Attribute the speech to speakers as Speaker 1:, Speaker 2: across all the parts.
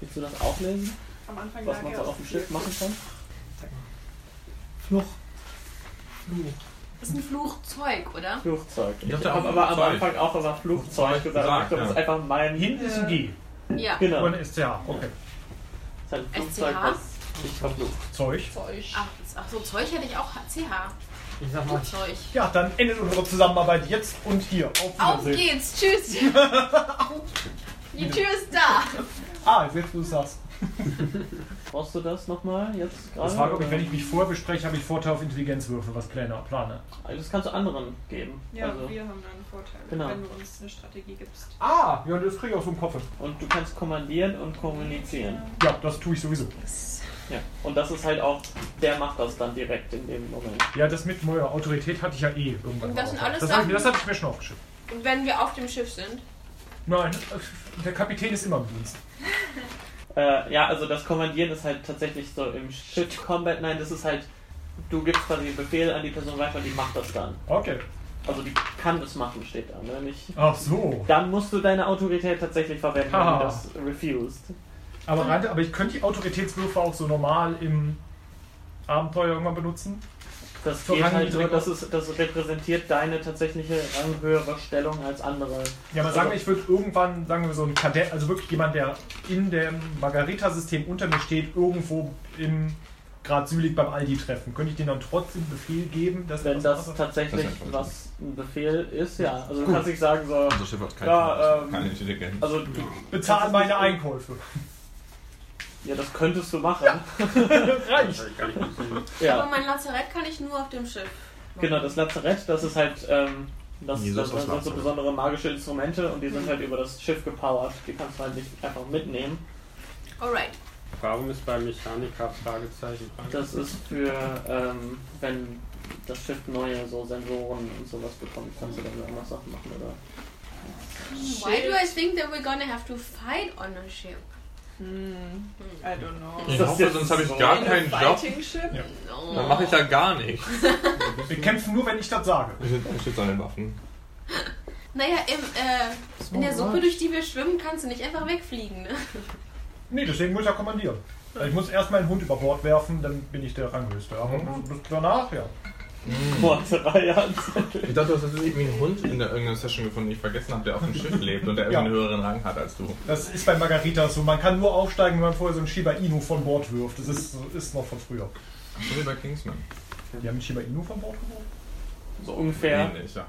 Speaker 1: Willst du das auflesen,
Speaker 2: Am Anfang
Speaker 1: was
Speaker 2: lag
Speaker 1: man
Speaker 2: er
Speaker 1: so
Speaker 2: auf
Speaker 1: auf dem Schiff machen kann?
Speaker 3: Fluch. Fluch.
Speaker 4: Ist ein Fluchzeug, oder?
Speaker 1: Flugzeug. Ich
Speaker 5: dachte auch
Speaker 1: habe aber am
Speaker 5: Flugzeug.
Speaker 1: Anfang auch immer Flugzeug
Speaker 5: Flugzeug
Speaker 1: gesagt.
Speaker 5: gesagt,
Speaker 1: das
Speaker 5: ja.
Speaker 1: ist einfach mein
Speaker 3: Hinten ist ein G.
Speaker 4: Ja.
Speaker 1: Genau.
Speaker 3: Und
Speaker 1: Das
Speaker 3: ist ja, okay.
Speaker 1: ist halt ein Flugzeug,
Speaker 4: SCH?
Speaker 1: was sich verflucht.
Speaker 3: Zeug.
Speaker 2: Zeug.
Speaker 4: Ach, das- ach so, Zeug hätte ich auch. CH.
Speaker 3: Ich sag mal.
Speaker 4: Flugzeug.
Speaker 3: Ja, dann endet unsere Zusammenarbeit jetzt und hier. Auf
Speaker 4: Auf
Speaker 3: Wiedersehen.
Speaker 4: geht's, tschüss. Die Tür ist da.
Speaker 3: Ah, jetzt wo du es sagst.
Speaker 1: Brauchst du das nochmal jetzt gerade?
Speaker 3: Das war, glaube ich, wenn ich mich vorher bespreche, habe ich Vorteil auf Intelligenzwürfe, was Pläne plane.
Speaker 1: Also, Das kannst du anderen geben.
Speaker 2: Ja,
Speaker 1: also.
Speaker 2: wir haben da einen Vorteil,
Speaker 1: Genau.
Speaker 2: wenn du uns eine Strategie gibst.
Speaker 3: Ah, ja, das kriege ich aus dem Kopf.
Speaker 1: Und du kannst kommandieren und kommunizieren.
Speaker 3: Ja, das tue ich sowieso.
Speaker 1: Ja. Und das ist halt auch, der macht das dann direkt in dem Moment.
Speaker 3: Ja, das mit neuer Autorität hatte ich ja eh irgendwann.
Speaker 4: Und das
Speaker 3: mal
Speaker 4: sind
Speaker 3: auch.
Speaker 4: alles
Speaker 3: das, habe ich,
Speaker 4: Sachen-
Speaker 3: das habe ich mir schon aufgeschrieben.
Speaker 4: Und wenn wir auf dem Schiff sind,
Speaker 3: Nein, äh, der Kapitän ist immer im Dienst.
Speaker 1: Äh, ja, also das Kommandieren ist halt tatsächlich so im Ship Combat. Nein, das ist halt, du gibst quasi einen Befehl an die Person weiter und die macht das dann.
Speaker 3: Okay.
Speaker 1: Also die kann es machen, steht da. Ne? Nicht,
Speaker 3: Ach so.
Speaker 1: dann musst du deine Autorität tatsächlich verwenden, wenn
Speaker 3: Haha.
Speaker 1: du das refused.
Speaker 3: Aber, rein, aber ich könnte die Autoritätswürfe auch so normal im Abenteuer irgendwann benutzen.
Speaker 1: Das
Speaker 3: Zur
Speaker 1: geht halt
Speaker 3: Rangniedrigung.
Speaker 1: nur, das, ist, das repräsentiert deine tatsächliche ranghöhere Stellung als andere.
Speaker 3: Ja, aber sagen wir,
Speaker 1: Also-
Speaker 3: ich würde irgendwann, sagen wir so ein Kadett, also wirklich jemand, der in dem Margarita-System unter mir steht, irgendwo im Grad Sülig beim Aldi treffen. Könnte ich denen dann trotzdem Befehl geben, dass er
Speaker 1: Wenn
Speaker 3: was
Speaker 1: das
Speaker 3: macht?
Speaker 1: tatsächlich
Speaker 5: Das ist ein
Speaker 1: was ein Befehl ist, ja. Also du
Speaker 5: Gut.
Speaker 1: kannst nicht sagen so,
Speaker 5: Unser Schiff hat keine,
Speaker 1: Ja, ähm,
Speaker 5: keine Intelligenz.
Speaker 1: also du,
Speaker 3: Bezahl meine Einkäufe.
Speaker 1: ja, das könntest du machen.
Speaker 3: Reicht.
Speaker 1: Ja.
Speaker 4: aber mein Lazarett kann ich nur auf dem Schiff. machen.
Speaker 1: Genau, das Lazarett, das ist halt, ähm, das,
Speaker 5: Jesus, das
Speaker 1: das, das sind so
Speaker 5: Lazarett.
Speaker 1: besondere magische Instrumente und die sind halt über das Schiff gepowert. Die kannst du halt nicht einfach mitnehmen.
Speaker 4: Alright.
Speaker 6: Warum ist bei Mechaniker Fragezeichen?
Speaker 1: Das ist für, ähm, wenn das Schiff neue so Sensoren und sowas bekommt, kannst du dann irgendwas Sachen machen, oder?
Speaker 4: Why do I think that we're gonna have to fight on a ship?
Speaker 2: Hm, I don't know.
Speaker 5: ich
Speaker 1: das
Speaker 5: hoffe,
Speaker 1: jetzt
Speaker 5: sonst habe ich
Speaker 1: so
Speaker 5: gar
Speaker 2: In a
Speaker 5: keinen Job.
Speaker 2: fighting ship?
Speaker 4: No.
Speaker 5: Dann mache ich ja gar nichts.
Speaker 3: Wir kämpfen nur, wenn ich das sage.
Speaker 5: Ich schütze seine Waffen.
Speaker 4: Naja, im, äh, in der Suppe, durch die wir schwimmen, kannst du nicht einfach wegfliegen, ne?
Speaker 3: Nee, deswegen muss ich ja kommandieren. Also Ich muss erst meinen Hund über Bord werfen, dann bin ich der Ranghöchste. Aber bis danach, ja.
Speaker 1: Vor drei Jahren.
Speaker 5: Ich dachte, du hast irgendwie einen Hund in der irgendeiner Session gefunden, die ich vergessen habe, der auf dem Schiff lebt und der irgendwie
Speaker 3: Ja.
Speaker 5: einen höheren Rang hat als du.
Speaker 3: Das ist bei Margarita so. Man kann nur aufsteigen, wenn man vorher so einen Shiba Inu von Bord wirft. Das ist, ist noch von früher.
Speaker 5: So wie bei Kingsman.
Speaker 3: Die haben einen Shiba Inu von Bord geworfen?
Speaker 1: So ungefähr.
Speaker 5: Ähnlich, ja.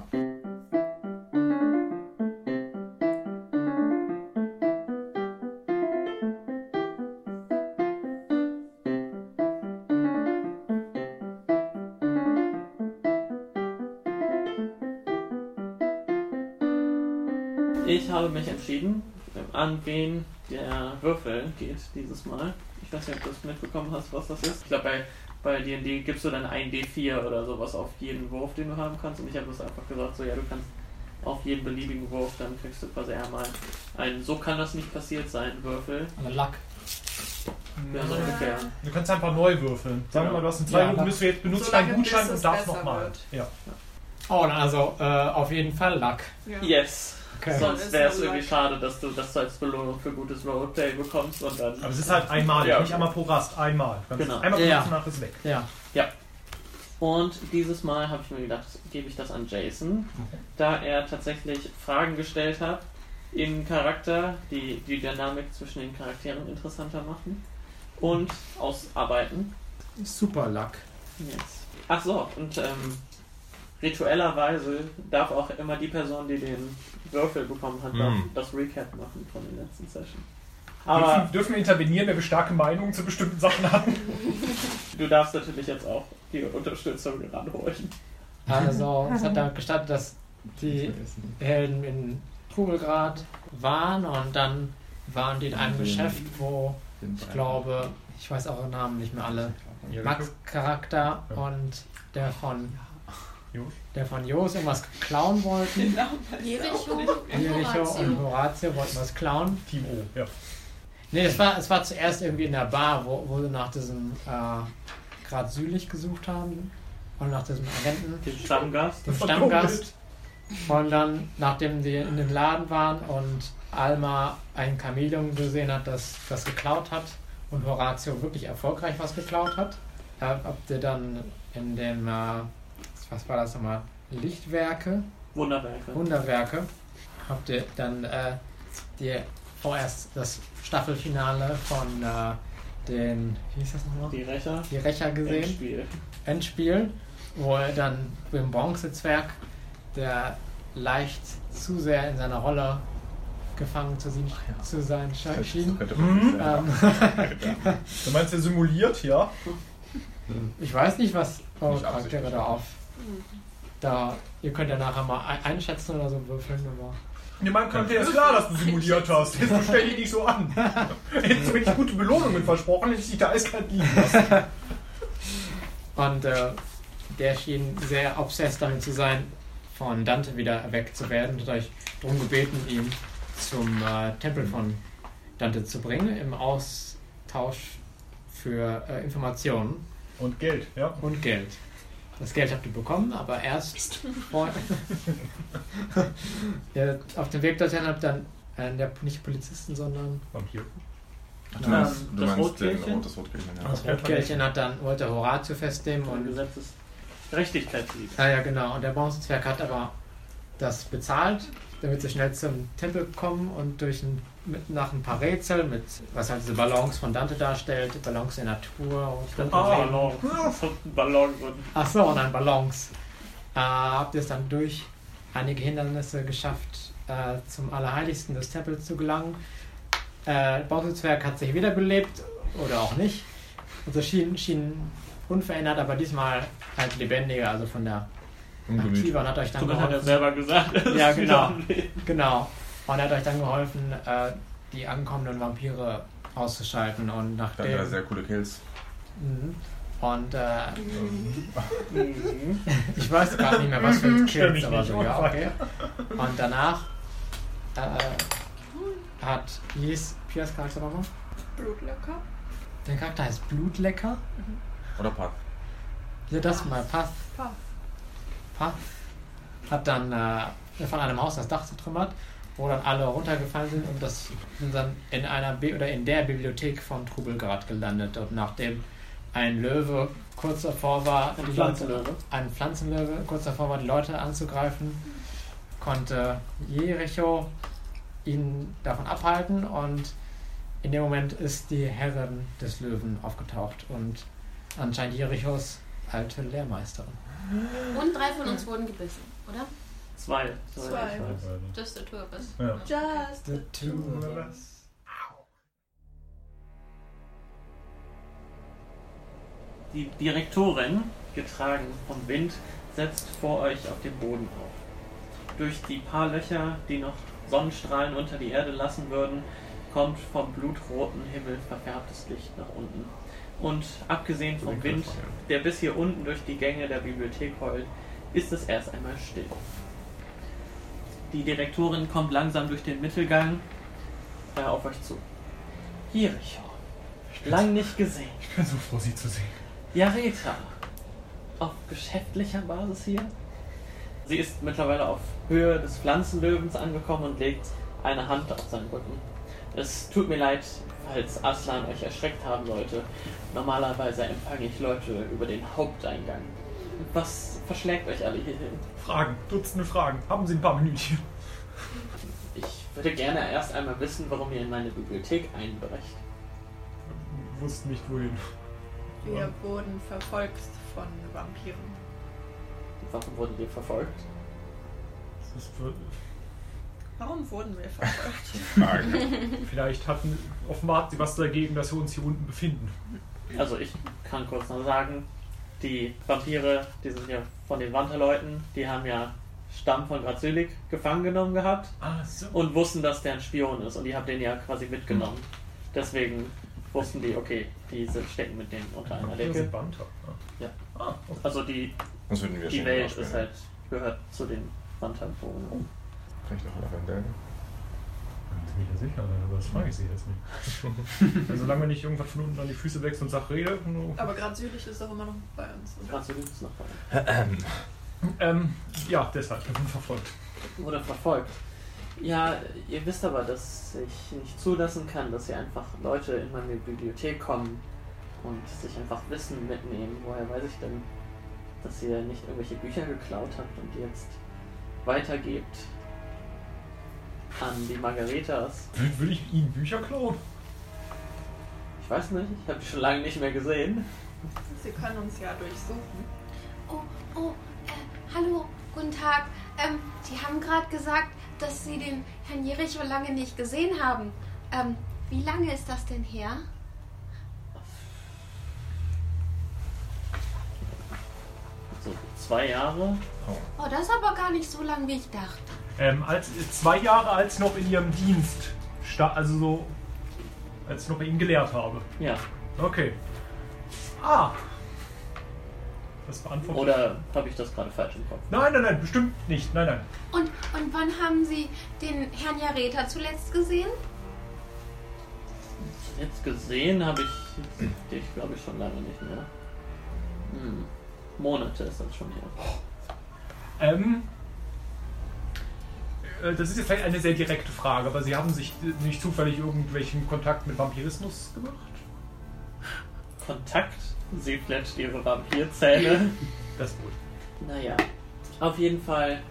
Speaker 1: Ich habe mich entschieden, an wen der Würfel geht dieses Mal. Ich weiß nicht, ob du das mitbekommen hast, was das ist. Ich glaube, bei, bei D&D gibst du dann ein D4 oder sowas auf jeden Wurf, den du haben kannst. Und ich habe das einfach gesagt, so ja, du kannst auf jeden beliebigen Wurf, dann kriegst du quasi einmal einen so kann das nicht passiert sein Würfel.
Speaker 7: Ein Lack.
Speaker 1: Ja, so ungefähr.
Speaker 3: Du kannst ein paar neu würfeln. Sagen wir mal, du hast einen zwei
Speaker 7: Ja,
Speaker 3: Minuten,
Speaker 7: aber-
Speaker 3: müssen wir jetzt benutzen
Speaker 2: Solange
Speaker 3: einen Gutschein
Speaker 2: bis es
Speaker 3: und darfst
Speaker 2: besser
Speaker 3: nochmal.
Speaker 2: wird.
Speaker 3: Ja.
Speaker 7: Oh, na, also äh, auf jeden Fall Lack.
Speaker 2: Ja.
Speaker 1: Yes.
Speaker 7: Okay.
Speaker 1: Sonst wäre es irgendwie schade, dass du das als Belohnung für gutes Roleplay bekommst und dann.
Speaker 3: Aber es ist halt einmalig,
Speaker 1: Ja.
Speaker 3: nicht einmal pro Rast, einmal. Du kannst
Speaker 1: Genau.
Speaker 3: Einmal pro
Speaker 7: Ja.
Speaker 3: Rast nach ist weg.
Speaker 7: Ja.
Speaker 1: Und dieses Mal habe ich mir gedacht, gebe ich das an Jason, da er tatsächlich Fragen gestellt hat im Charakter, die die Dynamik zwischen den Charakteren interessanter machen und ausarbeiten.
Speaker 7: Super Lack.
Speaker 1: Yes. Ach so, und ähm, rituellerweise darf auch immer die Person, die den Würfel bekommen hat, darf
Speaker 5: Hm.
Speaker 1: das Recap machen von der letzten Session. Aber
Speaker 3: Dürfen, dürfen wir intervenieren, wenn wir starke Meinungen zu bestimmten Sachen hatten?
Speaker 1: du darfst natürlich jetzt auch die Unterstützung ranholen.
Speaker 7: Also, es hat damit gestartet, dass die Helden in Kugelgrad waren und dann waren die in einem Geschäft, wo ich glaube, ich weiß eure Namen nicht mehr alle. Max Charakter und der von
Speaker 3: Jos.
Speaker 7: der von Jos irgendwas klauen wollten.
Speaker 2: Genau.
Speaker 4: Jericho und
Speaker 7: Jericho und
Speaker 4: Horatio.
Speaker 7: Horatio wollten was klauen.
Speaker 3: Team O, ja.
Speaker 7: Nee, es war, es war zuerst irgendwie in der Bar, wo, wo sie nach diesem äh, Grad Sülich gesucht haben und nach diesem Agenten,
Speaker 1: Den Stammgast.
Speaker 7: dem
Speaker 3: war
Speaker 7: Stammgast. Und dann, nachdem sie in dem Laden waren und Alma ein Chamäleon gesehen hat, das das geklaut hat und Horatio wirklich erfolgreich was geklaut hat, äh, habt ihr dann in dem, äh, was war das nochmal, Lichtwerke,
Speaker 1: Wunderwerke.
Speaker 7: Wunderwerke, habt ihr dann äh, die, vorerst das Staffelfinale von äh, den, wie hieß das nochmal?
Speaker 1: Die Rächer.
Speaker 7: Die Rächer gesehen.
Speaker 1: Endspiel.
Speaker 7: Endspiel, wo er dann dem Bronzezwerg, der leicht zu sehr in seiner Rolle gefangen zu, sein- zu sein scheint- schien.
Speaker 5: Könnte man
Speaker 3: Mhm.
Speaker 5: sagen.
Speaker 7: Ähm,
Speaker 3: Du meinst, er simuliert, ja?
Speaker 7: ich weiß nicht, was eure
Speaker 5: Nicht
Speaker 7: Charaktere
Speaker 5: absichtlich.
Speaker 7: da auf. Da, ihr könnt ja nachher mal ein- einschätzen oder so würfeln, aber.
Speaker 3: Ihr meint, könnte ist klar, dass du simuliert hast. Jetzt stell dich nicht so an. Hättest du mir nicht gute Belohnungen versprochen, hätte ich dich da eiskalt liegen lassen.
Speaker 7: Und äh, der schien sehr obsessed damit zu sein, von Dante wieder erweckt zu werden und hat euch darum gebeten, ihn zum äh, Tempel von Dante zu bringen, im Austausch für äh, Informationen
Speaker 3: Und Geld, ja.
Speaker 7: und Geld. Das Geld habt ihr bekommen, aber erst vor ja, auf dem Weg dorthin habt ihr dann äh, der, nicht Polizisten, sondern
Speaker 3: Vampir.
Speaker 5: Du meinst,
Speaker 1: Ähm,
Speaker 5: du
Speaker 1: das
Speaker 5: meinst den
Speaker 1: Rotkehlchen? Also,
Speaker 5: Rot, das Rotkehlchen, ja.
Speaker 7: das Rotkehlchen hat dann wollte Horatio festnehmen
Speaker 1: Ein
Speaker 7: und
Speaker 1: Gesetzes Gerechtigkeitslied.
Speaker 7: Ah ja, genau. Und der Bronzenzwerg hat aber das bezahlt, damit sie schnell zum Tempel kommen und durch ein, mit, nach ein paar Rätseln mit, was halt diese Ballons von Dante darstellt, Ballons der Natur und
Speaker 1: Ein
Speaker 7: Ah.
Speaker 1: Ballon. Das hat einen Ballon und
Speaker 7: Ach so, und dann Ballons. Äh, habt ihr es dann durch einige Hindernisse geschafft, äh, zum Allerheiligsten des Tempels zu gelangen. Äh, Bautenzwerg hat sich wiederbelebt oder auch nicht. Also schien, schien unverändert, aber diesmal halt lebendiger, also von der
Speaker 5: Ungemütlich.
Speaker 7: aktiver und hat euch dann
Speaker 1: Zumindest hat er
Speaker 7: geholfen.
Speaker 1: selber gesagt. er ist
Speaker 7: Ja,
Speaker 1: wieder
Speaker 7: genau.
Speaker 1: am Leben.
Speaker 7: Genau. Und er hat euch dann geholfen, äh, die ankommenden Vampire auszuschalten und
Speaker 5: Da hat er
Speaker 7: nachdem.
Speaker 5: sehr coole Kills.
Speaker 7: Mhm. Und äh,
Speaker 1: Mhm.
Speaker 7: ich weiß gar nicht mehr, was für ein
Speaker 3: Stell
Speaker 7: Kills,
Speaker 3: mich
Speaker 7: aber
Speaker 3: nicht
Speaker 7: so,
Speaker 3: auf.
Speaker 7: ja,
Speaker 1: Oh,
Speaker 7: okay. Und danach äh, hat Yes, Pias Charakter nochmal.
Speaker 2: Blutlecker.
Speaker 7: Der Charakter heißt Blutlecker.
Speaker 5: Oder Path.
Speaker 7: Ja, das mal, Path.
Speaker 2: Path.
Speaker 7: Path. Hat dann äh, von einem Haus das Dach zertrümmert, wo dann alle runtergefallen sind und das sind dann in einer Bi oder in der Bibliothek von Trubelgrad gelandet. Und nachdem ein Löwe kurz davor war,
Speaker 1: Ein
Speaker 7: die Leute,
Speaker 1: Pflanzenlöwe.
Speaker 7: ein Pflanzenlöwe kurz davor war, die Leute anzugreifen, konnte Jericho ihn davon abhalten und in dem Moment ist die Herrin des Löwen aufgetaucht und anscheinend Jerichos alte Lehrmeisterin.
Speaker 4: Und drei von uns wurden gebissen, oder?
Speaker 1: Zwei.
Speaker 2: Zwei.
Speaker 1: ich weiß.
Speaker 4: Just the two of us.
Speaker 3: Ja.
Speaker 2: Just.
Speaker 7: The two of us.
Speaker 1: Die Direktorin, getragen vom Wind, setzt vor euch auf den Boden auf. Durch die paar Löcher, die noch Sonnenstrahlen unter die Erde lassen würden, kommt vom blutroten Himmel verfärbtes Licht nach unten. Und abgesehen vom Wind, der bis hier unten durch die Gänge der Bibliothek heult, ist es erst einmal still. Die Direktorin kommt langsam durch den Mittelgang äh, auf euch zu. Jericho, lang nicht gesehen.
Speaker 3: Ich bin so froh, sie zu sehen.
Speaker 1: Ja, Rita. Auf geschäftlicher Basis hier? Sie ist mittlerweile auf Höhe des Pflanzenlöwens angekommen und legt eine Hand auf seinen Rücken. Es tut mir leid, falls Aslan euch erschreckt haben sollte. Normalerweise empfange ich Leute über den Haupteingang. Was verschlägt euch alle hierhin?
Speaker 3: Fragen, Dutzende Fragen. Haben Sie ein paar Minütchen?
Speaker 1: Ich würde gerne erst einmal wissen, warum ihr in meine Bibliothek einbrecht.
Speaker 3: Wussten nicht wohin.
Speaker 2: Wir wurden verfolgt von Vampiren.
Speaker 1: Warum wurdet ihr verfolgt?
Speaker 3: Das ist äh, für-
Speaker 2: Warum wurden wir verfolgt?
Speaker 5: Fragen.
Speaker 3: Vielleicht hatten, offenbar hatten sie was dagegen, dass wir uns hier unten befinden.
Speaker 1: Also ich kann kurz noch sagen, die Vampire, die sind ja von den Wanderleuten, die haben ja Stamm von Grazilik gefangen genommen gehabt
Speaker 3: Ah, so.
Speaker 1: und wussten, dass der ein Spion ist und die haben den ja quasi mitgenommen. Deswegen wussten die, okay, die sind- stecken mit dem unter einer
Speaker 3: Vampire sind
Speaker 1: Decke.
Speaker 3: Banter.
Speaker 1: Ja.
Speaker 3: Ah, okay.
Speaker 1: Also die,
Speaker 5: Sonst würden wir
Speaker 1: die
Speaker 5: schon
Speaker 1: Welt
Speaker 5: nachspielen.
Speaker 1: ist halt, gehört zu den Wandtampfonen.
Speaker 5: Vielleicht noch Lavendel.
Speaker 3: Ich bin mir sicher, aber das frage ich sie jetzt nicht. also, solange wir nicht irgendwas von unten an die Füße wächst und sagt, rede. no.
Speaker 2: Aber gerade südlich ist doch immer noch bei uns. oder?
Speaker 1: Grazilik ist noch bei
Speaker 5: Ähm.
Speaker 3: Ähm, ja, deshalb, davon verfolgt.
Speaker 1: Oder verfolgt. Ja, ihr wisst aber, dass ich nicht zulassen kann, dass hier einfach Leute in meine Bibliothek kommen und sich einfach Wissen mitnehmen. Woher weiß ich denn, dass ihr nicht irgendwelche Bücher geklaut habt und die jetzt weitergebt an die Margaretas?
Speaker 3: Wür- Würde ich Ihnen Bücher klauen?
Speaker 1: Ich weiß nicht, ich habe die schon lange nicht mehr gesehen.
Speaker 2: Sie können uns ja durchsuchen.
Speaker 4: Oh, oh, äh, hallo, guten Tag. Ähm, die haben gerade gesagt, dass sie den Herrn Jericho lange nicht gesehen haben. Ähm, wie lange ist das denn her?
Speaker 1: So zwei Jahre.
Speaker 4: Oh, das ist aber gar nicht so lang, wie ich dachte.
Speaker 3: Ähm, als, zwei Jahre als noch in Ihrem Dienst, sta- also so, als ich noch bei Ihnen gelehrt habe.
Speaker 1: Ja.
Speaker 3: Okay. Ah. Das beantwortet.
Speaker 1: Oder habe ich das gerade falsch im Kopf?
Speaker 3: Nein, nein, nein, bestimmt nicht. Nein, nein.
Speaker 4: Und, und wann haben Sie den Herrn Jareta zuletzt gesehen?
Speaker 1: Jetzt gesehen habe ich dich, glaube ich, schon lange nicht mehr. Hm. Monate ist das schon her.
Speaker 3: Ähm, äh, das ist jetzt vielleicht eine sehr direkte Frage, aber Sie haben sich äh, nicht zufällig irgendwelchen Kontakt mit Vampirismus gemacht?
Speaker 1: Kontakt? Sie fletscht ihre Vampirzähne.
Speaker 3: Das wohl.
Speaker 1: naja, auf jeden Fall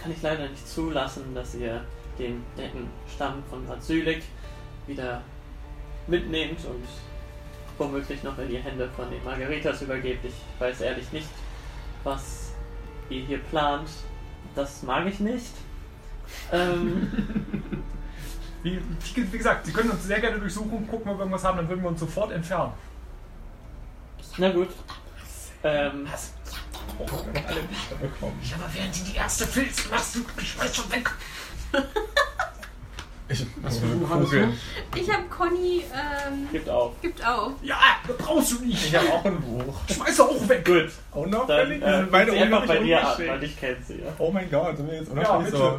Speaker 1: kann ich leider nicht zulassen, dass ihr den netten Stamm von Razylik wieder mitnehmt und womöglich noch in die Hände von den Margaritas übergebt. Ich weiß ehrlich nicht, was ihr hier plant. Das mag ich nicht. Ähm.
Speaker 3: Wie, wie wie gesagt, Sie können uns sehr gerne durchsuchen, gucken, ob wir irgendwas haben, dann würden wir uns sofort entfernen.
Speaker 1: Na gut. Ähm,
Speaker 5: alle Bücher bekommen.
Speaker 8: Aber während du die erste filzt, machst du ich weiß schon weg.
Speaker 5: Ich,
Speaker 7: Was für
Speaker 5: eine
Speaker 7: Buch hattest
Speaker 5: Kugel.
Speaker 4: Ich habe Conny, ähm,
Speaker 1: gibt auf.
Speaker 4: gibt auf.
Speaker 3: Ja, das brauchst du nicht.
Speaker 5: Ich habe auch ein Buch.
Speaker 3: Schmeiß doch auch weg.
Speaker 1: Gut,
Speaker 5: Oh no,
Speaker 1: dann
Speaker 5: völlig.
Speaker 1: äh, beide sie einfach bei dir an, weil
Speaker 5: ungeschickt.
Speaker 1: ich kenne sie. Ja.
Speaker 5: Oh mein Gott, sind wir jetzt
Speaker 3: Ja,
Speaker 5: unabhängig
Speaker 3: bitte.
Speaker 5: so.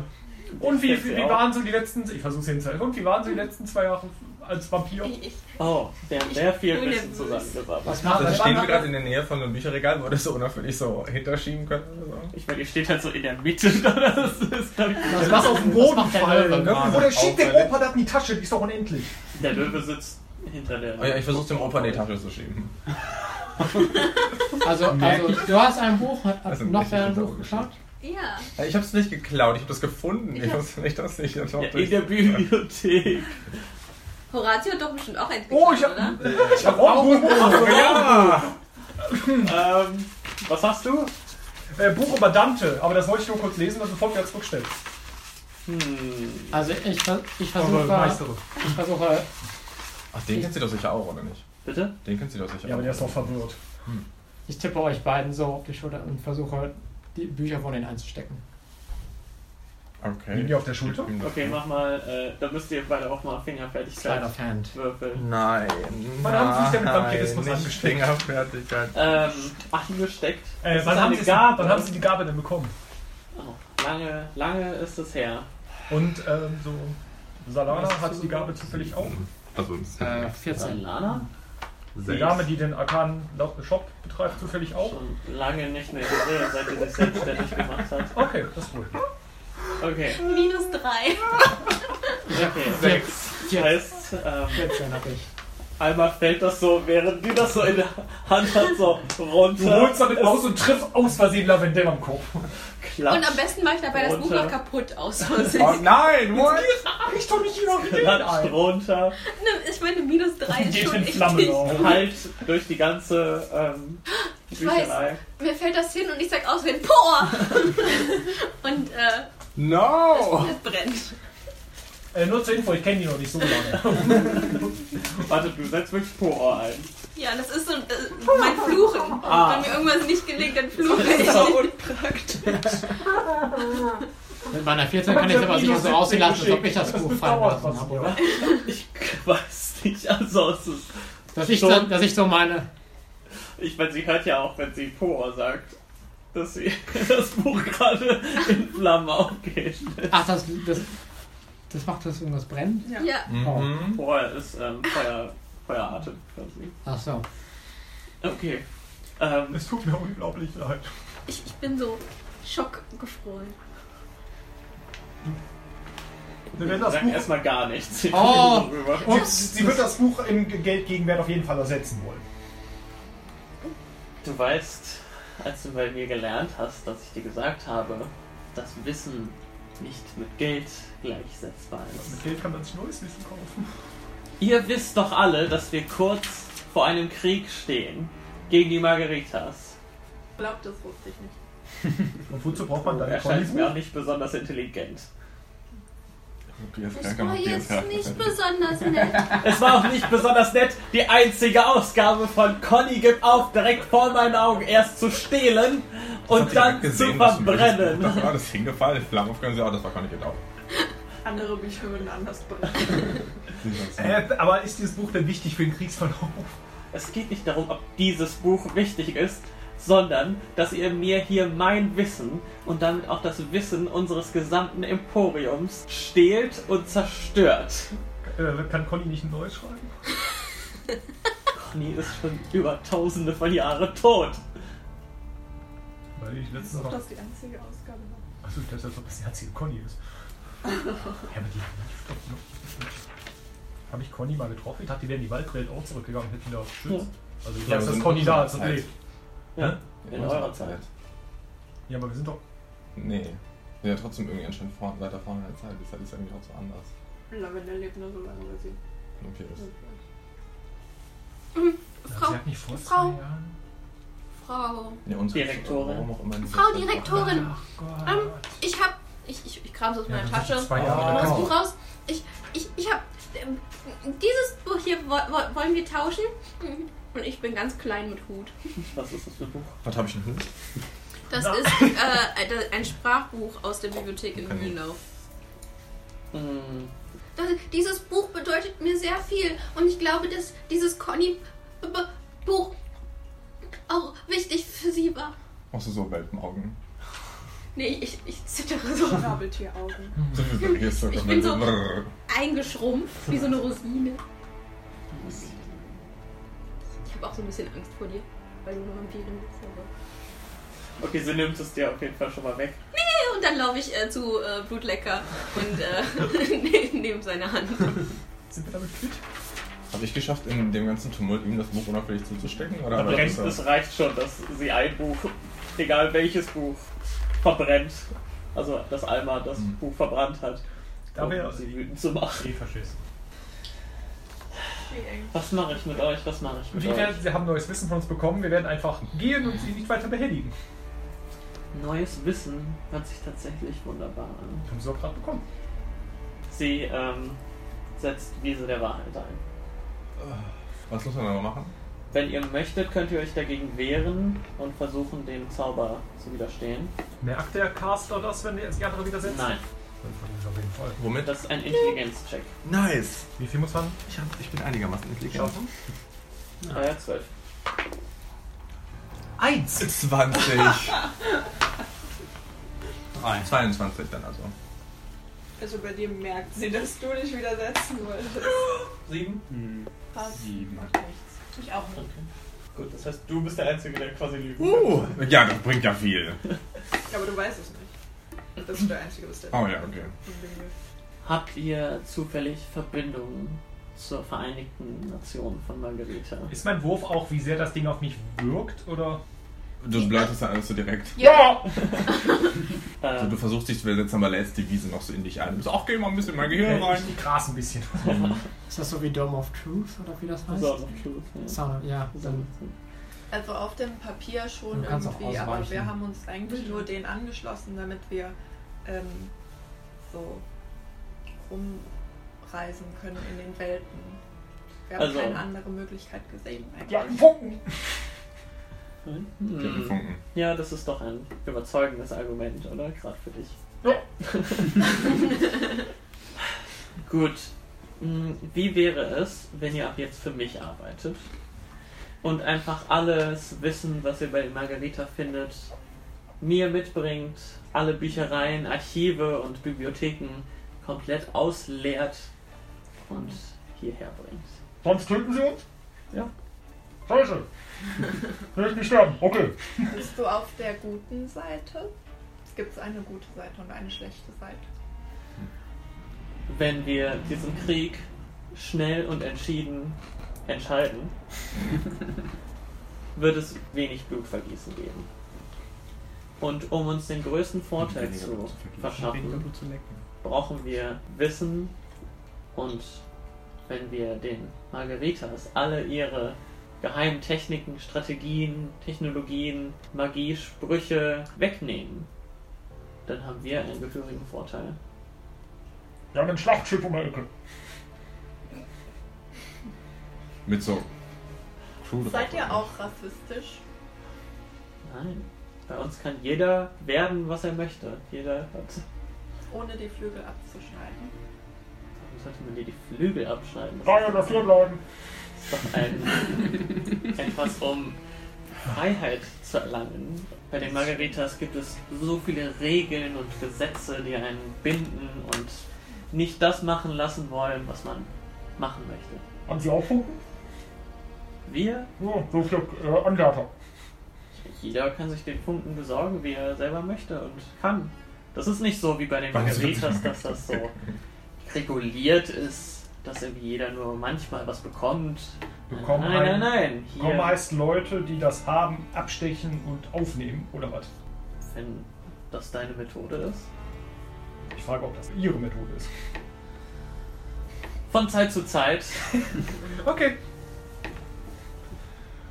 Speaker 3: Und wie,
Speaker 1: Ich
Speaker 3: wie,
Speaker 1: kenn sie
Speaker 3: waren so die letzten, ich versuch's hinzuhalten, und wie waren so die letzten zwei Jahre als Vampir?
Speaker 2: Ich, ich,
Speaker 1: Oh, wir haben sehr viel
Speaker 4: bin
Speaker 1: Wissen
Speaker 4: nervös.
Speaker 1: zusammengesammelt.
Speaker 7: Was macht
Speaker 5: Dann
Speaker 7: das?
Speaker 5: Also stehen wir gerade in der Nähe von einem Bücherregal, wo das so unauffällig so hinterschieben können oder so.
Speaker 1: Ich meine, ihr steht halt so in der Mitte. Das ist, glaub ich, genau.
Speaker 7: Was macht auf dem Boden fallen?
Speaker 3: Irgendwo, der schiebt den
Speaker 5: Auffällig.
Speaker 3: Opa da in die Tasche, die ist doch unendlich.
Speaker 1: der Löwe sitzt hinter der.
Speaker 5: Oh ja, ich versuche dem Opa in die Tasche zu schieben.
Speaker 7: Also, also, du hast ein Buch, hat hat
Speaker 5: Also,
Speaker 7: noch
Speaker 5: ich
Speaker 7: wer ein
Speaker 5: bin
Speaker 7: Buch
Speaker 5: sauer
Speaker 7: geschaut?
Speaker 4: Ja.
Speaker 5: Äh, Ich habe es nicht geklaut, ich habe das gefunden. Ich
Speaker 4: Ja.
Speaker 5: wusste nicht, dass ich das noch
Speaker 1: ja, in
Speaker 5: durch-
Speaker 1: der Bibliothek.
Speaker 4: Horatio hat doch bestimmt auch ein
Speaker 3: Oh, ich hab, ich hab auch ein Buch.
Speaker 5: Ja!
Speaker 1: ähm, was hast du?
Speaker 3: Äh, Buch über Dante, aber das wollte ich nur kurz lesen und sofort wieder zurückstellen.
Speaker 1: Hm.
Speaker 7: Also, ich, ver- ich
Speaker 3: Aber
Speaker 7: versuche,
Speaker 3: meistere.
Speaker 7: ich
Speaker 5: um?
Speaker 7: versuche,
Speaker 5: Ach, den kennt sie doch sicher auch, oder nicht?
Speaker 1: Bitte?
Speaker 5: Den kennt sie doch sicher
Speaker 3: Ja,
Speaker 5: auch.
Speaker 3: aber der ist doch verwirrt.
Speaker 7: ich tippe euch beiden so auf die Schulter und versuche, die Bücher von denen einzustecken.
Speaker 9: Hm?
Speaker 5: Okay.
Speaker 3: Liegen die auf der Schulter?
Speaker 1: Okay, mach mal. Äh, da müsst ihr beide auch mal
Speaker 7: Slide
Speaker 1: Fingerfertigkeit
Speaker 7: of Hand.
Speaker 1: würfeln.
Speaker 5: Nein.
Speaker 3: Wann haben Sie sich denn mit
Speaker 5: nein,
Speaker 3: Vampirismus
Speaker 5: nicht
Speaker 3: angesteckt?
Speaker 5: Fingerfertigkeit.
Speaker 1: Ähm, angesteckt.
Speaker 3: Äh,
Speaker 1: Das
Speaker 3: wann,
Speaker 1: ist
Speaker 3: haben
Speaker 1: eine
Speaker 3: sie,
Speaker 1: Gabe.
Speaker 3: wann haben sie die Gabe denn bekommen?
Speaker 1: Oh, lange, lange ist es her.
Speaker 3: Und ähm, so, Salana hat die Gabe zufällig auch.
Speaker 5: Also,
Speaker 7: Äh, 14.
Speaker 1: Lana?
Speaker 3: Die Dame, die den Arkan Shop betreibt, zufällig auch.
Speaker 1: Schon lange nicht mehr gesehen, seit sie sich selbstständig gemacht hat.
Speaker 3: Okay, das ist wohl.
Speaker 1: Okay,
Speaker 4: Minus drei.
Speaker 1: okay.
Speaker 7: Sechs.
Speaker 1: Das
Speaker 7: 14,
Speaker 1: heißt, ähm,
Speaker 7: 14 habe ich.
Speaker 1: einmal fällt das so, während die das so in der Hand hat, so
Speaker 3: Du
Speaker 1: runter.
Speaker 3: holst damit aus und triffst aus Versehen Lavendel am Kopf.
Speaker 1: Klatscht.
Speaker 4: Und am besten mache ich dabei das Buch
Speaker 1: Runter.
Speaker 4: noch kaputt aus. Versehen.
Speaker 5: Oh nein, what?
Speaker 3: Ich tu nicht wieder auf die Gegend
Speaker 1: klatscht
Speaker 3: ein.
Speaker 1: runter.
Speaker 4: Ne, Ich meine, minus drei ist
Speaker 3: Geht
Speaker 4: schon
Speaker 3: in
Speaker 4: echt
Speaker 3: Flammen
Speaker 4: nicht.
Speaker 3: auf.
Speaker 1: Halt durch die ganze ähm,
Speaker 4: weiß.
Speaker 1: Bücherei.
Speaker 4: Mir fällt das hin und ich sag aus wie ein Boah! und äh,
Speaker 5: No!
Speaker 4: es brennt.
Speaker 3: Äh, nur zur Info, ich kenne die noch nicht so lange.
Speaker 1: Warte, du setzt wirklich Po ein.
Speaker 4: Ja, das ist so äh, mein Fluchen.
Speaker 1: Ah.
Speaker 4: Wenn mir irgendwas nicht gelingt, dann fluche ich.
Speaker 7: Mit meiner 14 kann ich es aber sicher so aussehen lassen, als ob ich das Buch fallen
Speaker 3: dauert
Speaker 7: lassen
Speaker 3: was,
Speaker 7: habe,
Speaker 3: ja.
Speaker 7: oder?
Speaker 1: Ich weiß nicht, also es ist.
Speaker 7: Dass ich,
Speaker 1: So.
Speaker 7: dann, dass ich so meine.
Speaker 1: Ich meine, sie hört ja auch, wenn sie Po sagt, dass sie das Buch gerade in Flammen aufgeht.
Speaker 7: Ach, das, das, das macht das irgendwas brennt? Oh.
Speaker 2: ja.
Speaker 4: Ja,
Speaker 5: Mhm.
Speaker 1: Vorher ist ähm, Feuer, Feueratem quasi.
Speaker 7: Ach so.
Speaker 1: Okay. Ähm,
Speaker 3: Es tut mir unglaublich leid.
Speaker 4: ich, ich bin so. Schock gefroren.
Speaker 3: Wir werden das
Speaker 1: Sag
Speaker 3: Buch,
Speaker 1: erstmal gar nichts. Ich
Speaker 7: Oh.
Speaker 1: bin drüber.
Speaker 3: und sie wird das Buch im Geldgegenwert auf jeden Fall ersetzen wollen.
Speaker 1: Du weißt, als du bei mir gelernt hast, dass ich dir gesagt habe, dass Wissen nicht mit Geld gleichsetzbar ist.
Speaker 3: Mit Geld kann man sich neues Wissen kaufen.
Speaker 1: Ihr wisst doch alle, dass wir kurz vor einem Krieg stehen gegen die Margaritas.
Speaker 2: Ich glaube, das wusste ich nicht.
Speaker 3: Und wozu braucht man dann ein
Speaker 1: Erscheint mir auch
Speaker 3: Conny-Buch?
Speaker 1: nicht besonders intelligent.
Speaker 5: Oh,
Speaker 4: Das war jetzt nicht besonders nett.
Speaker 1: Es war auch nicht besonders nett, die einzige Ausgabe von Conny gibt auf direkt vor meinen Augen erst zu stehlen und dann zu verbrennen.
Speaker 5: Da war das hingefallen, die Flamme aufgegangen, so, ah, das war gar nicht genau.
Speaker 2: Andere Bücher würden anders brennen.
Speaker 3: Äh, aber ist dieses Buch denn wichtig für den Kriegsverlauf?
Speaker 1: Es geht nicht darum, ob dieses Buch wichtig ist, sondern dass ihr mir hier mein Wissen und damit auch das Wissen unseres gesamten Emporiums stehlt und zerstört.
Speaker 3: Äh, kann Conny nicht ein Neues schreiben?
Speaker 1: Conny ist schon über tausende von Jahren tot.
Speaker 3: Weil ich letztens
Speaker 2: Ob
Speaker 3: noch.
Speaker 2: das die einzige Ausgabe war.
Speaker 3: Achso, ich dachte, das war das Herz Conny ist. ja, aber die haben nicht doch Habe ich Conny mal getroffen? Ich dachte, die wären in die Waldwelt auch zurückgegangen und hätten da
Speaker 2: Hm.
Speaker 3: geschützt. Also ich
Speaker 5: Ja,
Speaker 3: weiß,
Speaker 5: aber
Speaker 3: dass
Speaker 5: in
Speaker 3: Conny da ist und
Speaker 5: unserer
Speaker 3: lebt.
Speaker 1: Ja, in eurer Zeit.
Speaker 3: Ja, aber wir sind doch.
Speaker 5: Nee. Ja, trotzdem irgendwie anscheinend vor, weiter vorne in der Zeit. Das ist irgendwie trotzdem anders.
Speaker 2: Lavendel lebt nur so lange, weil sie.
Speaker 5: Okay, das
Speaker 4: Frau-
Speaker 3: sie hat nicht vor
Speaker 4: Frau-
Speaker 3: zwei Jahren.
Speaker 4: Frau.
Speaker 5: ja, unsere
Speaker 1: Direktorin.
Speaker 5: Warum auch immer diese
Speaker 4: Frau
Speaker 5: Zeit-
Speaker 4: Direktorin,
Speaker 3: Ach Gott.
Speaker 4: Ähm, ich hab. Ich, ich, ich kram so aus
Speaker 3: Ja,
Speaker 4: meiner
Speaker 3: das hat
Speaker 4: Tasche.
Speaker 3: Zwei
Speaker 4: Mach
Speaker 3: Jahre.
Speaker 4: das
Speaker 7: Genau.
Speaker 4: Buch raus. Ich, ich, ich hab. Ähm, dieses Buch hier wo, wo, wollen wir tauschen. Und ich bin ganz klein mit Hut.
Speaker 1: Was ist das für ein Buch?
Speaker 5: Was habe ich denn? Hut?
Speaker 4: Das ist äh, ein Sprachbuch aus der Bibliothek in
Speaker 5: Okay.
Speaker 4: Mühlenau.
Speaker 1: Hm,
Speaker 4: Das, dieses Buch bedeutet mir sehr viel. Und ich glaube, dass dieses Conny-Buch auch wichtig für sie war.
Speaker 5: Machst du so Welpenaugen?
Speaker 4: Nee, ich, ich zittere so.
Speaker 2: Nabeltieraugen.
Speaker 5: So viel vergisst du
Speaker 4: Ich
Speaker 5: doch
Speaker 4: bin
Speaker 5: nicht.
Speaker 4: so-
Speaker 5: Brrr.
Speaker 4: eingeschrumpft, wie so eine Rosine. Ich habe auch so ein bisschen Angst vor dir, weil du eine Vampirin bist. Aber...
Speaker 1: Okay, sie nimmt es dir auf jeden Fall schon mal weg.
Speaker 4: Und dann laufe ich äh, zu äh, Blutlecker und äh, ne- nehme seine Hand.
Speaker 3: Sind wir damit quitt?
Speaker 5: Habe ich geschafft, in dem ganzen Tumult ihm das Buch unauffällig zuzustecken? Oder war
Speaker 1: Verbrennt,
Speaker 5: das-
Speaker 1: es reicht schon, dass sie ein Buch, egal welches Buch, verbrennt. Also, dass Alma das
Speaker 5: Hm.
Speaker 1: Buch verbrannt hat,
Speaker 3: Da
Speaker 1: um
Speaker 3: wäre
Speaker 1: sie wütend zu machen.
Speaker 3: eh verschissen.
Speaker 2: Wie eng.
Speaker 1: Was mache ich mit euch? Was mache ich mit
Speaker 3: Wir,
Speaker 1: euch?
Speaker 3: werden, wir haben neues Wissen von uns bekommen. Wir werden einfach gehen und sie nicht weiter behelligen.
Speaker 1: Neues Wissen hört sich tatsächlich wunderbar an.
Speaker 3: Das haben sie doch gerade bekommen.
Speaker 1: Sie ähm, setzt Wiese der Wahrheit ein.
Speaker 5: Was muss man aber machen?
Speaker 1: Wenn ihr möchtet, könnt ihr euch dagegen wehren und versuchen, dem Zauber zu widerstehen.
Speaker 3: Merkt der Caster das, wenn der jetzt die andere widersetzt?
Speaker 1: Nein,
Speaker 3: Dann verlieren wir auf jeden Fall.
Speaker 5: Womit?
Speaker 1: das ist ein Intelligenzcheck.
Speaker 5: Nice!
Speaker 3: Wie viel muss man
Speaker 5: Ich, hab, ich bin einigermaßen intelligent.
Speaker 3: schaffen?
Speaker 1: Ah ja, 12.
Speaker 3: Eins!
Speaker 5: 20!
Speaker 6: Eins.
Speaker 5: 22 dann also.
Speaker 2: Also bei dir merkt sie, dass du dich widersetzen wolltest.
Speaker 10: Sieben?
Speaker 6: Hm.
Speaker 2: Passt.
Speaker 10: Sieben.
Speaker 2: Macht nichts. Ich auch nicht.
Speaker 10: Gut, das heißt, du bist der Einzige, der quasi lügt.
Speaker 5: Uh! Ja, das bringt ja viel.
Speaker 2: Aber du weißt es nicht. Dass du der Einzige bist, der
Speaker 5: Oh ja, okay.
Speaker 1: Habt ihr zufällig Verbindungen zur Vereinigten Nation von Margarita?
Speaker 3: Ist mein Wurf auch, wie sehr das Ding auf mich wirkt? Oder?
Speaker 5: Du bleibst dann alles so direkt.
Speaker 3: Ja!
Speaker 5: Also,
Speaker 1: Äh,
Speaker 5: du versuchst dich zu widersetzen, aber lädst die Wiese noch so in dich ein. Du bist, ach, geh mal ein bisschen in mein Gehirn
Speaker 3: Äh,
Speaker 5: rein.
Speaker 3: ich gras ein bisschen.
Speaker 7: Ist das so wie Dome of Truth oder wie das heißt?
Speaker 1: so, noch Clue, ja.
Speaker 7: Sound, ja, dann
Speaker 2: Also auf dem Papier schon
Speaker 7: Du kannst auch
Speaker 2: irgendwie, aber wir
Speaker 7: ausweichen.
Speaker 2: haben uns eigentlich nur den angeschlossen, damit wir ähm, so rumreisen können in den Welten. Wir haben
Speaker 1: Also-
Speaker 2: keine andere Möglichkeit gesehen. eigentlich.
Speaker 3: Ja, Funken!
Speaker 5: Ich hab
Speaker 1: Hm.
Speaker 5: gefunken.
Speaker 1: Ja, das ist doch ein überzeugendes Argument, oder? Gerade für dich.
Speaker 3: Ja.
Speaker 1: Gut. Hm, Wie wäre es, wenn ihr ab jetzt für mich arbeitet und einfach alles Wissen, was ihr bei den Margarita findet, mir mitbringt, alle Büchereien, Archive und Bibliotheken komplett ausleert und hierher bringt?
Speaker 3: Sonst töten sie uns?
Speaker 1: Ja.
Speaker 3: Scheiße! Will ich nicht sterben? Okay.
Speaker 2: Bist du auf der guten Seite? gibt es eine gute Seite und eine schlechte Seite.
Speaker 1: wenn wir diesen Krieg schnell und entschieden entscheiden, wird es wenig Blutvergießen geben. Und um uns den größten Vorteil zu verschaffen, brauchen wir Wissen und wenn wir den Margaritas alle ihre geheimen Techniken, Strategien, Technologien, Magie, Sprüche wegnehmen, dann haben wir einen gehörigen Vorteil.
Speaker 3: Wir haben ein Schlachtschiff um die Ecke.
Speaker 5: Mit so Crew drauf.
Speaker 2: Seid ihr auch rassistisch?
Speaker 1: Nein. Bei uns kann jeder werden, was er möchte. Jeder hat. Warum
Speaker 2: Ohne die Flügel abzuschneiden.
Speaker 1: sollte man dir die Flügel abschneiden?
Speaker 3: Drei oder vier bleiben.
Speaker 1: ist doch ein, etwas, um Freiheit zu erlangen. Bei den Margaritas gibt es so viele Regeln und Gesetze, die einen binden und nicht das machen lassen wollen, was man machen möchte.
Speaker 3: Haben Sie auch Funken?
Speaker 1: Wir,
Speaker 3: Ja, so viel äh, Anwärter.
Speaker 1: jeder kann sich den Funken besorgen, wie er selber möchte und kann. Das ist nicht so wie bei den
Speaker 5: Was?
Speaker 1: Margaritas, dass das so reguliert ist, dass irgendwie jeder nur manchmal was bekommt.
Speaker 3: Bekommen
Speaker 1: nein, nein,
Speaker 3: ein-
Speaker 1: nein. Hier,
Speaker 3: Kommen heißt Leute, die das haben, abstechen und aufnehmen, oder was?
Speaker 1: wenn das deine Methode ist.
Speaker 3: Ich frage, ob das Ihre Methode ist.
Speaker 1: Von Zeit zu Zeit.
Speaker 3: Okay.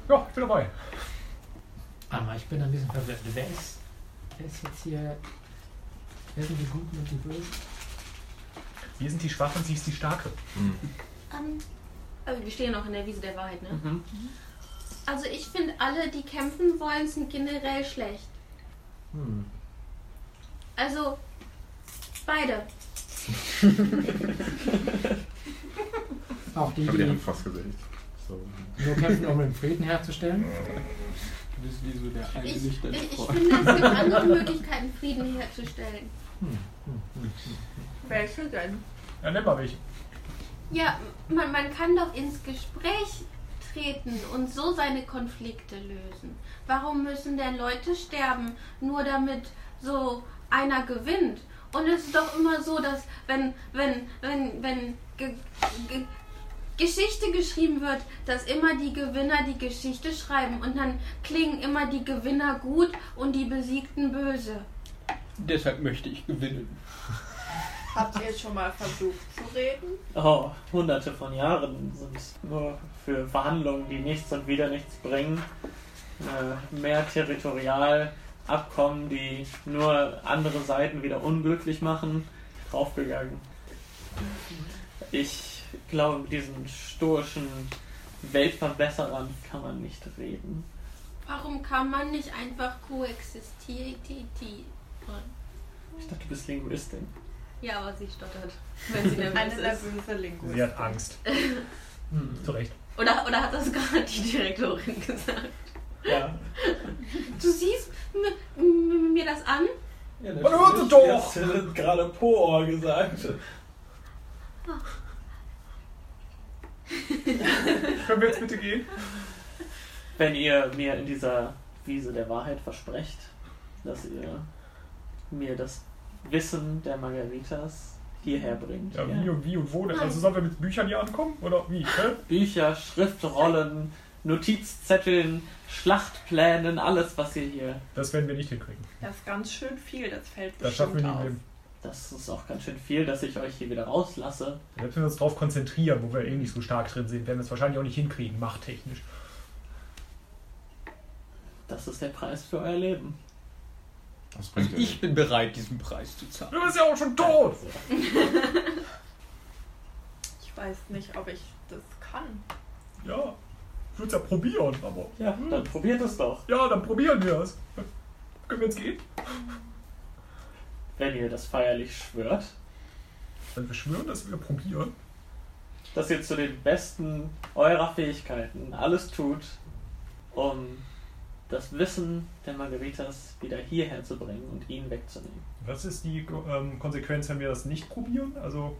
Speaker 3: Ja, ich bin dabei.
Speaker 7: Aber ich bin ein bisschen verwirrt. Wer ist, wer ist jetzt hier? Wer sind die Guten und die Bösen?
Speaker 3: Wir sind die Schwachen, sie ist die Starke.
Speaker 4: Ähm,
Speaker 11: Also wir stehen noch in der Wiese der Wahrheit, ne?
Speaker 4: Mhm. also ich finde, alle, die kämpfen wollen, sind generell schlecht.
Speaker 7: Hm.
Speaker 4: Also beide.
Speaker 7: Auch die,
Speaker 5: Ich habe die Hand
Speaker 7: die
Speaker 5: fast gesehen. So.
Speaker 7: nur kämpfen, um den Frieden herzustellen.
Speaker 6: Du bist wie so der
Speaker 4: Ich, ich, ich finde, es gibt andere Möglichkeiten, Frieden herzustellen.
Speaker 2: Welche denn?
Speaker 3: Ja, nimm mal welche.
Speaker 4: Ja, man, man kann doch ins Gespräch treten und so seine Konflikte lösen. Warum müssen denn Leute sterben, nur damit so einer gewinnt? Und es ist doch immer so, dass wenn, wenn, wenn, wenn ge, ge, Geschichte geschrieben wird, dass immer die Gewinner die Geschichte schreiben und dann klingen immer die Gewinner gut und die Besiegten böse.
Speaker 6: Deshalb möchte ich gewinnen.
Speaker 2: Habt ihr schon mal versucht zu reden?
Speaker 1: Oh, hunderte von Jahren sind nur für Verhandlungen, die nichts und wieder nichts bringen. Äh, mehr Territorialabkommen, die nur andere Seiten wieder unglücklich machen, draufgegangen. Ich glaube, mit diesen stoischen Weltverbesserern kann man nicht reden.
Speaker 4: Warum kann man nicht einfach koexistieren?
Speaker 1: Ich dachte, du bist Linguistin.
Speaker 11: Ja, aber sie stottert, wenn sie
Speaker 2: Eine
Speaker 11: nervös ist.
Speaker 2: nervöse
Speaker 3: Sie
Speaker 2: Linguistin.
Speaker 3: hat Angst.
Speaker 1: Hm.
Speaker 3: Zu Recht.
Speaker 11: Oder, oder hat das gerade die Direktorin gesagt?
Speaker 1: Ja.
Speaker 4: Du siehst m- m- mir das an?
Speaker 10: Ja,
Speaker 3: Man hört es doch!
Speaker 10: jetzt hat gerade Poor gesagt.
Speaker 3: Können wir jetzt bitte gehen?
Speaker 1: Wenn ihr mir in dieser Wiese der Wahrheit versprecht, dass ihr mir das Wissen der Margaritas hierher bringt.
Speaker 3: Ja,
Speaker 1: ja.
Speaker 3: wie und wie und wo denn? Also sollen wir mit Büchern hier ankommen? Oder wie? Hä?
Speaker 1: Bücher, Schriftrollen, Notizzetteln, Schlachtplänen, alles, was ihr hier.
Speaker 3: Das werden wir nicht hinkriegen.
Speaker 2: Das ist ganz schön viel, das fällt
Speaker 3: Das
Speaker 2: bestimmt
Speaker 3: schaffen wir nicht
Speaker 2: auf.
Speaker 3: im Leben.
Speaker 1: Das ist auch ganz schön viel, dass ich euch hier wieder rauslasse.
Speaker 3: Selbst wenn wir uns darauf konzentrieren, wo wir eh nicht so stark drin sind, werden wir es wahrscheinlich auch nicht hinkriegen, machttechnisch.
Speaker 1: Das ist der Preis für euer Leben.
Speaker 5: Was bringt ihr?
Speaker 6: Also Ich bin bereit, diesen Preis zu zahlen.
Speaker 3: Du bist ja auch schon tot!
Speaker 2: Ich weiß nicht, ob ich das kann.
Speaker 3: Ja, ich würde es ja probieren, aber.
Speaker 1: Ja, dann probiert es doch.
Speaker 3: Ja, dann probieren wir es. Können wir jetzt gehen?
Speaker 1: Wenn ihr das feierlich schwört,
Speaker 3: Dann wir schwören, dass wir probieren.
Speaker 1: dass ihr zu den besten eurer Fähigkeiten alles tut, um das Wissen der Margaritas wieder hierher zu bringen und ihn wegzunehmen.
Speaker 3: Was ist die ähm, Konsequenz, wenn wir das nicht probieren? Also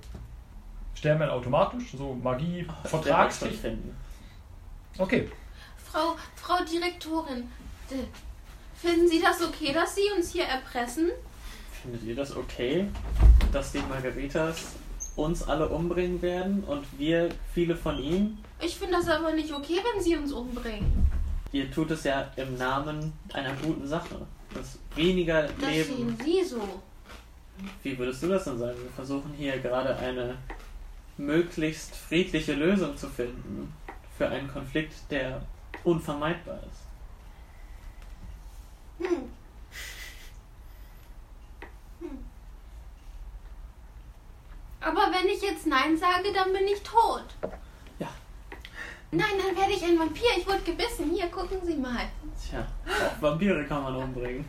Speaker 3: sterben wir automatisch, so Magie,
Speaker 1: Also Der wird
Speaker 3: Vertragsstich.
Speaker 1: stattfinden.
Speaker 3: Okay.
Speaker 4: Frau, Frau Direktorin, d- finden Sie das okay, dass Sie uns hier erpressen?
Speaker 1: Findet ihr das okay, dass die Margaritas uns alle umbringen werden und wir viele von ihnen?
Speaker 4: Ich finde das aber nicht okay, wenn sie uns umbringen.
Speaker 1: Ihr tut es ja im Namen einer guten Sache. Das weniger
Speaker 4: Das
Speaker 1: Leben.
Speaker 4: sehen sie so.
Speaker 1: Wie würdest du das denn sagen? Wir versuchen hier gerade eine möglichst friedliche Lösung zu finden für einen Konflikt, der unvermeidbar ist.
Speaker 4: Hm. Hm. Aber wenn ich jetzt Nein sage, dann bin ich tot.
Speaker 1: Ja.
Speaker 4: Nein, dann werde ich ein Vampir. Ich wurde gebissen. Hier, gucken Sie mal.
Speaker 1: Tja, auch Vampire kann man umbringen.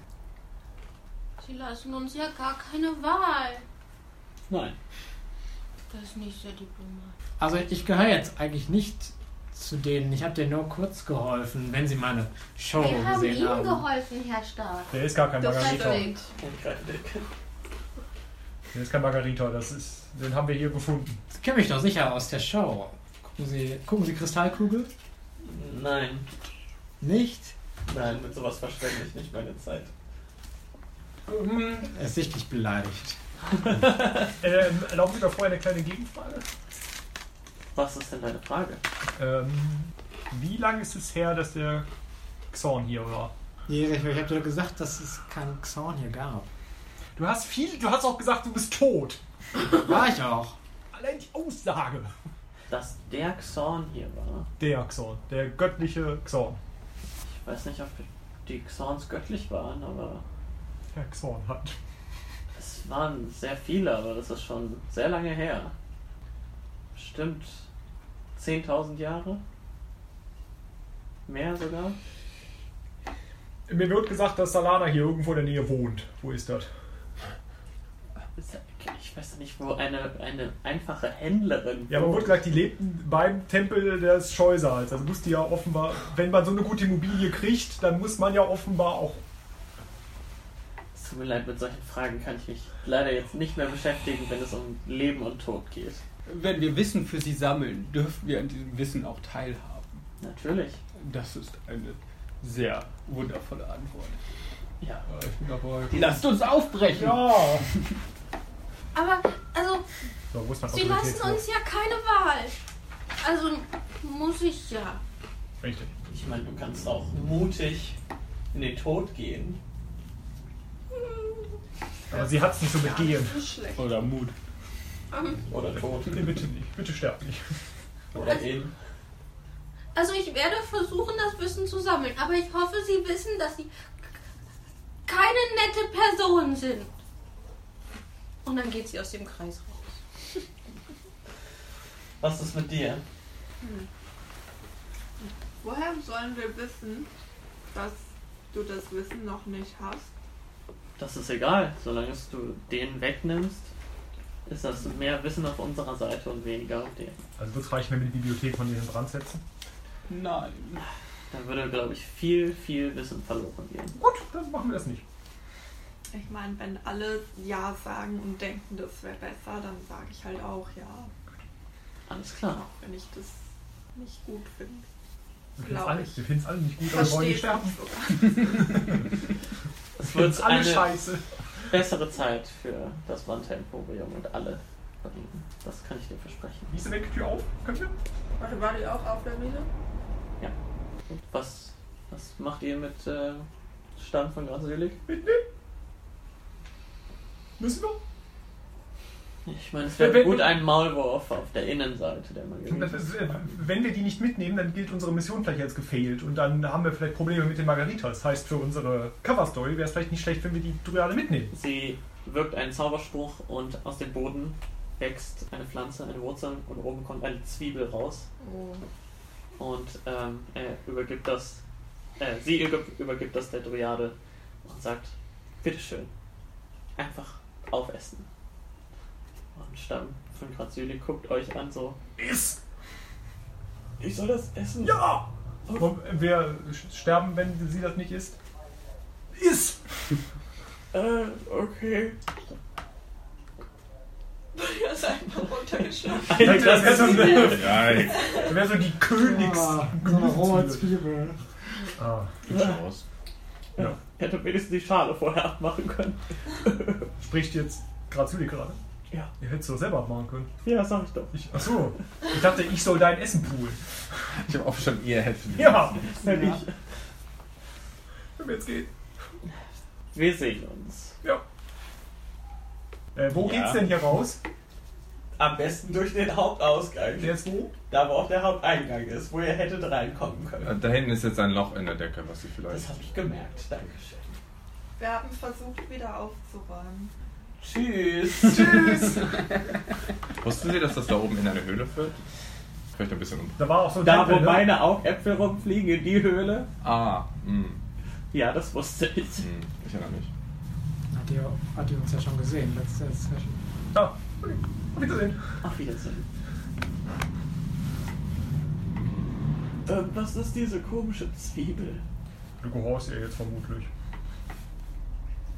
Speaker 4: Sie lassen uns ja gar keine Wahl.
Speaker 1: Nein.
Speaker 4: Das ist nicht sehr diplomatisch.
Speaker 7: Also ich gehöre jetzt eigentlich nicht zu denen. Ich habe dir nur kurz geholfen, wenn sie meine Show
Speaker 4: Wir haben
Speaker 7: gesehen
Speaker 4: Ihnen
Speaker 7: haben.
Speaker 4: geholfen, Herr Stark.
Speaker 3: Der ist gar kein
Speaker 2: Das
Speaker 3: Margarita.
Speaker 2: stimmt.
Speaker 3: Der ist kein Margarita, das ist, den haben wir hier gefunden.
Speaker 7: Ich kenne mich doch sicher aus der Show. Gucken Sie, gucken Sie Kristallkugel?
Speaker 1: Nein.
Speaker 7: Nicht?
Speaker 1: Nein, mit sowas verschwende ich nicht meine Zeit.
Speaker 7: Er ist sichtlich beleidigt.
Speaker 3: Ähm, erlauben Sie mir vorher eine kleine Gegenfrage.
Speaker 1: Was ist denn deine Frage?
Speaker 3: Ähm, wie lange ist es her, dass der Xorn hier war?
Speaker 7: Nee, Ich habe dir doch gesagt, dass es keinen Xorn hier gab.
Speaker 3: Du hast viel, du hast auch gesagt, du bist tot.
Speaker 7: War ich auch.
Speaker 3: Allein die Aussage.
Speaker 1: Dass der Xorn hier war.
Speaker 3: Der Xorn, der göttliche Xorn.
Speaker 1: Ich weiß nicht, ob die Xorns göttlich waren, aber
Speaker 3: Der Xorn hat.
Speaker 1: es waren sehr viele, aber das ist schon sehr lange her. Bestimmt 10.000 Jahre? Mehr sogar?
Speaker 3: Mir wird gesagt, dass Salana hier irgendwo in der Nähe wohnt. Wo ist das?
Speaker 1: Ich weiß ja nicht, wo eine, eine einfache Händlerin.
Speaker 3: Ja, man wurde gesagt, die lebten beim Tempel des Scheusals. Also musste ja offenbar, wenn man so eine gute Immobilie kriegt, dann muss man ja offenbar auch.
Speaker 1: Es tut mir leid, mit solchen Fragen kann ich mich leider jetzt nicht mehr beschäftigen, wenn es um Leben und Tod geht.
Speaker 6: Wenn wir Wissen für sie sammeln, dürfen wir an diesem Wissen auch teilhaben.
Speaker 1: Natürlich.
Speaker 6: Das ist eine sehr wundervolle Antwort.
Speaker 1: Ja.
Speaker 6: Ich bin dabei. Lasst uns aufbrechen!
Speaker 3: Ja!
Speaker 4: Aber, also,
Speaker 3: So, wo ist mein
Speaker 4: Sie lassen
Speaker 3: Autoritätswurf?
Speaker 4: uns ja keine Wahl. Also, muss ich ja.
Speaker 3: Richtig.
Speaker 1: Ich meine, du kannst auch mutig in den Tod gehen.
Speaker 3: Aber sie hat es nicht so begehen.
Speaker 2: So schlecht.
Speaker 6: Oder Mut.
Speaker 1: Oder tot.
Speaker 3: Nee, bitte nicht. Bitte sterb nicht.
Speaker 1: Oder eben.
Speaker 4: Also, ich werde versuchen, das Wissen zu sammeln. Aber ich hoffe, Sie wissen, dass Sie keine nette Person sind. Und dann geht sie aus dem Kreis raus.
Speaker 1: Was ist mit dir?
Speaker 2: Woher sollen wir wissen, dass du das Wissen noch nicht hast?
Speaker 1: Das ist egal. Solange es du den wegnimmst, ist das mehr Wissen auf unserer Seite und weniger auf deren.
Speaker 3: Also wird es reichen, wenn wir die Bibliothek von denen dran setzen?
Speaker 6: Nein.
Speaker 1: Dann würde, glaube ich, viel, viel Wissen verloren gehen.
Speaker 3: Gut, dann machen wir das nicht.
Speaker 2: Ich meine, wenn alle Ja sagen und denken, das wäre besser, dann sage ich halt auch Ja.
Speaker 1: Alles klar.
Speaker 2: Wenn ich das nicht gut finde.
Speaker 3: Wir finden es
Speaker 2: Glaub
Speaker 3: alle,
Speaker 2: ich.
Speaker 3: wir finden's alle nicht gut, aber wir wollen
Speaker 2: Verstehe ich
Speaker 3: nicht sterben.
Speaker 2: sogar.
Speaker 1: Es
Speaker 3: Wir
Speaker 1: wird
Speaker 3: finden's alle
Speaker 1: eine
Speaker 3: scheiße.
Speaker 1: bessere Zeit für das Wandtemporium und alle von ihnen. Das kann ich dir versprechen.
Speaker 3: Wie ist denn die Tür auf? Können wir?
Speaker 2: Warte, war die auch auf der Wiese?
Speaker 1: Und was, was macht ihr mit äh, Stand von Granselig?
Speaker 3: Müssen wir?
Speaker 1: Ich meine, es
Speaker 3: Wenn-
Speaker 1: wäre
Speaker 3: wenn-
Speaker 1: gut ein Maulwurf auf der Innenseite der
Speaker 3: Das
Speaker 1: Margarita.
Speaker 3: ist, äh, Wenn wir die nicht mitnehmen, dann gilt unsere Mission vielleicht als gefehlt und dann haben wir vielleicht Probleme mit den Margaritas. Das heißt, für unsere Cover-Story wäre es vielleicht nicht schlecht, wenn wir die Dryaden mitnehmen.
Speaker 1: Sie wirkt einen Zauberspruch und aus dem Boden wächst eine Pflanze, eine Wurzel und oben kommt eine Zwiebel raus.
Speaker 2: Oh.
Speaker 1: Und ähm, er übergibt das, äh, sie überg- übergibt das der Dryade und sagt, bitteschön, einfach aufessen. Und Stamm von Grazioli guckt euch an so,
Speaker 3: Ist!
Speaker 1: ich soll das essen?
Speaker 3: Ja! Warum- Wir sch- sterben, wenn sie das nicht ist. Ist!
Speaker 1: Äh, okay.
Speaker 2: Ja, ist einfach runtergeschlagen.
Speaker 1: Eine
Speaker 3: Das wäre so, eine-
Speaker 5: Nein.
Speaker 3: das wär so die Königs.
Speaker 7: Ah, so eine rohe Zwiebel.
Speaker 3: Ah,
Speaker 5: Raus.
Speaker 3: ja.
Speaker 1: Hätte wenigstens die Schale vorher abmachen können.
Speaker 3: Spricht jetzt Grazuli gerade?
Speaker 1: Ja.
Speaker 3: Ihr hättet es doch selber abmachen können.
Speaker 1: Ja, sag ich doch.
Speaker 3: Ich, achso, ich dachte, ich soll dein Essen poolen.
Speaker 5: Ich habe auch schon ihr helfen.
Speaker 3: Ja,
Speaker 1: Wenn
Speaker 3: ja.
Speaker 1: ich-
Speaker 3: Wenn wir jetzt gehen.
Speaker 1: Wir sehen uns.
Speaker 3: Ja. Äh, wo
Speaker 10: Ja.
Speaker 3: geht's denn hier raus?
Speaker 10: Am besten durch den Hauptausgang.
Speaker 3: Der ist wo?
Speaker 10: Da, wo auch der Haupteingang ist, wo ihr hättet reinkommen können.
Speaker 5: Da hinten ist jetzt ein Loch in der Decke, was sie
Speaker 10: Das
Speaker 5: vielleicht.
Speaker 10: habe ich gemerkt. Dankeschön.
Speaker 2: Wir haben versucht, wieder aufzuräumen.
Speaker 10: Tschüss.
Speaker 3: Tschüss!
Speaker 5: Wussten Sie, dass das da oben in eine Höhle führt? Vielleicht ein bisschen um.
Speaker 3: Da war auch so ein
Speaker 1: Da,
Speaker 3: Tempel,
Speaker 1: wo
Speaker 3: ne?
Speaker 1: meine Augäpfel rumfliegen, in die Höhle.
Speaker 5: Ah, mh,
Speaker 1: Ja, das wusste ich.
Speaker 5: mh, ich erinnere mich.
Speaker 7: Hat ihr, hat ihr uns ja schon gesehen, letzte Session.
Speaker 3: Da. Auf Wiedersehen.
Speaker 1: Auf Wiedersehen. Ähm, was ist diese komische Zwiebel?
Speaker 3: Du gehorchst ihr jetzt vermutlich.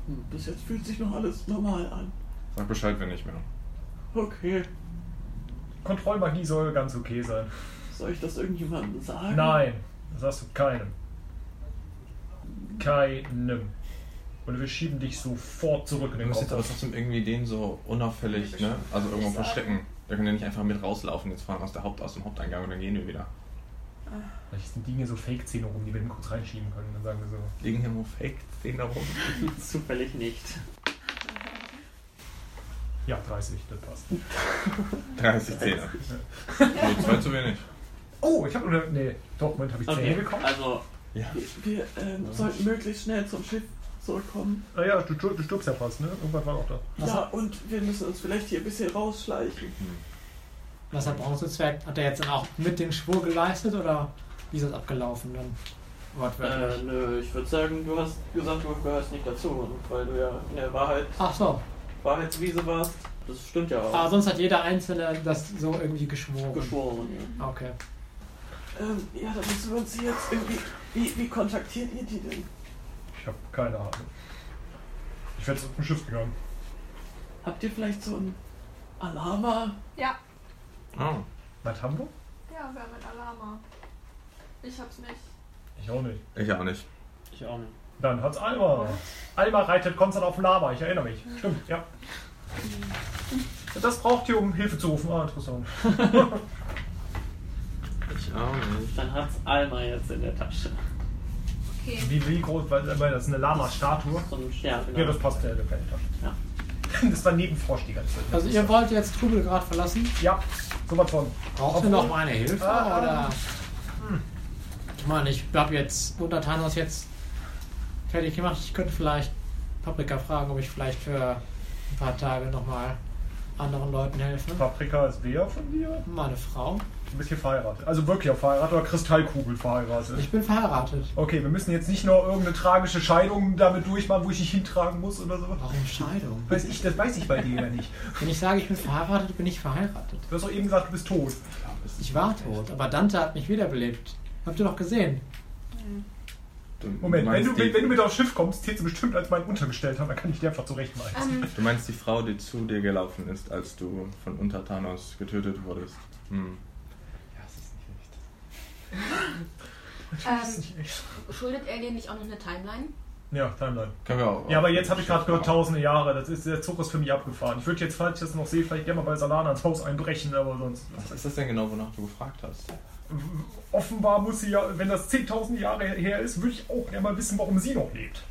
Speaker 1: Hm, bis jetzt fühlt sich noch alles normal an.
Speaker 5: Sag Bescheid, wenn nicht mehr.
Speaker 1: Okay,
Speaker 3: Kontrollmagie soll ganz okay sein.
Speaker 1: soll ich das irgendjemandem sagen?
Speaker 3: Nein, das hast du keinem. Keinem. Und wir schieben dich sofort zurück
Speaker 5: Wir
Speaker 3: in den
Speaker 5: müssen jetzt aber
Speaker 3: Kopf.
Speaker 5: trotzdem irgendwie den so unauffällig, ne? Also irgendwo verstecken. Da können wir nicht einfach mit rauslaufen, jetzt fahren aus der Haupt aus dem Haupteingang und dann gehen wir wieder.
Speaker 3: Vielleicht sind Dinge so Fake-Zähne rum, die wir eben kurz reinschieben können. Dann sagen wir so.
Speaker 5: Liegen hier nur Fake-Szenen rum.
Speaker 1: Zufällig nicht.
Speaker 3: Ja, 30, das passt.
Speaker 5: 30 Zähne. So, zwei zu wenig.
Speaker 3: Oh, ich habe nur. Nee, doch, Moment, habe ich 10
Speaker 1: Okay,
Speaker 3: bekommen?
Speaker 1: also
Speaker 5: Ja.
Speaker 1: wir, wir ähm, sollten möglichst schnell zum Schiff zurückkommen.
Speaker 3: Ah ja, du, du stirbst ja fast, ne? Irgendwann war auch da.
Speaker 1: Ja, und wir müssen uns vielleicht hier ein bisschen rausschleichen.
Speaker 7: Was hat Bronzezwerg, hat er jetzt dann auch mit den Schwur geleistet oder wie ist das abgelaufen dann?
Speaker 1: Äh,
Speaker 7: Wortwörtlich.
Speaker 1: nö, ich würde sagen, du hast gesagt, du gehörst nicht dazu, und weil du ja in der Wahrheit,
Speaker 7: Ach so,
Speaker 1: Wahrheitswiese warst. Das stimmt ja auch.
Speaker 7: aber Ah, sonst hat jeder Einzelne das so irgendwie geschworen. Ah,
Speaker 1: Geschworen, ja.
Speaker 7: Okay.
Speaker 1: Ähm, ja, dann müssen wir uns hier jetzt irgendwie. Wie, wie kontaktiert ihr die denn?
Speaker 3: Ich habe keine Ahnung. Ich werde zum Schiff gegangen.
Speaker 1: Habt ihr vielleicht so ein Alarma?
Speaker 2: Ja,
Speaker 5: Ah,
Speaker 3: Was haben wir?
Speaker 2: ja, wir haben ein Alarma. Ich hab's nicht.
Speaker 3: Ich auch nicht.
Speaker 5: ich auch nicht.
Speaker 1: Ich auch nicht.
Speaker 3: Dann hat's Alma. Alma reitet konstant auf Lama, ich erinnere mich. Stimmt, ja. Das braucht ihr, um Hilfe zu rufen. Ah, interessant.
Speaker 5: Ich auch nicht.
Speaker 1: Dann hat's Alma jetzt in der Tasche.
Speaker 11: Okay.
Speaker 3: Wie, wie groß war weil das? ist Eine Lama-Statue?
Speaker 1: So ein ja, genau.
Speaker 3: Ja, das passt ja keine
Speaker 1: Ja.
Speaker 3: Tasche. Das war Nebenfrosch die ganze Zeit.
Speaker 7: Also ihr wollt jetzt Trubelgrad verlassen?
Speaker 3: Ja, sowas von.
Speaker 7: Braucht ihr noch meine Hilfe
Speaker 3: Ah,
Speaker 7: oder?
Speaker 3: ah.
Speaker 7: Ich meine, ich hab jetzt Untertanos jetzt fertig gemacht. Ich könnte vielleicht Paprika fragen, ob ich vielleicht für ein paar Tage nochmal anderen Leuten helfe.
Speaker 3: Paprika ist wer von dir?
Speaker 7: Meine Frau.
Speaker 3: Du bist hier verheiratet. Also wirklich auch verheiratet oder Kristallkugel verheiratet?
Speaker 7: Ich bin verheiratet.
Speaker 3: Okay, wir müssen jetzt nicht nur irgendeine tragische Scheidung damit durchmachen, wo ich dich hintragen muss oder so.
Speaker 7: Warum Scheidung?
Speaker 3: Weiß ich, das weiß ich bei dir ja nicht.
Speaker 7: Wenn ich sage, ich bin verheiratet, bin ich verheiratet.
Speaker 3: Du hast doch eben gesagt, du bist tot.
Speaker 7: Ich war tot, aber Dante hat mich wiederbelebt. Habt ihr doch gesehen?
Speaker 5: Du
Speaker 3: Moment, wenn
Speaker 5: meinst
Speaker 3: du,
Speaker 5: die,
Speaker 3: mit, wenn du mit aufs Schiff kommst, zählst du bestimmt als mein Untergestellter, dann kann ich dir einfach zurechtweisen.
Speaker 4: Ähm,
Speaker 5: du meinst die Frau, die zu dir gelaufen ist, als du von Untertanos getötet wurdest. Hm. Ja, es ist nicht richtig.
Speaker 11: Ähm, schuldet er dir nicht auch noch eine Timeline?
Speaker 3: Ja, Timeline.
Speaker 5: Können wir auch.
Speaker 3: Ja, aber jetzt habe ich gerade gehört, tausende Jahre. Das ist, der Zug ist für mich abgefahren. Ich würde jetzt, falls ich das noch sehe, vielleicht gerne mal bei Salana ins Haus einbrechen, aber sonst.
Speaker 5: Was ist das denn genau, wonach du gefragt hast?
Speaker 3: Offenbar muss sie ja, wenn das 10.000 Jahre her ist, würde ich auch gerne mal wissen, warum sie noch lebt.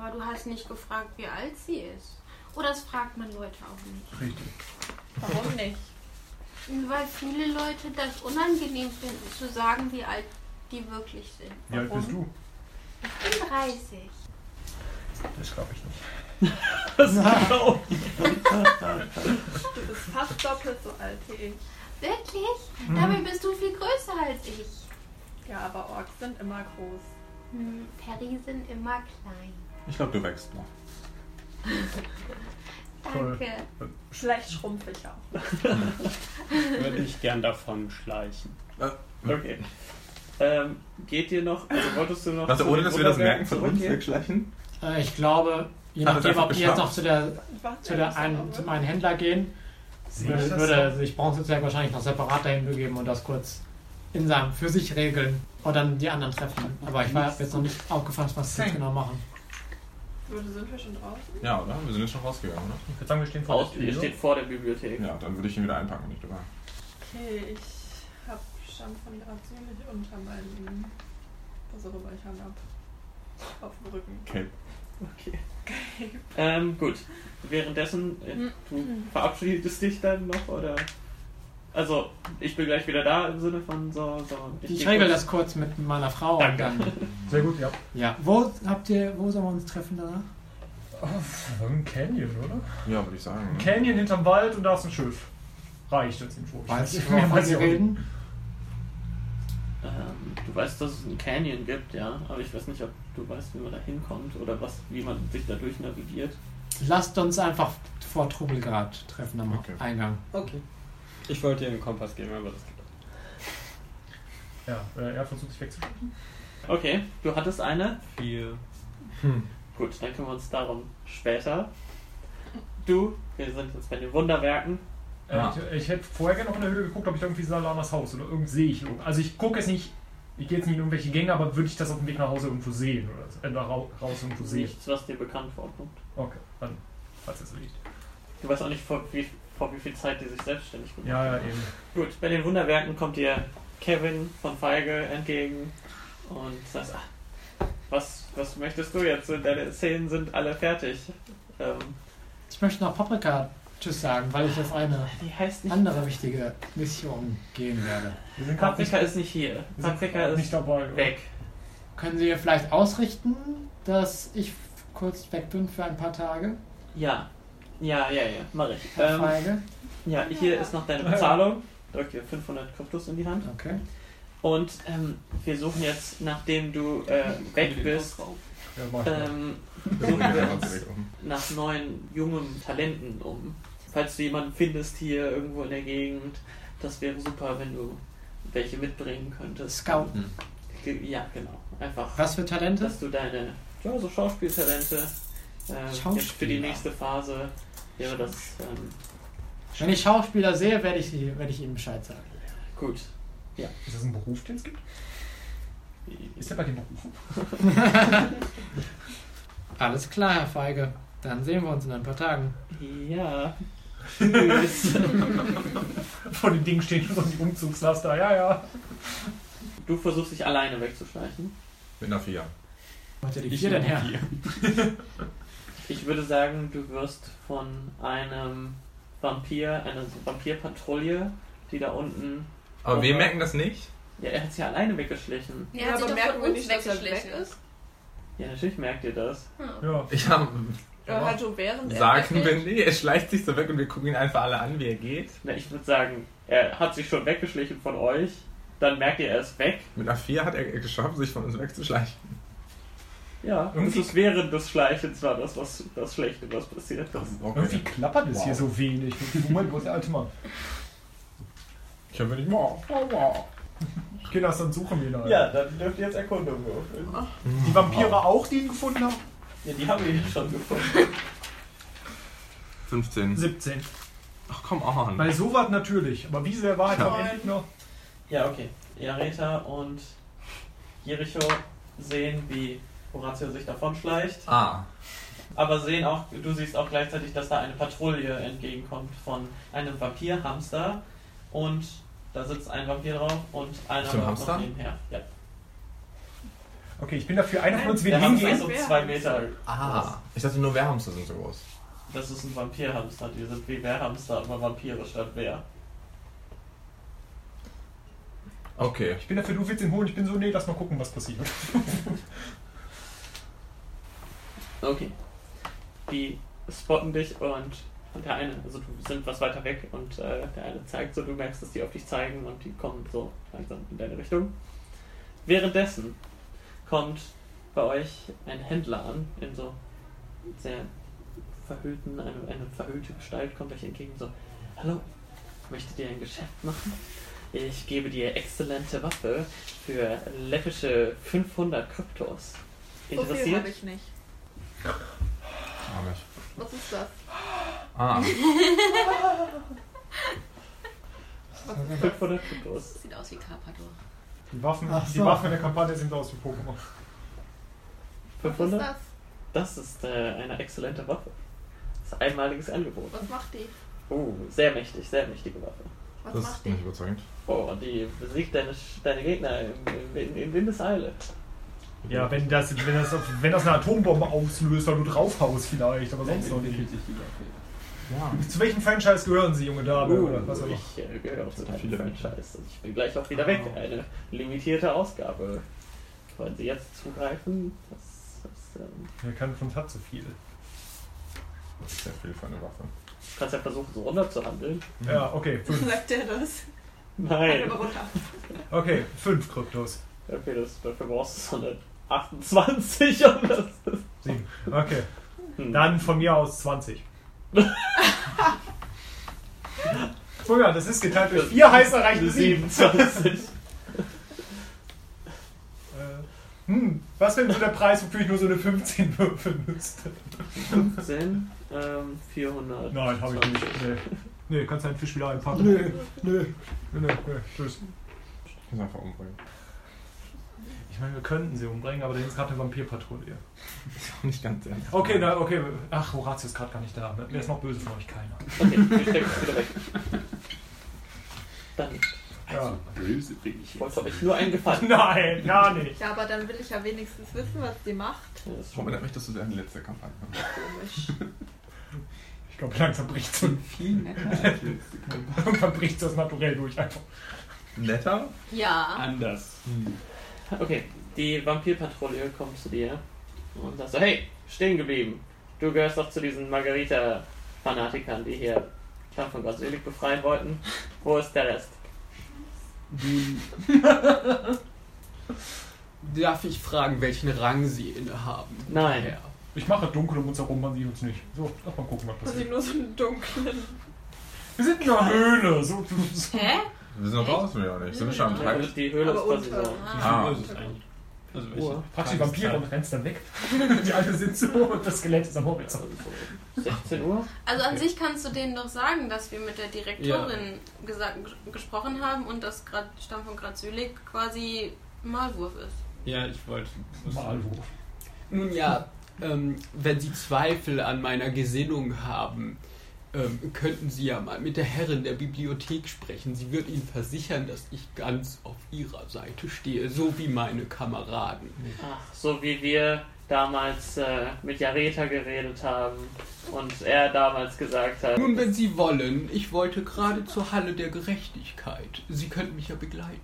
Speaker 4: aber du hast nicht gefragt, wie alt sie ist. Oder das fragt man Leute auch nicht.
Speaker 3: Richtig.
Speaker 2: Warum nicht?
Speaker 4: Weil viele Leute das unangenehm finden, zu sagen, wie alt die wirklich sind.
Speaker 3: Wie alt bist du?
Speaker 4: Ich bin 30.
Speaker 3: Das glaube ich nicht.
Speaker 2: Du bist fast doppelt so alt wie ich.
Speaker 4: Wirklich?
Speaker 5: Mhm.
Speaker 4: Dabei bist du viel größer als ich.
Speaker 2: Ja, aber Orks sind immer groß.
Speaker 4: Hm, Perry sind immer klein.
Speaker 5: Ich glaube, du wächst noch.
Speaker 3: Toll.
Speaker 4: Danke.
Speaker 2: Vielleicht schrumpfe ich auch.
Speaker 10: Würde ich gern davon schleichen.
Speaker 5: Äh,
Speaker 1: Okay. Ähm, geht ihr noch? Also wolltest du noch.
Speaker 5: Also
Speaker 1: zu
Speaker 5: ohne
Speaker 1: den
Speaker 5: dass wir das merken
Speaker 1: Unterbergen
Speaker 5: von uns
Speaker 1: zurückgehen?
Speaker 5: wegschleichen?
Speaker 7: Äh, ich glaube, je
Speaker 5: Hat er das
Speaker 7: nachdem, ob die jetzt
Speaker 5: geschafft?
Speaker 7: noch zu der,
Speaker 2: Ich warte
Speaker 7: zu der einen, zum einen Händler gehen,
Speaker 3: Sehe ich
Speaker 7: würde,
Speaker 3: das?
Speaker 7: würde sich Bronzezwerg wahrscheinlich noch separat dahin begeben und das kurz in seinem für sich regeln und dann die anderen treffen. Aber ich war jetzt noch nicht aufgefasst, was sie jetzt genau machen.
Speaker 2: würde, sind wir schon draußen?
Speaker 5: Ja, oder? Wir sind jetzt schon rausgegangen, oder?
Speaker 3: Ich würde sagen, wir stehen
Speaker 1: vor der Aus- Tür. ihr steht vor der Bibliothek.
Speaker 5: Ja, dann würde ich ihn wieder einpacken, nicht dabei.
Speaker 2: Okay, ich hab Stamm von Grazulich unter meinem, was auch immer ich habe, auf dem Rücken.
Speaker 5: Cape.
Speaker 1: Okay. Ähm, gut. Währenddessen, äh, du verabschiedest dich dann noch oder? Also, ich bin gleich wieder da im Sinne von so, so.
Speaker 7: Ich
Speaker 1: geh
Speaker 7: regel
Speaker 1: kurz-
Speaker 7: das kurz mit meiner Frau.
Speaker 1: Danke.
Speaker 7: Und dann,
Speaker 3: Sehr gut, ja.
Speaker 7: ja. Wo habt ihr, wo sollen wir uns treffen danach?
Speaker 3: Oh, ein Canyon, oder?
Speaker 5: Ja, würde ich sagen.
Speaker 3: Ein
Speaker 5: ne?
Speaker 3: Canyon hinterm Wald und da ist ein Schiff. Reicht als Info. Ich
Speaker 7: Weißt du,
Speaker 3: nicht,
Speaker 7: wovon
Speaker 3: weiß
Speaker 7: wir
Speaker 3: ich auch nicht.
Speaker 7: reden?
Speaker 1: Ähm, du weißt, dass es einen Canyon gibt, ja, aber ich weiß nicht, ob du weißt, wie man da hinkommt oder was, wie man sich dadurch navigiert.
Speaker 7: Lasst uns einfach vor Trubelgrad treffen am
Speaker 5: Okay.
Speaker 7: Eingang.
Speaker 10: Okay. Ich wollte dir einen Kompass geben, aber das geht auch.
Speaker 3: Ja, äh, er versucht sich wegzuschleppen.
Speaker 1: Okay, du hattest eine.
Speaker 10: Vier.
Speaker 1: Gut, dann kümmern wir uns darum später. Du, wir sind jetzt bei den Wunderwerken.
Speaker 3: Äh,
Speaker 5: Ah.
Speaker 3: ich, ich hätte vorher gerne noch in der Höhle geguckt, ob ich irgendwie Salanas Haus oder irgend sehe ich irgend- Also ich gucke es nicht, ich gehe jetzt nicht in irgendwelche Gänge, aber würde ich das auf dem Weg nach Hause irgendwo sehen oder so, äh, nach rau- raus irgendwo sehen.
Speaker 1: Nichts, was dir bekannt vorkommt.
Speaker 3: Okay, dann falls es liegt.
Speaker 1: Du weißt auch nicht, vor wie, vor wie viel Zeit die sich selbstständig gemacht
Speaker 3: Ja, ja, eben.
Speaker 1: Gut, bei den Wunderwerken kommt dir Kevin von Feige entgegen und sagt, "Ah, was, was möchtest du jetzt? Deine Szenen sind alle fertig. Ähm,
Speaker 7: Ich möchte noch Paprika Tschüss sagen, weil ich auf eine
Speaker 1: die heißt nicht...
Speaker 7: andere wichtige Mission gehen werde.
Speaker 3: Wir sind gerade nicht,
Speaker 1: Paprika ist nicht hier.
Speaker 3: wir sind
Speaker 1: Paprika
Speaker 3: grad
Speaker 1: ist
Speaker 3: nicht dabei. oder?
Speaker 1: weg.
Speaker 7: Können Sie vielleicht ausrichten, dass ich kurz weg bin für ein paar Tage,
Speaker 1: Ja, ja, ja, ja, mach ich.
Speaker 7: Herr
Speaker 1: Ähm,
Speaker 7: Feige?
Speaker 1: ja, hier ist noch deine Bezahlung. Drück dir 500 Kryptos in die Hand.
Speaker 7: Okay.
Speaker 1: Und ähm, wir suchen jetzt, nachdem du äh, weg bist,
Speaker 3: Ja, mach ich mal.
Speaker 1: ähm,
Speaker 5: Wir bringen
Speaker 1: suchen
Speaker 5: den
Speaker 1: wir
Speaker 5: einfach
Speaker 1: uns
Speaker 5: direkt um.
Speaker 1: nach neuen, jungen Talenten um. Falls du jemanden findest hier irgendwo in der Gegend, das wäre super, wenn du welche mitbringen könntest.
Speaker 7: Scouten.
Speaker 1: Ge- Ja, genau. Einfach,
Speaker 7: Was für Talente?
Speaker 1: dass du deine ja, so Schauspieltalente ähm,
Speaker 7: Schauspieler.
Speaker 1: jetzt für die nächste Phase wäre das ähm,
Speaker 7: Wenn ich Schauspieler sehe, werde ich, sie- werde ich Ihnen Bescheid sagen.
Speaker 1: gut.
Speaker 3: Ist das ein Beruf, den es gibt? Ist der bei den Berufen?
Speaker 7: Alles klar, Herr Feige. Dann sehen wir uns in ein paar Tagen.
Speaker 1: Ja. Tschüss.
Speaker 3: Vor dem Ding stehen so die Umzugslaster. Ja, ja.
Speaker 1: du versuchst dich alleine wegzuschleichen.
Speaker 5: Mit einer Vier.
Speaker 7: Wo hat er die
Speaker 10: Ich
Speaker 7: vier denn
Speaker 10: nehme
Speaker 7: her?
Speaker 10: vier.
Speaker 1: Ich würde sagen, du wirst von einem Vampir, einer Vampirpatrouille, die da unten.
Speaker 5: Aber wir merken das nicht.
Speaker 1: Ja, er hat sich alleine weggeschlichen.
Speaker 11: Er hat sich
Speaker 2: aber
Speaker 11: doch
Speaker 2: merken
Speaker 11: von
Speaker 2: wir
Speaker 11: uns
Speaker 2: nicht, dass er
Speaker 11: weggeschlichen.
Speaker 2: weg ist?
Speaker 1: Ja, natürlich merkt ihr das.
Speaker 3: Ja.
Speaker 5: Ich habe
Speaker 2: Ja, also während er
Speaker 5: sagen
Speaker 2: weg
Speaker 5: wir,
Speaker 2: ist.
Speaker 5: nee, er schleicht sich so weg und wir gucken ihn einfach alle an, wie er geht.
Speaker 1: Na, ich würde sagen, er hat sich schon weggeschlichen von euch. Dann merkt ihr, er ist weg.
Speaker 5: Mit einer Vier hat er geschafft, sich von uns wegzuschleichen.
Speaker 1: Ja,
Speaker 3: Irgendwie-
Speaker 1: das ist während des Schleichens war das, was das Schlechte, was passiert ist.
Speaker 5: Okay.
Speaker 3: Irgendwie klappert es
Speaker 5: Wow.
Speaker 3: hier so wenig. Oh mein Gott, der alte Mann.
Speaker 5: Ich habe nicht. Wow, wow, wow.
Speaker 3: Okay, das dann suchen wir ihn halt.
Speaker 1: dann dürft ihr jetzt Erkundung würfeln.
Speaker 3: Die Vampire auch, die ihn gefunden haben?
Speaker 1: Ja, die haben wir schon gefunden.
Speaker 5: 15.
Speaker 3: 17.
Speaker 5: Ach, komm on.
Speaker 3: Bei sowas natürlich. Aber wie sehr war er am
Speaker 2: Nein.
Speaker 3: Ende noch?
Speaker 1: Ja, okay. Iareta und Jericho sehen, wie Horatio sich davonschleicht.
Speaker 5: Ah,
Speaker 1: Aber sehen auch, du siehst auch gleichzeitig, dass da eine Patrouille entgegenkommt von einem Vampirhamster und da sitzt ein Vampir drauf und einer
Speaker 5: Ist der ein
Speaker 1: läuft noch
Speaker 5: Hamster?
Speaker 1: nebenher. Ja.
Speaker 3: Okay, ich bin dafür, einer von uns will
Speaker 1: Der Hamster ist
Speaker 3: hingehen.
Speaker 1: um zwei Meter.
Speaker 5: ah. Ich dachte nur Wehrhamster sind so groß.
Speaker 1: Das ist ein Vampirhamster. Die sind wie Wehrhamster, aber Vampire statt Wehr.
Speaker 5: Okay.
Speaker 3: Ich bin dafür, du willst ihn holen. Ich bin so, nee, lass mal gucken, was passiert.
Speaker 1: Okay. Die spotten dich und der eine, also du sind was weiter weg und äh, der eine zeigt so, du merkst, dass die auf dich zeigen und die kommen so langsam in deine Richtung. Währenddessen kommt bei euch ein Händler an, in so sehr verhüllten, eine, eine verhüllte Gestalt kommt euch entgegen so, hallo, möchtet ihr ein Geschäft machen? Ich gebe dir exzellente Waffe für läppische 500 Kryptos.
Speaker 2: So viel
Speaker 1: Interessiert?
Speaker 2: habe ich nicht.
Speaker 5: Hab ich.
Speaker 2: Was ist das?
Speaker 5: Ah.
Speaker 1: 500 Kryptos.
Speaker 11: Sieht aus wie Carpador.
Speaker 3: Die Waffen,
Speaker 7: Ach
Speaker 3: die
Speaker 7: so.
Speaker 3: Waffen der Kampagne sind aus dem Pokémon.
Speaker 2: Was ist
Speaker 1: 500?
Speaker 2: das?
Speaker 1: Das ist äh, eine exzellente Waffe. Das ist ein einmaliges Angebot.
Speaker 11: Was macht die?
Speaker 1: Oh, sehr mächtig, sehr mächtige Waffe.
Speaker 11: Was
Speaker 5: das
Speaker 11: macht
Speaker 5: ist nicht überzeugend.
Speaker 1: Oh, die besiegt deine, Sch- deine Gegner in, in, in Windeseile.
Speaker 3: Ja, wenn das, wenn das, auf- wenn das eine Atombombe auslöst, weil du draufhaust vielleicht, aber sonst noch nicht.
Speaker 5: Ja.
Speaker 3: Zu welchem Franchise gehören Sie, junge Dame? oder Ah, was auch immer?
Speaker 1: Uh, ich äh, gehöre auch zu deinem Franchise und ich bin gleich auch wieder weg.
Speaker 3: Genau.
Speaker 1: Eine limitierte Ausgabe. Wollen Sie jetzt zugreifen? Das, das, ähm,
Speaker 3: Er kann von Tat zu viel.
Speaker 5: Das ist sehr viel für eine Waffe.
Speaker 1: du kannst ja versuchen, so runterzuhandeln.
Speaker 3: Ja, okay, fünf.
Speaker 2: Sagt er das?
Speaker 1: Nein.
Speaker 2: Aber runter.
Speaker 3: Okay, fünf Kryptos.
Speaker 1: Okay, das, dafür brauchst du so eine 28 und das ist.
Speaker 3: Sieben. Okay.
Speaker 1: Hm.
Speaker 3: Dann von mir aus 20. Oh ja, das ist geteilt durch vier heißt erreicht eine sieben.
Speaker 1: 27.
Speaker 3: Äh, Hm, was wäre denn so der Preis, wofür ich nur so eine 15 würfeln müsste?
Speaker 1: 15, ähm, 400.
Speaker 3: Nein, habe ich nicht. Nee. nee, kannst du einen Fisch wieder einpacken?
Speaker 6: Nö,
Speaker 3: nö. Nee, nee, tschüss.
Speaker 5: Ich muss einfach umbringen.
Speaker 3: Ich meine, wir könnten sie umbringen, aber der ist gerade eine Vampirpatrouille.
Speaker 5: Ist auch nicht ganz ernst.
Speaker 3: Okay, na, okay. Ach, Horatio ist gerade gar nicht da. Ne? Mir ist noch böse von euch keiner.
Speaker 1: Okay, wir stecken es wieder weg. Dann
Speaker 3: Ja.
Speaker 10: Böse bin ich jetzt.
Speaker 1: wollte euch nur einen Gefallen.
Speaker 3: Nein, gar nicht.
Speaker 2: Ja, aber dann will ich ja wenigstens wissen, was die macht.
Speaker 1: Ja, das ist
Speaker 5: Warum erinnert mich das zu deiner letzten Kampagne?
Speaker 2: Komisch.
Speaker 3: Ich glaube, langsam bricht es
Speaker 6: Viel
Speaker 5: Hm.
Speaker 6: netter.
Speaker 3: irgendwann bricht das naturell durch einfach.
Speaker 5: Netter?
Speaker 11: Ja.
Speaker 10: Anders.
Speaker 1: Okay, die Vampirpatrouille kommt zu dir und sagt so, hey, stehen geblieben. Du gehörst doch zu diesen Margarita-Fanatikern, die hier Khan von Grasulik befreien wollten. Wo ist der Rest?
Speaker 6: Darf ich fragen, welchen Rang Sie innehaben?
Speaker 1: Nein.
Speaker 6: Herr?
Speaker 3: Ich mache dunkel um uns herum, man sieht uns nicht. So, lass mal gucken, was
Speaker 2: Muss ich Also
Speaker 3: passiert.
Speaker 2: nur so einen dunklen.
Speaker 3: Wir sind in einer Höhle. So, so, so.
Speaker 11: Hä?
Speaker 5: Wir sind noch draußen, wir auch nicht. Sind wir schon am
Speaker 1: Ja,
Speaker 5: Tag?
Speaker 1: und die Höhle
Speaker 2: Aber
Speaker 1: ist quasi
Speaker 2: unter.
Speaker 1: so.
Speaker 5: Ah.
Speaker 10: Böse ist eigentlich. Also welche?
Speaker 1: Uhr.
Speaker 3: Fragst die Vampire und rennst dann weg. Die alle sind so und das Skelett ist am
Speaker 1: Also
Speaker 3: Horizont.
Speaker 1: so 16 Uhr?
Speaker 4: Also an sich kannst du denen doch sagen, dass wir mit der Direktorin gesagt, ges- gesprochen haben und dass Gra- Stamm von Grazülik quasi Malwurf ist.
Speaker 10: Ja, ich wollte.
Speaker 3: Mal wo.
Speaker 6: Nun ja, ähm, wenn Sie Zweifel an meiner Gesinnung haben, ähm, könnten Sie ja mal mit der Herrin der Bibliothek sprechen. Sie wird Ihnen versichern, dass ich ganz auf Ihrer Seite stehe, so wie meine Kameraden.
Speaker 1: Ach, so wie wir damals äh, mit Jareta geredet haben und er damals gesagt hat.
Speaker 6: Nun, wenn Sie wollen, ich wollte gerade zur Halle der Gerechtigkeit. Sie könnten mich ja begleiten.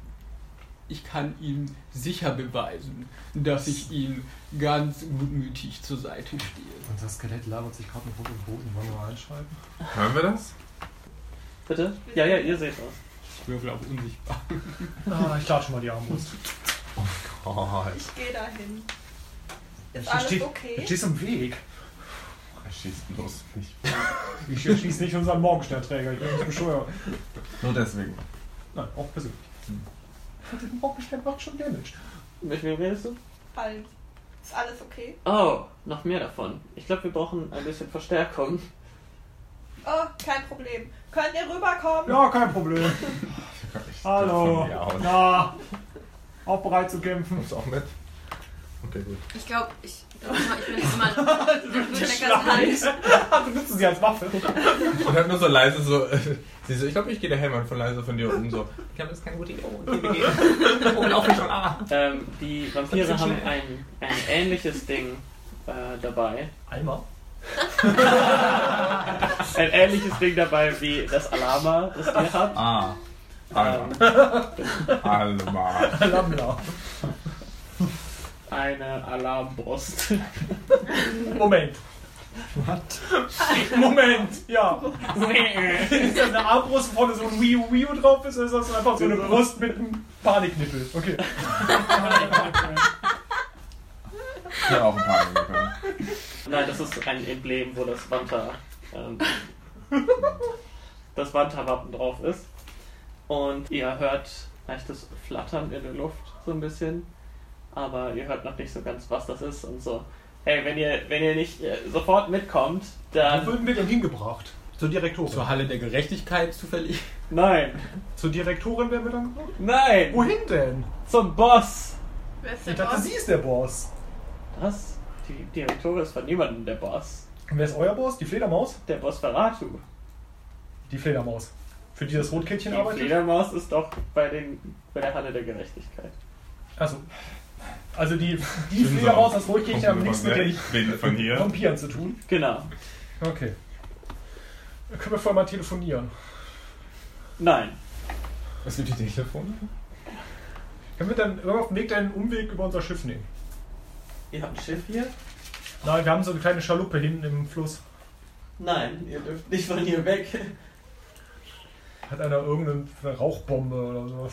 Speaker 6: Ich kann Ihnen sicher beweisen, dass ich Ihnen ganz gutmütig zur Seite stehe.
Speaker 3: Unser Skelett labert sich gerade mit Rot und Boden. Wollen wir mal einschalten?
Speaker 5: Hören wir das?
Speaker 1: Bitte? Ja, ja, ihr seht das.
Speaker 6: Ich würfel auf unsichtbar.
Speaker 3: Ah, ich lade schon mal die Armbrust.
Speaker 5: Gott.
Speaker 2: Ich gehe dahin. Ist
Speaker 3: Hier
Speaker 2: alles
Speaker 3: steht- hier
Speaker 2: okay?
Speaker 3: Stehst im Weg?
Speaker 5: Er schießt bloß nicht.
Speaker 3: Ich schieße nicht unseren Morgensternträger. Ich bin nicht bescheuert.
Speaker 5: Nur deswegen.
Speaker 3: Nein, auch persönlich.
Speaker 2: Hm.
Speaker 3: Hm. Der Morgenstern macht schon Damage.
Speaker 1: Mit wem redest du?
Speaker 2: Fallen. Ist alles okay?
Speaker 1: Oh, noch mehr davon. Ich glaube, wir brauchen ein bisschen Verstärkung.
Speaker 2: Oh, kein Problem. Könnt ihr rüberkommen?
Speaker 3: Ja, kein Problem.
Speaker 5: Ich
Speaker 3: Hallo.
Speaker 5: Ja, und
Speaker 3: Na, auch bereit zu kämpfen.
Speaker 5: kommst du auch mit? Okay, gut.
Speaker 4: Ich glaube, ich, ich bin jetzt mal
Speaker 3: Schleich. Ah, Du nutzt sie als Waffe.
Speaker 5: Und hat nur so leise so. äh, Sie so ich glaube, ich gehe der Helmut von leise von dir um so. Ich glaube, das ist keine gute Idee. Oh, die gehen. Oh, laufe ich schon. Ah.
Speaker 1: Ähm, die Vampire
Speaker 5: Das ist
Speaker 1: haben
Speaker 5: schnell.
Speaker 1: ein, ein ähnliches Ding äh, dabei.
Speaker 3: Alma.
Speaker 1: Ein ähnliches Ding dabei wie das Alama, das ihr habt.
Speaker 5: Ah.
Speaker 1: Ähm,
Speaker 5: Alma. Alma.
Speaker 3: Lamla.
Speaker 1: eine Alarmbrust.
Speaker 3: Moment. Moment, ja. Ist das eine Armbrust, wo vorne so ein Wii U, Wii U drauf ist, oder ist das einfach so eine Brust mit einem Paniknippel? Okay.
Speaker 5: Ich hab auch ein paar angekommen.
Speaker 1: Nein, das ist ein Emblem, wo das Wanta, ähm, das Wanta-Wappen drauf ist. Und ihr hört leichtes Flattern in der Luft so ein bisschen, aber ihr hört noch nicht so ganz, was das ist und so. Hey, wenn ihr, wenn ihr nicht äh, sofort mitkommt,
Speaker 3: Wo
Speaker 1: dann
Speaker 3: würden wir denn hingebracht? Zur Direktorin.
Speaker 6: Zur Halle der Gerechtigkeit zufällig.
Speaker 1: nein,
Speaker 3: Zur Direktorin werden wir dann gebracht?
Speaker 1: nein,
Speaker 3: Wohin denn?
Speaker 1: zum Boss.
Speaker 2: Wer ist
Speaker 3: Ich
Speaker 2: der
Speaker 3: dachte,
Speaker 2: Boss?
Speaker 3: sie ist der Boss.
Speaker 1: Das? Die Direktorin ist von niemandem der Boss.
Speaker 3: Und wer ist euer Boss? Die Fledermaus?
Speaker 1: Der Boss Verratu.
Speaker 3: Die Fledermaus. Für die das Rotkehlchen
Speaker 1: Die
Speaker 3: arbeitet?
Speaker 1: Fledermaus ist doch bei, den, bei der Halle der Gerechtigkeit.
Speaker 3: Also, also die, die Fledermaus, das Rotkehlchen haben nichts mit den
Speaker 5: Wen von hier?
Speaker 3: Vampiren zu tun.
Speaker 1: Genau.
Speaker 3: Okay. Dann Können wir vorher mal telefonieren?
Speaker 1: Nein.
Speaker 5: Was gibt die Telefone?
Speaker 3: Können wir dann irgendwann auf dem Weg deinen Umweg über unser Schiff nehmen?
Speaker 1: Ihr habt ein Schiff hier?
Speaker 3: Nein, wir haben so eine kleine Schaluppe hinten im Fluss.
Speaker 1: Nein, ihr dürft nicht von hier weg.
Speaker 3: Hat einer irgendeine Rauchbombe oder sowas?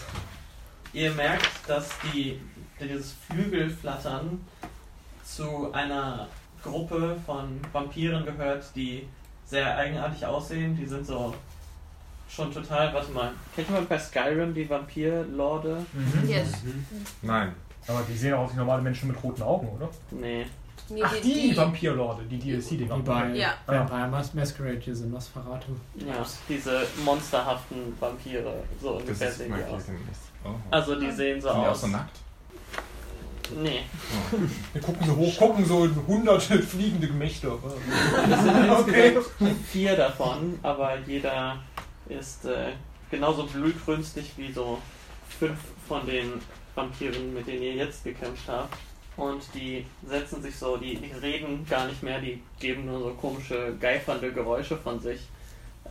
Speaker 1: Ihr merkt, dass die, dieses Flügelflattern zu einer Gruppe von Vampiren gehört, die sehr eigenartig aussehen. Die sind so schon total, warte mal, kennt jemand bei Skyrim die Vampirlorde?
Speaker 3: Mhm.
Speaker 11: Yes.
Speaker 5: Nein.
Speaker 3: Aber die sehen auch aus wie normale Menschen mit roten Augen, oder?
Speaker 1: Nee.
Speaker 11: Nee,
Speaker 3: Ach, die, Vampirlorde, die DLC-Dinger.
Speaker 7: Die bei
Speaker 11: Ja.
Speaker 3: Ah.
Speaker 7: Vampire Mas Masquerade hier sind, Nosferatu.
Speaker 1: Ja, diese monsterhaften Vampire, so
Speaker 5: Das
Speaker 1: ungefähr
Speaker 5: ist
Speaker 1: sehen die
Speaker 5: mein
Speaker 1: aus.
Speaker 5: Oh.
Speaker 1: Also die sehen so
Speaker 5: Sind die auch
Speaker 1: aus.
Speaker 5: so nackt?
Speaker 1: Nee.
Speaker 3: Wir gucken so hoch, gucken so hunderte fliegende Gemächte.
Speaker 1: Das sind
Speaker 3: Okay.
Speaker 1: insgesamt vier davon, aber jeder ist äh, genauso blutrünstig wie so fünf von den Vampiren, mit denen ihr jetzt gekämpft habt. Und die setzen sich so, die, die reden gar nicht mehr, die geben nur so komische, geifernde Geräusche von sich,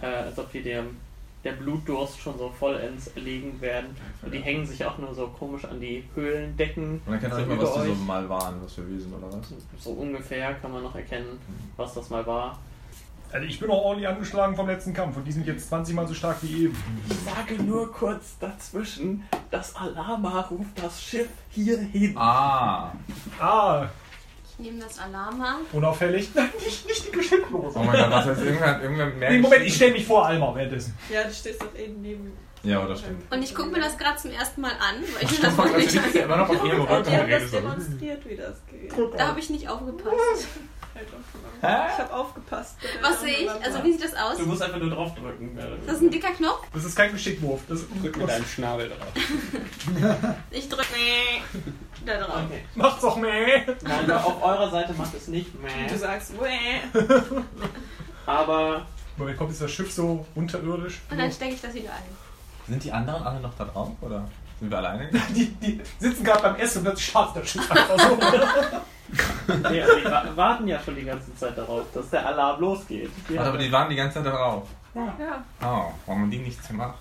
Speaker 1: äh, als ob die dem, der Blutdurst schon so vollends erlegen werden. Und die hängen sich auch nur so komisch an die Höhlendecken.
Speaker 5: Und dann kannst du
Speaker 1: äh,
Speaker 5: nicht mal, was
Speaker 1: über
Speaker 5: die so
Speaker 1: euch.
Speaker 5: mal waren, was für Wesen oder was?
Speaker 1: So ungefähr kann man noch erkennen,
Speaker 5: Mhm.
Speaker 1: was das mal war.
Speaker 3: Also ich bin auch ordentlich angeschlagen vom letzten Kampf und die sind jetzt 20 Mal so stark wie eben.
Speaker 1: Ich sage nur kurz dazwischen, das Alama ruft das Schiff hier hin.
Speaker 5: Ah.
Speaker 3: Ah,
Speaker 4: Ich nehme das Alarma.
Speaker 3: unauffällig. Nein, nicht, nicht die Geschenklose.
Speaker 5: Oh mein Gott, was heißt irgendwann, irgendwann merkt
Speaker 3: Nee, Moment, ich stelle mich vor Alma währenddessen.
Speaker 2: Ja, du stehst doch eben neben.
Speaker 5: Ja, oder stimmt.
Speaker 4: Und ich gucke mir das gerade zum ersten Mal an, weil ich das
Speaker 5: Stimmt,
Speaker 4: noch
Speaker 5: also
Speaker 4: nicht.
Speaker 5: du liegst ja immer noch auf ihrem
Speaker 2: Und
Speaker 5: Rücken
Speaker 2: die
Speaker 5: und
Speaker 2: haben das
Speaker 5: redest so.
Speaker 2: demonstriert, wie das geht.
Speaker 4: Da habe ich nicht aufgepasst.
Speaker 2: Halt aufgenommen. Ich habe aufgepasst.
Speaker 4: Was sehe ich? Also wie sieht das aus?
Speaker 1: Du musst einfach nur draufdrücken.
Speaker 4: Das ist ein dicker Knopf.
Speaker 3: Das ist kein Geschickwurf, das ist
Speaker 10: Mit
Speaker 3: Unglück.
Speaker 10: einem Schnabel drauf.
Speaker 4: Ich drücke da drauf.
Speaker 1: Okay.
Speaker 3: Macht's doch meh.
Speaker 1: Nein, auf eurer Seite macht es nicht mehr.
Speaker 2: Du sagst, Wäh.
Speaker 1: Aber
Speaker 3: Moment, kommt jetzt das Schiff so unterirdisch?
Speaker 4: Und dann stecke ich das wieder ein.
Speaker 5: Sind die anderen alle noch da drauf oder sind wir alleine?
Speaker 3: Die, die sitzen gerade beim Essen und plötzlich scharf das Schiff einfach so.
Speaker 1: nee, aber die wa- warten ja schon die ganze Zeit darauf, dass der Alarm losgeht. Die
Speaker 5: Warte, aber die waren die ganze Zeit da drauf.
Speaker 2: Ja.
Speaker 5: Oh, warum haben die nichts gemacht?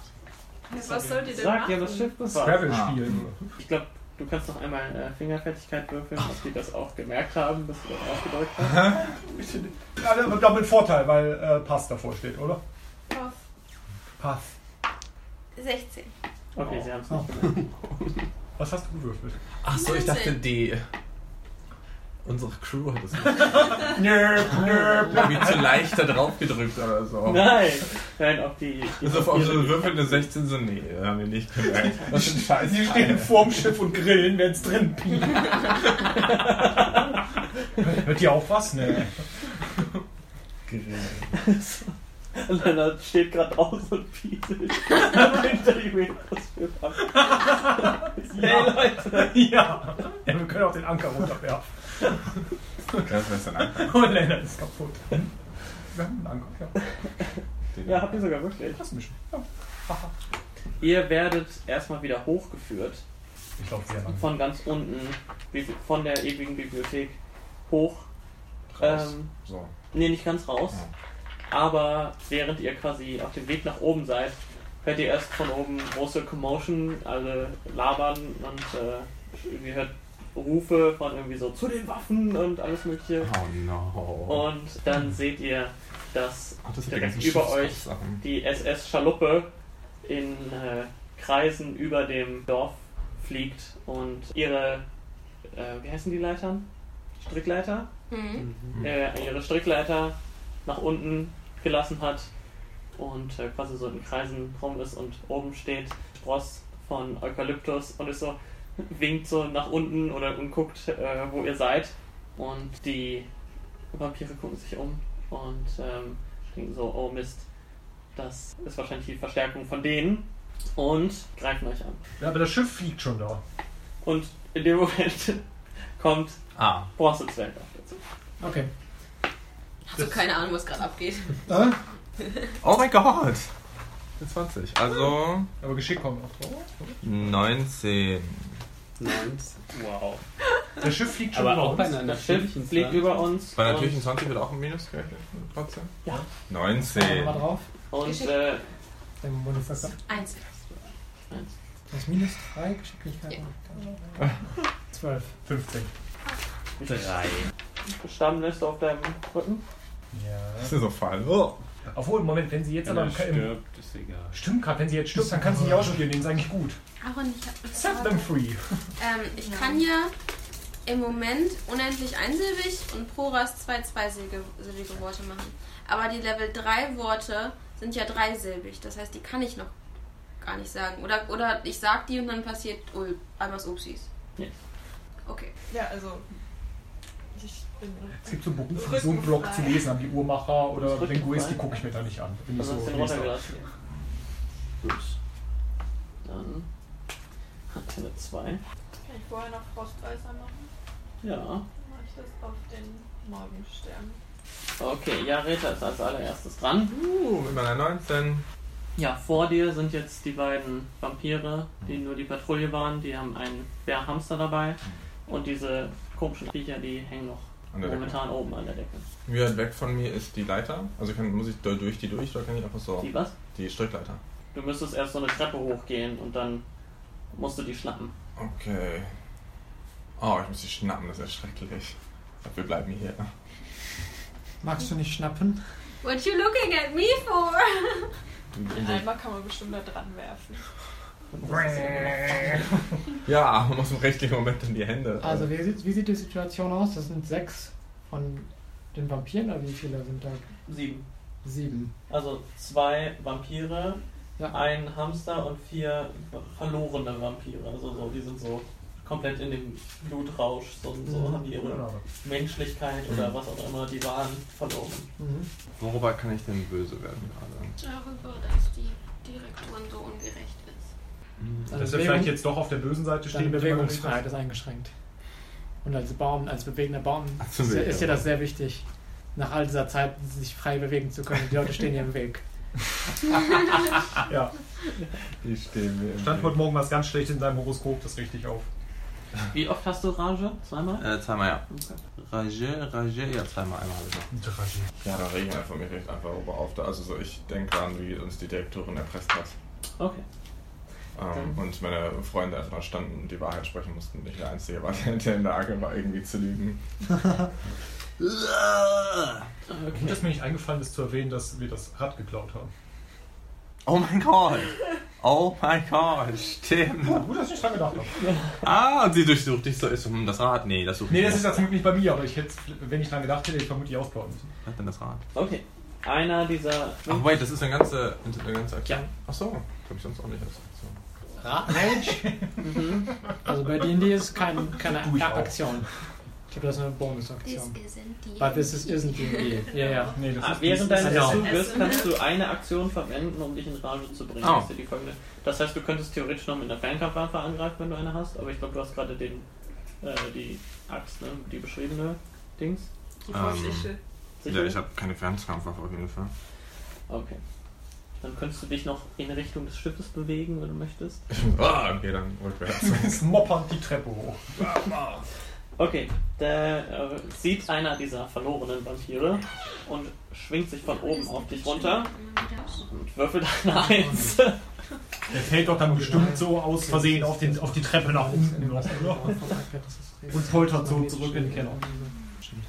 Speaker 2: Was sollt ihr denn
Speaker 1: Sag
Speaker 2: machen?
Speaker 1: ja, das Schiff war.
Speaker 3: Gravel
Speaker 5: Ah.
Speaker 3: spielen.
Speaker 1: Ich glaube, du kannst noch einmal äh, Fingerfertigkeit würfeln, ob die das auch gemerkt haben, dass du das aufgedrückt hast.
Speaker 3: Ja, aber glaube mit Vorteil, weil äh, Pass davor steht, oder?
Speaker 4: Auf
Speaker 3: Pass.
Speaker 4: 16.
Speaker 1: Okay, sie haben es nicht gemerkt.
Speaker 3: Was hast du gewürfelt?
Speaker 5: Achso, ich dachte D. Unsere Crew hat es nicht.
Speaker 3: Nö, nö.
Speaker 5: irgendwie zu leicht da drauf gedrückt oder so.
Speaker 1: Nein! Nein, auf die. die
Speaker 5: Also auf
Speaker 1: Papiere-
Speaker 5: unsere Würfel eine 16 so, nee, haben wir nicht gemerkt. Das ist ein scheiß
Speaker 3: Sie stehen vorm Schiff und grillen, wenn's drin piept. Hört ihr auch was? Ne.
Speaker 1: Lennart steht gerade aus und pieselt. Hinter die Mikros ab. Hey Leute!
Speaker 3: Ja. ja, wir können auch den Anker runterwerfen.
Speaker 5: Das ist ein Anker.
Speaker 3: Und Lennart ist kaputt. Hm? Wir haben einen Anker, ja.
Speaker 1: Ja, habt ihr sogar wirklich.
Speaker 3: Lass mich.
Speaker 1: Ihr werdet erstmal wieder hochgeführt.
Speaker 3: Ich glaube sehr lang.
Speaker 1: Von ganz unten, Bibli- von der ewigen Bibliothek hoch.
Speaker 5: Raus.
Speaker 1: Ähm,
Speaker 5: So.
Speaker 1: nee, nicht ganz raus. Aber während ihr quasi auf dem Weg nach oben seid, hört ihr erst von oben große Commotion, alle labern und äh, irgendwie hört Rufe von irgendwie so zu den Waffen und alles mögliche.
Speaker 5: Oh no.
Speaker 1: Und dann seht ihr, dass
Speaker 5: Ach, das hat die
Speaker 1: direkt
Speaker 5: ganzen
Speaker 1: über euch
Speaker 5: Schiffssachen.
Speaker 1: die SS Schaluppe in äh, Kreisen über dem Dorf fliegt und ihre, äh, wie heißen die Leitern? Strickleiter?
Speaker 4: Mhm.
Speaker 1: Äh, ihre Strickleiter nach unten gelassen hat und äh, quasi so in Kreisen rum ist und oben steht Spross von Eukalyptus und ist so, winkt so nach unten oder und guckt, äh, wo ihr seid. Und die Vampire gucken sich um und ähm, denken so, oh Mist, das ist wahrscheinlich die Verstärkung von denen und greifen euch an.
Speaker 3: Ja, aber das Schiff fliegt schon da.
Speaker 1: Und in dem Moment kommt
Speaker 9: ah.
Speaker 1: Bronzezwerg auf dazu.
Speaker 7: Okay.
Speaker 12: Hast du keine Ahnung, was gerade abgeht?
Speaker 3: Äh?
Speaker 9: Oh mein Gott! Eine 20. Also
Speaker 3: Aber Geschick kommt noch drauf.
Speaker 9: 19.
Speaker 10: Neins. Wow.
Speaker 3: Das Schiff fliegt schon
Speaker 10: Aber
Speaker 3: über
Speaker 10: auch
Speaker 3: uns.
Speaker 10: bei einer
Speaker 1: Das Schiff
Speaker 10: natürlichen
Speaker 1: fliegt
Speaker 10: Zahl.
Speaker 1: über uns.
Speaker 9: Bei natürlich ein 20 wird auch ein Minus gerechnet. Trotzdem.
Speaker 1: Ja.
Speaker 9: 19.
Speaker 7: Mal drauf.
Speaker 1: Und, und äh,
Speaker 7: Dein Bundestag.
Speaker 12: Eins.
Speaker 7: Das ist minus 3 Geschicklichkeit.
Speaker 12: Ja.
Speaker 7: 12.
Speaker 3: 15.
Speaker 10: Drei.
Speaker 1: Stammliste auf deinem Rücken.
Speaker 9: Das
Speaker 3: Ja.
Speaker 9: ist so fein. Oh.
Speaker 3: Obwohl, Moment, wenn sie jetzt
Speaker 10: Wenn
Speaker 3: aber
Speaker 10: er
Speaker 3: im, im,
Speaker 10: stirbt, ist egal.
Speaker 3: Stimmt, gerade wenn sie jetzt stirbt, dann kannst du nicht ausspielen. Den ist eigentlich gut.
Speaker 4: Aaron, ich hab eine
Speaker 3: Set
Speaker 4: Frage.
Speaker 3: them free.
Speaker 4: Ähm, ich kann ja im Moment unendlich einsilbig und pro Rast zwei zweisilbige silbige Worte machen. Aber die Level 3 Worte sind ja dreisilbig. Das heißt, die kann ich noch gar nicht sagen. Oder, oder ich sag die und dann passiert Ul einmal Upsis.
Speaker 1: Nee.
Speaker 4: Okay.
Speaker 2: Ja, also. Ich bin
Speaker 3: Es gibt so Berufe, die so einen Blog zu lesen haben, die Uhrmacher oder
Speaker 1: Das rückt
Speaker 3: Linguist, die
Speaker 1: frei.
Speaker 3: gucke ich mir da nicht an. Bin ich
Speaker 1: Also
Speaker 3: so
Speaker 1: hast du den
Speaker 3: Leser.
Speaker 1: runtergelassen. Gut. Dann hat er eine 2.
Speaker 2: Kann ich vorher noch Frostweißer machen?
Speaker 1: Ja.
Speaker 2: Dann mache ich das auf den Morgenstern.
Speaker 1: Okay, ja, Rita ist als allererstes dran.
Speaker 9: Uh, mit meiner 19.
Speaker 1: Ja, vor dir sind jetzt die beiden Vampire, die nur die Patrouille waren. Die haben einen Bärhamster dabei. Und diese komischen Viecher, die hängen noch
Speaker 9: An der Decke.
Speaker 1: momentan oben an der Decke.
Speaker 9: Wie weit weg von mir ist die Leiter? Also kann, muss ich da durch die durch oder kann ich einfach so?
Speaker 1: Die was?
Speaker 9: Die Strickleiter.
Speaker 1: Du müsstest erst so eine Treppe hochgehen und dann musst du die schnappen.
Speaker 9: Okay. Oh, ich muss die schnappen, das ist ja schrecklich. Ich glaub, wir bleiben hier.
Speaker 7: Magst du nicht schnappen?
Speaker 4: What you looking at me for?
Speaker 2: Den Eimer kann man bestimmt da dran werfen.
Speaker 9: Ja, man muss im rechtlichen Moment in die Hände.
Speaker 7: Also, wie sieht, wie sieht die Situation aus? Das sind sechs von den Vampiren, oder wie viele sind da?
Speaker 1: Sieben.
Speaker 7: Sieben.
Speaker 1: Also zwei Vampire,
Speaker 7: Ja,
Speaker 1: ein Hamster und vier verlorene Vampire. Also so, die sind so komplett in dem Blutrausch, so, so
Speaker 7: Mhm.
Speaker 1: haben die
Speaker 3: Genau.
Speaker 1: ihre Menschlichkeit oder was auch immer, die waren verloren.
Speaker 7: Mhm.
Speaker 9: Worüber kann ich denn böse werden gerade?
Speaker 4: Darüber, dass die Direktorin so ungerecht ist.
Speaker 7: Also
Speaker 3: Dass er
Speaker 7: Bewegung-
Speaker 3: vielleicht jetzt doch auf der bösen Seite
Speaker 7: Deine
Speaker 3: stehen wird, wenn man nicht
Speaker 7: Bewegungsfreiheit ist eingeschränkt. Und als Baum, als bewegender Baum
Speaker 9: Als
Speaker 7: ist,
Speaker 9: bewegender
Speaker 7: ist dir das
Speaker 9: Baum.
Speaker 7: sehr wichtig, nach all dieser Zeit sich frei bewegen zu können. Die Leute stehen dir im Weg.
Speaker 3: weiß. Ja.
Speaker 9: Die stehen mir. im
Speaker 3: Stand heute
Speaker 9: Weg.
Speaker 3: Morgen was ganz schlecht in seinem Horoskop, das richte ich auf.
Speaker 1: Wie oft hast du Rage? Zweimal?
Speaker 13: Äh, zweimal ja.
Speaker 1: Okay.
Speaker 13: Rage, Rage, ja, zweimal einmal habe ich noch.
Speaker 9: Ja, da rege ich einfach mir recht einfach ober auf. Also so, ich denke an, wie uns die Direktorin erpresst hat.
Speaker 1: okay.
Speaker 9: Ähm, und meine Freunde einfach da standen und die Wahrheit sprechen mussten. Ich der Einzige war, der in der Lage war, irgendwie zu lügen.
Speaker 3: Gut, dass mir nicht eingefallen ist zu erwähnen, dass wir das Rad geklaut haben.
Speaker 13: Oh mein Gott! Oh mein Gott, stimmt.
Speaker 3: Gut, dass ich nicht dran gedacht habe.
Speaker 13: Ah, und sie durchsucht dich so. Ist hm, das Rad? Nee, das sucht
Speaker 3: Nee, das ist jetzt nicht bei mir, aber ich hätte, wenn ich dran gedacht hätte, ich vermutlich ausklauen müssen.
Speaker 13: Hat denn das Rad? Hm.
Speaker 1: Okay. Einer dieser.
Speaker 9: Ach, wait, das ist eine ganze, eine ganze Aktion.
Speaker 1: Ja.
Speaker 9: Ach so, glaube ich sonst auch nicht als Aktion.
Speaker 7: Rage? also bei D&D ist kein, keine
Speaker 3: Tu ich auch.
Speaker 7: Aktion. Ich glaube, das ist eine
Speaker 4: This
Speaker 7: Bonusaktion.
Speaker 4: isn't the
Speaker 7: But this is, isn't D&D. Ja, ja.
Speaker 3: Nee, das
Speaker 1: Ah,
Speaker 3: ist
Speaker 1: während
Speaker 3: das ist-
Speaker 1: deines
Speaker 7: Genau.
Speaker 1: Zuges kannst du eine Aktion verwenden, um dich in Rage zu bringen.
Speaker 13: Oh.
Speaker 1: Das, ist ja die folgende. das heißt, du könntest theoretisch noch mit einer Fernkampfwaffe angreifen, wenn du eine hast, aber ich glaube, du hast gerade den, äh, die Axt, ne? die beschriebene Dings.
Speaker 2: Die
Speaker 9: Ähm.
Speaker 2: Vorsichtel.
Speaker 13: Ähm,
Speaker 1: Sicher?
Speaker 9: habe keine Fernkampfwaffe auf jeden Fall.
Speaker 1: Okay. Dann könntest du dich noch in Richtung des Schiffes bewegen, wenn du möchtest.
Speaker 9: ah, okay, dann rückwärts.
Speaker 3: Es moppert die Treppe hoch.
Speaker 1: Okay, da äh, sieht einer dieser verlorenen Vampire und schwingt sich von oben auf dich runter und würfelt eine Eins.
Speaker 3: Der fällt doch dann bestimmt so aus Versehen auf, den, auf die Treppe nach unten. oder? Und poltert so zurück in den Keller.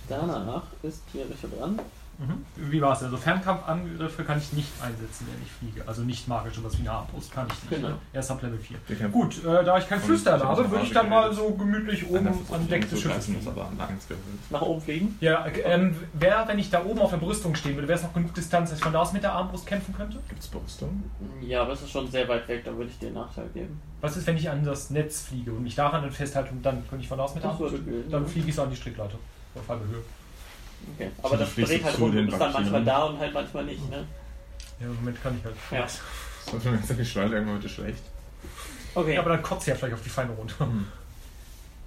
Speaker 1: Danach ist Kirche dran.
Speaker 3: Mhm. Wie war es denn? Also Fernkampfangriffe kann ich nicht einsetzen, wenn ich fliege. Also nicht magisch, sowas wie eine Armbrust kann ich nicht.
Speaker 1: Genau.
Speaker 3: ne? Erst ab Level 4.
Speaker 9: Wir kämpfen.
Speaker 3: Gut, äh, da ich kein
Speaker 9: Und
Speaker 3: Flüstern
Speaker 9: ich hab
Speaker 3: habe,
Speaker 9: eine
Speaker 3: würde ich
Speaker 9: Rage
Speaker 3: dann mal
Speaker 9: geredet.
Speaker 3: so gemütlich
Speaker 13: Um
Speaker 9: Dann
Speaker 3: oben
Speaker 9: darfst du
Speaker 3: an Deck des
Speaker 9: so
Speaker 3: Schiffes
Speaker 9: reißen, das
Speaker 3: sitzen.
Speaker 9: aber an eins gewöhnt.
Speaker 1: Nach oben fliegen.
Speaker 3: Ja, ähm, wäre, wenn ich da oben auf der Brüstung stehen würde, wäre es noch genug Distanz, dass ich von da aus mit der Armbrust kämpfen könnte?
Speaker 9: Gibt's Brüstung?
Speaker 1: Ja, aber es ist schon sehr weit weg, da würde ich dir einen Nachteil geben.
Speaker 3: Was ist, wenn ich an das Netz fliege und mich daran dann festhalte und dann könnte ich von da aus mit der
Speaker 1: Das
Speaker 3: Armbrust?
Speaker 1: würde gehen,
Speaker 3: Dann
Speaker 1: ja.
Speaker 3: fliege ich so an die Strickleiter. Auf halbe Höhe.
Speaker 1: ne? Okay. Aber das
Speaker 9: fliegst
Speaker 1: dreht
Speaker 9: du
Speaker 1: halt
Speaker 9: zu
Speaker 1: rum, du
Speaker 9: den
Speaker 1: bist dann manchmal
Speaker 9: Vampiren.
Speaker 1: da und halt manchmal nicht, ne?
Speaker 3: Ja, im Moment kann ich halt.
Speaker 1: Ja.
Speaker 9: Das hat mir ganz geschleudert, irgendwann wird es schlecht.
Speaker 1: Okay,
Speaker 13: Hm.
Speaker 1: Ähm,
Speaker 3: Ja, aber dann kotzt sie ja vielleicht auf die Feinde runter.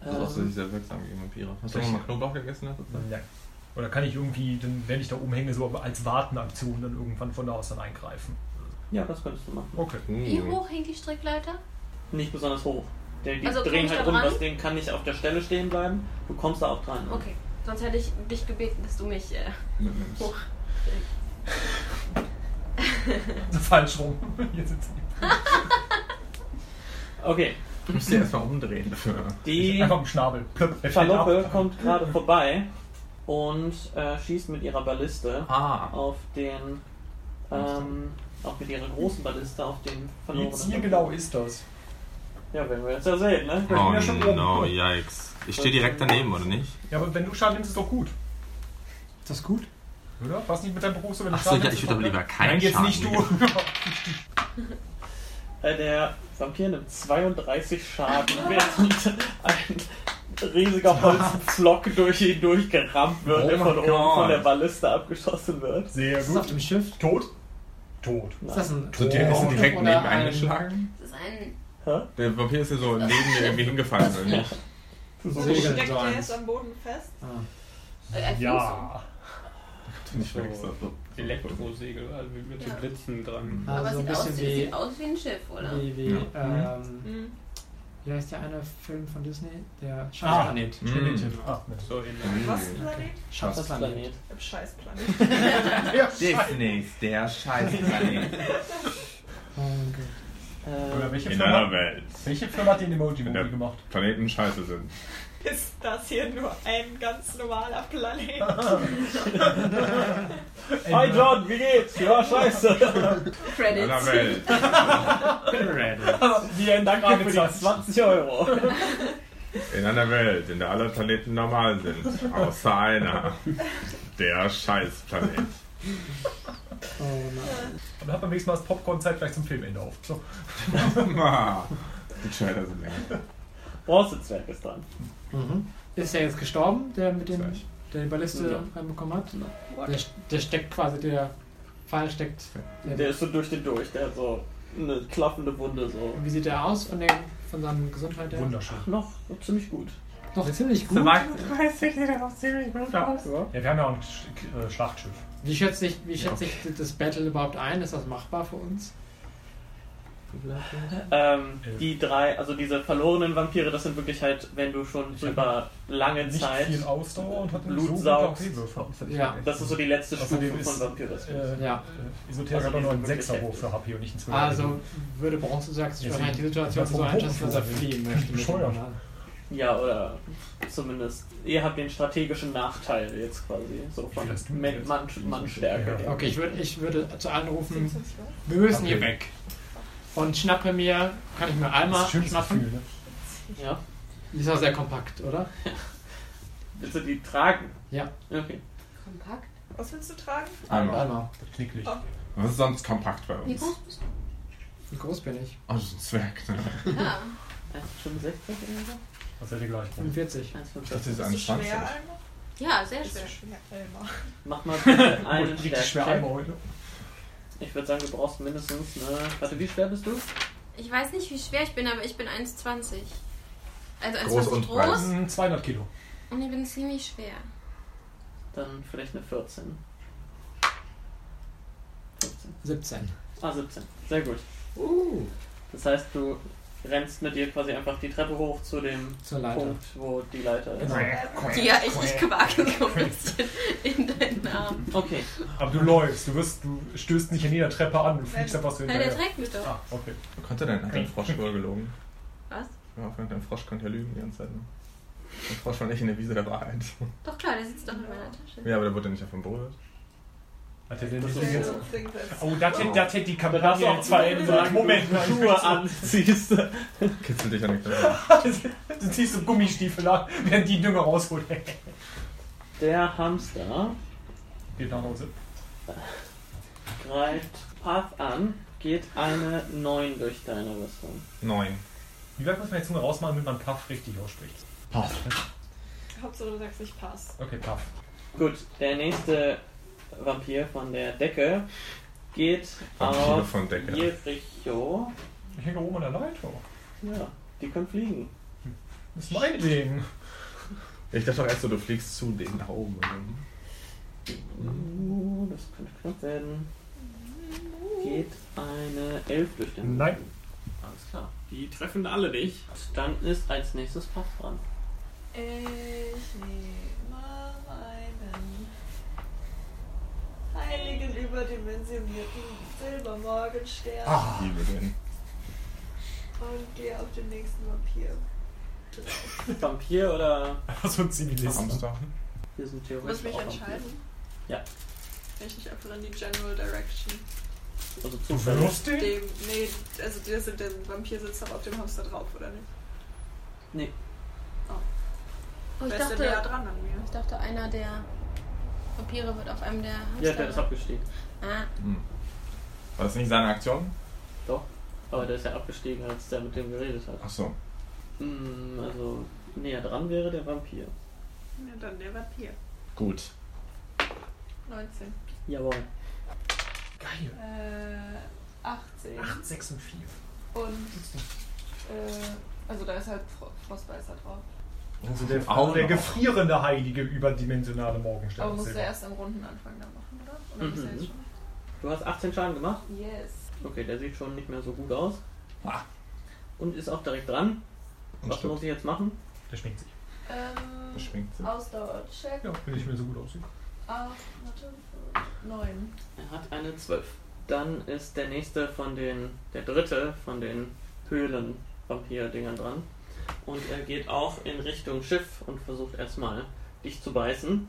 Speaker 9: Das ist auch so sehr wirksam gegen Vampire. Hast du
Speaker 3: Echt?
Speaker 9: schon mal Knoblauch gegessen in letzter Zeit?
Speaker 3: Ja. Oder kann ich irgendwie, dann, wenn ich da umhänge, so als Wartenaktion dann irgendwann von da aus dann eingreifen?
Speaker 1: Ja, das könntest du machen.
Speaker 3: Okay.
Speaker 9: Hm.
Speaker 4: Wie hoch hängt die Strickleiter?
Speaker 1: Nicht besonders hoch. Der, die
Speaker 14: Also komm
Speaker 1: drehen
Speaker 14: ich
Speaker 1: halt
Speaker 14: da
Speaker 1: rum,
Speaker 14: dran?
Speaker 1: das Ding kann nicht auf der Stelle stehen bleiben. Du kommst da auch dran.
Speaker 14: Okay, sonst hätte ich dich gebeten, dass du mich äh,
Speaker 1: Mitnimmst.
Speaker 14: hoch.
Speaker 3: Falsch rum. Hier sitzt
Speaker 1: Okay.
Speaker 9: Du musst dir erstmal umdrehen dafür.
Speaker 1: Die
Speaker 3: Einfach am Schnabel. Plöpp, er fällt
Speaker 1: Faloppe
Speaker 3: ab.
Speaker 1: kommt gerade vorbei und äh, schießt mit ihrer Balliste
Speaker 9: Ah.
Speaker 1: auf den. Ähm, auch mit ihrer großen Balliste auf den
Speaker 3: Wie
Speaker 1: verlorenen.
Speaker 3: Ziel genau ist das?
Speaker 1: Ja, werden wir jetzt ja sehen, ne?
Speaker 9: Oh no, yikes. Ich stehe direkt daneben, oder nicht?
Speaker 3: Ja, aber wenn du Schaden nimmst, ist doch gut. Ist das gut? Oder? Was nicht mit deinem Beruf so, wenn du
Speaker 9: Ach so,
Speaker 3: Schaden
Speaker 9: ja,
Speaker 3: nimmst,
Speaker 9: ich
Speaker 3: ist
Speaker 9: würde
Speaker 3: doch
Speaker 9: aber
Speaker 3: gut.
Speaker 9: lieber keinen
Speaker 3: Nein, jetzt
Speaker 9: Schaden
Speaker 3: nicht
Speaker 9: nehmen.
Speaker 3: du.
Speaker 1: Äh, der Vampir nimmt 32 Schaden, während ein riesiger Holzpflock durch ihn durchgerammt wird,
Speaker 3: Oh
Speaker 1: der von
Speaker 3: mein
Speaker 1: oben
Speaker 3: Gott.
Speaker 1: von der Balliste abgeschossen wird.
Speaker 3: Sehr
Speaker 7: Ist das auf dem Schiff?
Speaker 3: Tot? Tot.
Speaker 1: Ist das ein
Speaker 9: So, der ist
Speaker 7: Oh,
Speaker 1: Tod
Speaker 9: direkt
Speaker 1: oder
Speaker 9: neben
Speaker 1: ein-
Speaker 7: Ah,
Speaker 9: eingeschlagen.
Speaker 4: Das ist ein.
Speaker 9: Der Vampir ist ja so neben mir irgendwie hingefallen, oder nicht?
Speaker 2: So steckt der jetzt am Boden fest.
Speaker 7: also
Speaker 4: äh,
Speaker 10: Ja.
Speaker 9: Nicht
Speaker 10: so
Speaker 9: wirklich so- so-
Speaker 10: Elektrosegel, also wie mit so
Speaker 4: Ja.
Speaker 10: Blitzen dran.
Speaker 7: Also
Speaker 4: Aber
Speaker 7: ein
Speaker 4: sieht,
Speaker 7: bisschen
Speaker 4: aus,
Speaker 7: wie-
Speaker 4: sieht aus wie ein Schiff, oder?
Speaker 7: Wie, wie,
Speaker 9: Ja.
Speaker 7: ähm,
Speaker 2: Mhm.
Speaker 7: wie heißt der eine Film von Disney? Der
Speaker 3: Ah,
Speaker 7: Schafsplanet.
Speaker 3: Schneewittchen.
Speaker 9: Mm.
Speaker 3: Ah, ne.
Speaker 10: So in
Speaker 2: Was Planet?
Speaker 7: Schafsplanet.
Speaker 2: Im Scheißplanet.
Speaker 9: Disneys, der Scheißplanet.
Speaker 7: Oh,
Speaker 3: Oder welche
Speaker 9: In
Speaker 3: Firma?
Speaker 9: einer Welt.
Speaker 3: Welche Firma hat den Emoji-Movie
Speaker 9: Der
Speaker 3: gemacht?
Speaker 9: Planeten scheiße sind.
Speaker 2: Ist das hier nur ein ganz normaler Planet?
Speaker 1: Äh, Hi John, wie geht's? Ja, scheiße.
Speaker 9: In einer
Speaker 14: Credits.
Speaker 9: Welt.
Speaker 1: Vielen Dank
Speaker 3: Danke
Speaker 1: für die
Speaker 3: Platz.
Speaker 1: 20 Euro.
Speaker 9: In einer Welt, in der alle Planeten normal sind. Außer einer. Der Scheißplanet.
Speaker 7: Oh nein.
Speaker 3: Und dann hat beim nächsten Mal das Popcorn-Zeit gleich zum Filmende auf. So.
Speaker 9: Ma, Die Schneider sind länger.
Speaker 1: Bronzezwerg ist dran.
Speaker 7: Mhm. Ist er jetzt gestorben, der mit dem,
Speaker 9: Gleich.
Speaker 7: der die Balliste
Speaker 1: Ja.
Speaker 7: reinbekommen hat? Der, der steckt quasi, der Pfeil steckt.
Speaker 1: Der ist so durch den durch, der hat so eine klaffende Wunde so.
Speaker 7: Und wie sieht der aus von, der, von seiner Gesundheit her?
Speaker 3: Wunderschön.
Speaker 1: Noch ziemlich gut.
Speaker 7: Noch ziemlich gut.
Speaker 1: Ja.
Speaker 3: Ja, wir haben ja auch ein Sch- äh, Schlachtschiff.
Speaker 7: Wie schätze ich, wie schätze ich das Battle überhaupt ein? Ist das machbar für uns?
Speaker 1: Ähm, die drei, also diese verlorenen Vampire, das sind wirklich halt, wenn du schon so über lange
Speaker 3: Nicht
Speaker 1: Zeit
Speaker 3: viel Ausdauer und hat einen
Speaker 1: Blut
Speaker 3: super
Speaker 1: saugst.
Speaker 3: KP-Würfel.
Speaker 7: Ja.
Speaker 1: Das ist so die letzte
Speaker 3: Außerdem
Speaker 1: Stufe
Speaker 3: ist,
Speaker 1: von Vampirismus.
Speaker 3: Äh,
Speaker 7: Ja.
Speaker 3: ja. Esoterik hat
Speaker 1: Also
Speaker 3: auch nur einen
Speaker 1: wirklich
Speaker 3: 6er Wurf für HP und nicht einen 12er.
Speaker 7: Also würde Bronzesack sich
Speaker 3: Deswegen-
Speaker 7: wahrscheinlich die Situation
Speaker 3: Das
Speaker 7: so
Speaker 3: war vom
Speaker 7: einschätzen, dass er
Speaker 3: Puppenflug.
Speaker 7: fliehen möchte. mit dem
Speaker 3: Bescheuert.
Speaker 7: Banane.
Speaker 1: Ja, oder zumindest, ihr habt den strategischen Nachteil jetzt quasi, so von
Speaker 3: Vielleicht du
Speaker 1: Man-
Speaker 3: jetzt.
Speaker 1: Mann- Mannstärke.
Speaker 3: Ja.
Speaker 7: Okay, ich würde, ich würde zu allen rufen, wir müssen hier
Speaker 3: Okay.
Speaker 7: weg. Und schnappe mir, kann ich mir
Speaker 3: das
Speaker 7: einmal
Speaker 3: ist ein schönes
Speaker 7: schnappen?
Speaker 3: Gefühl. Ne?
Speaker 1: Ja.
Speaker 7: Die ist auch sehr kompakt, oder?
Speaker 1: Willst du die tragen?
Speaker 7: Ja,
Speaker 1: Okay.
Speaker 4: Kompakt?
Speaker 2: Was willst du tragen?
Speaker 9: Einmal.
Speaker 7: einmal.
Speaker 3: Knicklig.
Speaker 2: Oh.
Speaker 9: Was ist sonst kompakt bei
Speaker 4: Wie
Speaker 9: uns?
Speaker 4: groß bist
Speaker 7: Wie groß bin ich?
Speaker 9: Oh, das ist ein Zwerg, ne?
Speaker 4: du? Ja.
Speaker 1: 1,65 oder so?
Speaker 3: Was seid ihr gleich?
Speaker 7: 45.
Speaker 1: 1,65.
Speaker 9: Das ist
Speaker 2: Bist du
Speaker 9: 21.
Speaker 2: schwer, Alma?
Speaker 4: Ja, sehr
Speaker 2: Bist du
Speaker 4: schwer.
Speaker 2: schwer, Alma?
Speaker 1: Mach mal bitte einen
Speaker 3: Richtig schwer einmal
Speaker 1: Stärke.
Speaker 3: heute.
Speaker 1: Ich würde sagen, du brauchst mindestens eine. Warte, wie schwer bist du?
Speaker 4: Ich weiß nicht, wie schwer ich bin, aber ich bin 1,20. Also 1,20
Speaker 9: Groß
Speaker 4: groß,
Speaker 9: und
Speaker 4: und,
Speaker 9: breit.
Speaker 3: Hm, 200 Kilo.
Speaker 4: ich bin ziemlich schwer.
Speaker 1: Dann vielleicht eine 14. 15.
Speaker 7: 17.
Speaker 1: Ah, 17. Sehr gut.
Speaker 7: Uh.
Speaker 1: Das heißt, du rennst mit ihr quasi einfach die Treppe hoch zu dem
Speaker 7: Zur Leiter.
Speaker 3: Oh.
Speaker 1: Punkt, wo die Leiter ist.
Speaker 7: Genau.
Speaker 4: Ja, ich, ich quake so ein bisschen in deinen Arm.
Speaker 1: Okay.
Speaker 3: Aber du läufst, du, wirst, du stößt nicht in jeder Treppe an, du fliegst einfach so
Speaker 4: Weil der
Speaker 3: hinterher.
Speaker 4: trägt mich doch.
Speaker 3: Ah, okay.
Speaker 9: Konnte dein, hat dein Frosch wohl gelogen?
Speaker 4: Was?
Speaker 9: Ja, dein Frosch konnte ja lügen die ganze Zeit. Ne? Dein Frosch war nicht in der Wiese der Wahrheit.
Speaker 4: Doch klar, der sitzt doch in meiner Tasche.
Speaker 9: Ja, aber der wurde nicht auf dem Boden.
Speaker 3: Hat der denn
Speaker 1: Das
Speaker 3: nicht
Speaker 1: ist-
Speaker 3: jetzt?
Speaker 2: Das Ding setzt.
Speaker 3: Oh, das hätte, das hätte die
Speaker 1: Dann hast du
Speaker 3: Kampagne
Speaker 1: auch
Speaker 3: jetzt verändert.
Speaker 1: solange
Speaker 3: Moment,
Speaker 1: du
Speaker 3: mal, ich bin
Speaker 1: Schuhe
Speaker 3: so-
Speaker 1: anziehst.
Speaker 9: Kitzel dich an den Knochen.
Speaker 3: Du ziehst so Gummistiefel an, während die Dünger rausholt.
Speaker 1: Der Hamster
Speaker 3: Geht nach Hause.
Speaker 1: greift Path an, geht eine 9 durch deine Rüstung.
Speaker 9: Neun.
Speaker 3: Wie weit muss man jetzt nur rausmachen, damit man Puff richtig ausspricht?
Speaker 2: Hauptsache du sagst nicht Pass.
Speaker 3: Okay, Puff.
Speaker 1: Gut, der nächste Vampir von der Decke geht
Speaker 9: Vampire
Speaker 1: auf
Speaker 9: von Decke.
Speaker 1: Jericho.
Speaker 3: Ich hänge oben an der Leitung.
Speaker 1: Ja, die können fliegen.
Speaker 3: Das ist mein Ding.
Speaker 15: Ich dachte doch erst so, du fliegst zu denen nach oben.
Speaker 1: Uh, das könnte knapp werden. Geht eine Elf durch den
Speaker 3: Nein.
Speaker 1: Alles klar. Die treffen alle nicht. Dann ist als nächstes Puff dran.
Speaker 2: Ich nehme einen heiligen überdimensionierten Silbermorgenstern
Speaker 15: Ah. Liebe den.
Speaker 2: und gehe auf den nächsten Vampir.
Speaker 1: Vampir oder
Speaker 3: so ein Zivilist.
Speaker 15: Hamster.
Speaker 1: Wir sind
Speaker 2: Ich muss
Speaker 1: theoretisch
Speaker 2: mich
Speaker 1: auch Vampir.
Speaker 2: entscheiden.
Speaker 1: Ja.
Speaker 2: Bin ich nicht einfach in die General Direction?
Speaker 1: Also
Speaker 3: Du
Speaker 1: zufällig.
Speaker 3: wirfst den?
Speaker 2: Dem, nee, also der, sind- der Vampir sitzt doch auf dem Hamster drauf, oder nicht?
Speaker 1: Nee.
Speaker 4: Oh, ich
Speaker 2: Wer ist denn näher
Speaker 4: dachte,
Speaker 2: dran an mir?
Speaker 4: ich dachte, einer der Vampire wird auf einem der
Speaker 1: Ja, der ist
Speaker 4: Hamster-
Speaker 1: abgestiegen.
Speaker 4: Ah,
Speaker 15: Hm. War das nicht seine Aktion?
Speaker 1: Doch. Aber der ist ja abgestiegen, als der mit dem geredet hat.
Speaker 15: Ach so.
Speaker 1: Hm, also näher dran wäre der Vampir.
Speaker 2: Ja, dann der Vampir.
Speaker 15: Gut.
Speaker 2: 19.
Speaker 1: Jawohl.
Speaker 3: Geil.
Speaker 2: Äh, 18.
Speaker 3: 8, 6 und 4.
Speaker 2: Und, äh, also da ist halt Fro Frostbeißer drauf.
Speaker 3: Also der,
Speaker 15: Auch
Speaker 3: der
Speaker 15: noch.
Speaker 3: gefrierende heilige überdimensionale
Speaker 2: Aber
Speaker 3: Morgenstern.
Speaker 2: muss der
Speaker 3: Silber.
Speaker 2: erst am runden Anfang dann machen, oder? Oder muss er
Speaker 1: Mhm.
Speaker 2: jetzt schon?
Speaker 1: Du hast 18 Schaden gemacht.
Speaker 2: Yes.
Speaker 1: Okay, der sieht schon nicht mehr so gut aus.
Speaker 15: Ah.
Speaker 1: Und ist auch direkt dran.
Speaker 15: Und
Speaker 1: Was muss
Speaker 15: stirbt.
Speaker 1: ich jetzt machen?
Speaker 3: Der schminkt sich.
Speaker 15: Das
Speaker 2: Ähm,
Speaker 15: schwingt sich.
Speaker 2: Ausdauer-Check
Speaker 3: Ja, wenn ich mir so gut aussieht.
Speaker 2: auf, warte, 9.
Speaker 1: Er hat eine 12. Dann ist der nächste von den, der dritte von den Höhlen-Vampir-Dingern dran. Und er geht auch in Richtung Schiff und versucht erstmal dich zu beißen.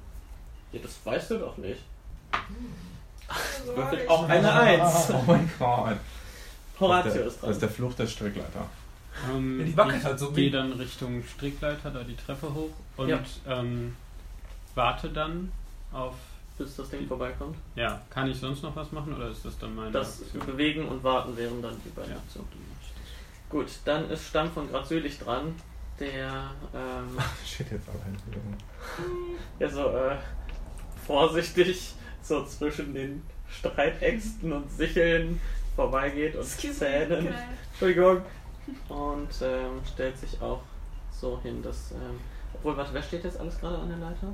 Speaker 1: Ja, das weißt du doch nicht.
Speaker 2: Also,
Speaker 1: Würfelt auch eine 1.
Speaker 15: Oh mein Gott.
Speaker 1: Ah. Horatio
Speaker 15: das,
Speaker 1: ist
Speaker 15: der, das
Speaker 1: dran.
Speaker 15: ist der Fluch des Strickleiter.
Speaker 10: Ähm,
Speaker 3: Ja, die wackelt
Speaker 10: ich
Speaker 3: halt so
Speaker 10: gehe
Speaker 3: wie-
Speaker 10: dann Richtung Strickleiter, da die Treppe hoch und
Speaker 1: Ja.
Speaker 10: ähm, warte dann auf.
Speaker 1: Bis das Ding vorbeikommt.
Speaker 10: Ja, kann ich sonst noch was machen oder ist das dann meine
Speaker 1: Das
Speaker 10: Aktion?
Speaker 1: Bewegen und Warten wären dann die beiden
Speaker 10: Ja.
Speaker 1: Optionen. Gut, dann ist Stamm von Grazylich dran. Der, ähm,
Speaker 15: Shit, jetzt halt allein.
Speaker 1: der so äh, vorsichtig so zwischen den Streitäxten und Sicheln vorbeigeht und Zähnen. Entschuldigung. Und ähm, stellt sich auch so hin, dass. Ähm, obwohl, warte, wer steht jetzt alles gerade an der Leiter?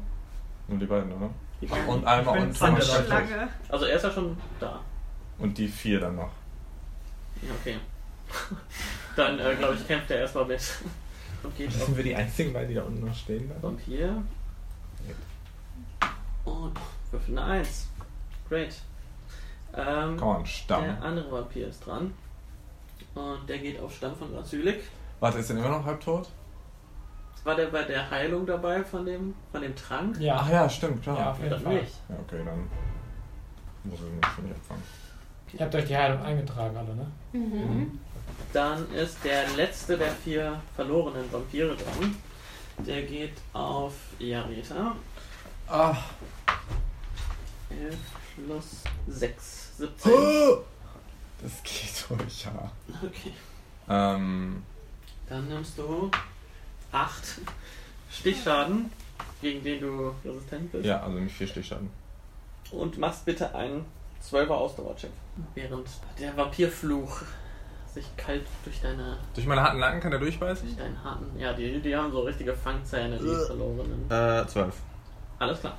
Speaker 15: Nur die beiden, oder?
Speaker 1: Die beiden?
Speaker 15: Und einmal
Speaker 3: Ich bin
Speaker 15: und
Speaker 3: von der
Speaker 15: Thomas Schäfer.
Speaker 2: Schlange.
Speaker 1: Also, er ist ja schon da.
Speaker 15: Und die vier dann noch.
Speaker 1: Ja, Okay. Dann, äh, glaube ich, kämpft er erstmal mit. Und geht auf
Speaker 15: Sind wir die einzigen beiden, die da unten noch stehen? Dann?
Speaker 1: Vampir. Und würfel eine 1. Great. Ähm,
Speaker 15: Korn,
Speaker 1: der
Speaker 15: Stamm.
Speaker 1: andere Vampir ist dran. Und der geht auf Stamm von Razylik.
Speaker 15: Warte, ist denn immer noch halb tot?
Speaker 1: War der bei der Heilung dabei von dem, von dem Trank?
Speaker 7: Ja,
Speaker 15: Ach ja, stimmt, klar.
Speaker 7: ja, auf jeden
Speaker 1: Dann
Speaker 7: Fall.
Speaker 1: nicht.
Speaker 15: Ja, okay, dann muss ich nicht von jetzt an.
Speaker 7: Ihr habt euch die Heilung eingetragen, alle, ne?
Speaker 4: mhm.
Speaker 1: Dann ist der letzte der vier verlorenen Vampire dran. Der geht auf Jareta.
Speaker 7: Ah.
Speaker 15: Ach.
Speaker 1: 11 plus 6. 17.
Speaker 15: Das geht durch, ja.
Speaker 7: Ah.
Speaker 1: Okay.
Speaker 15: Ähm,
Speaker 1: Dann nimmst du 8 Stichschaden, gegen den du resistent bist.
Speaker 15: ja, also nicht vier Stichschaden.
Speaker 1: Und machst bitte einen 12er Ausdauercheck. Während der Vampirfluch sich kalt durch deine,
Speaker 15: Durch meine harten Lacken kann er durchbeißen?
Speaker 1: durch deinen harten. Ja, die, die haben so richtige Fangzähne, die verlorenen.
Speaker 15: Äh, zwölf.
Speaker 1: Alles klar.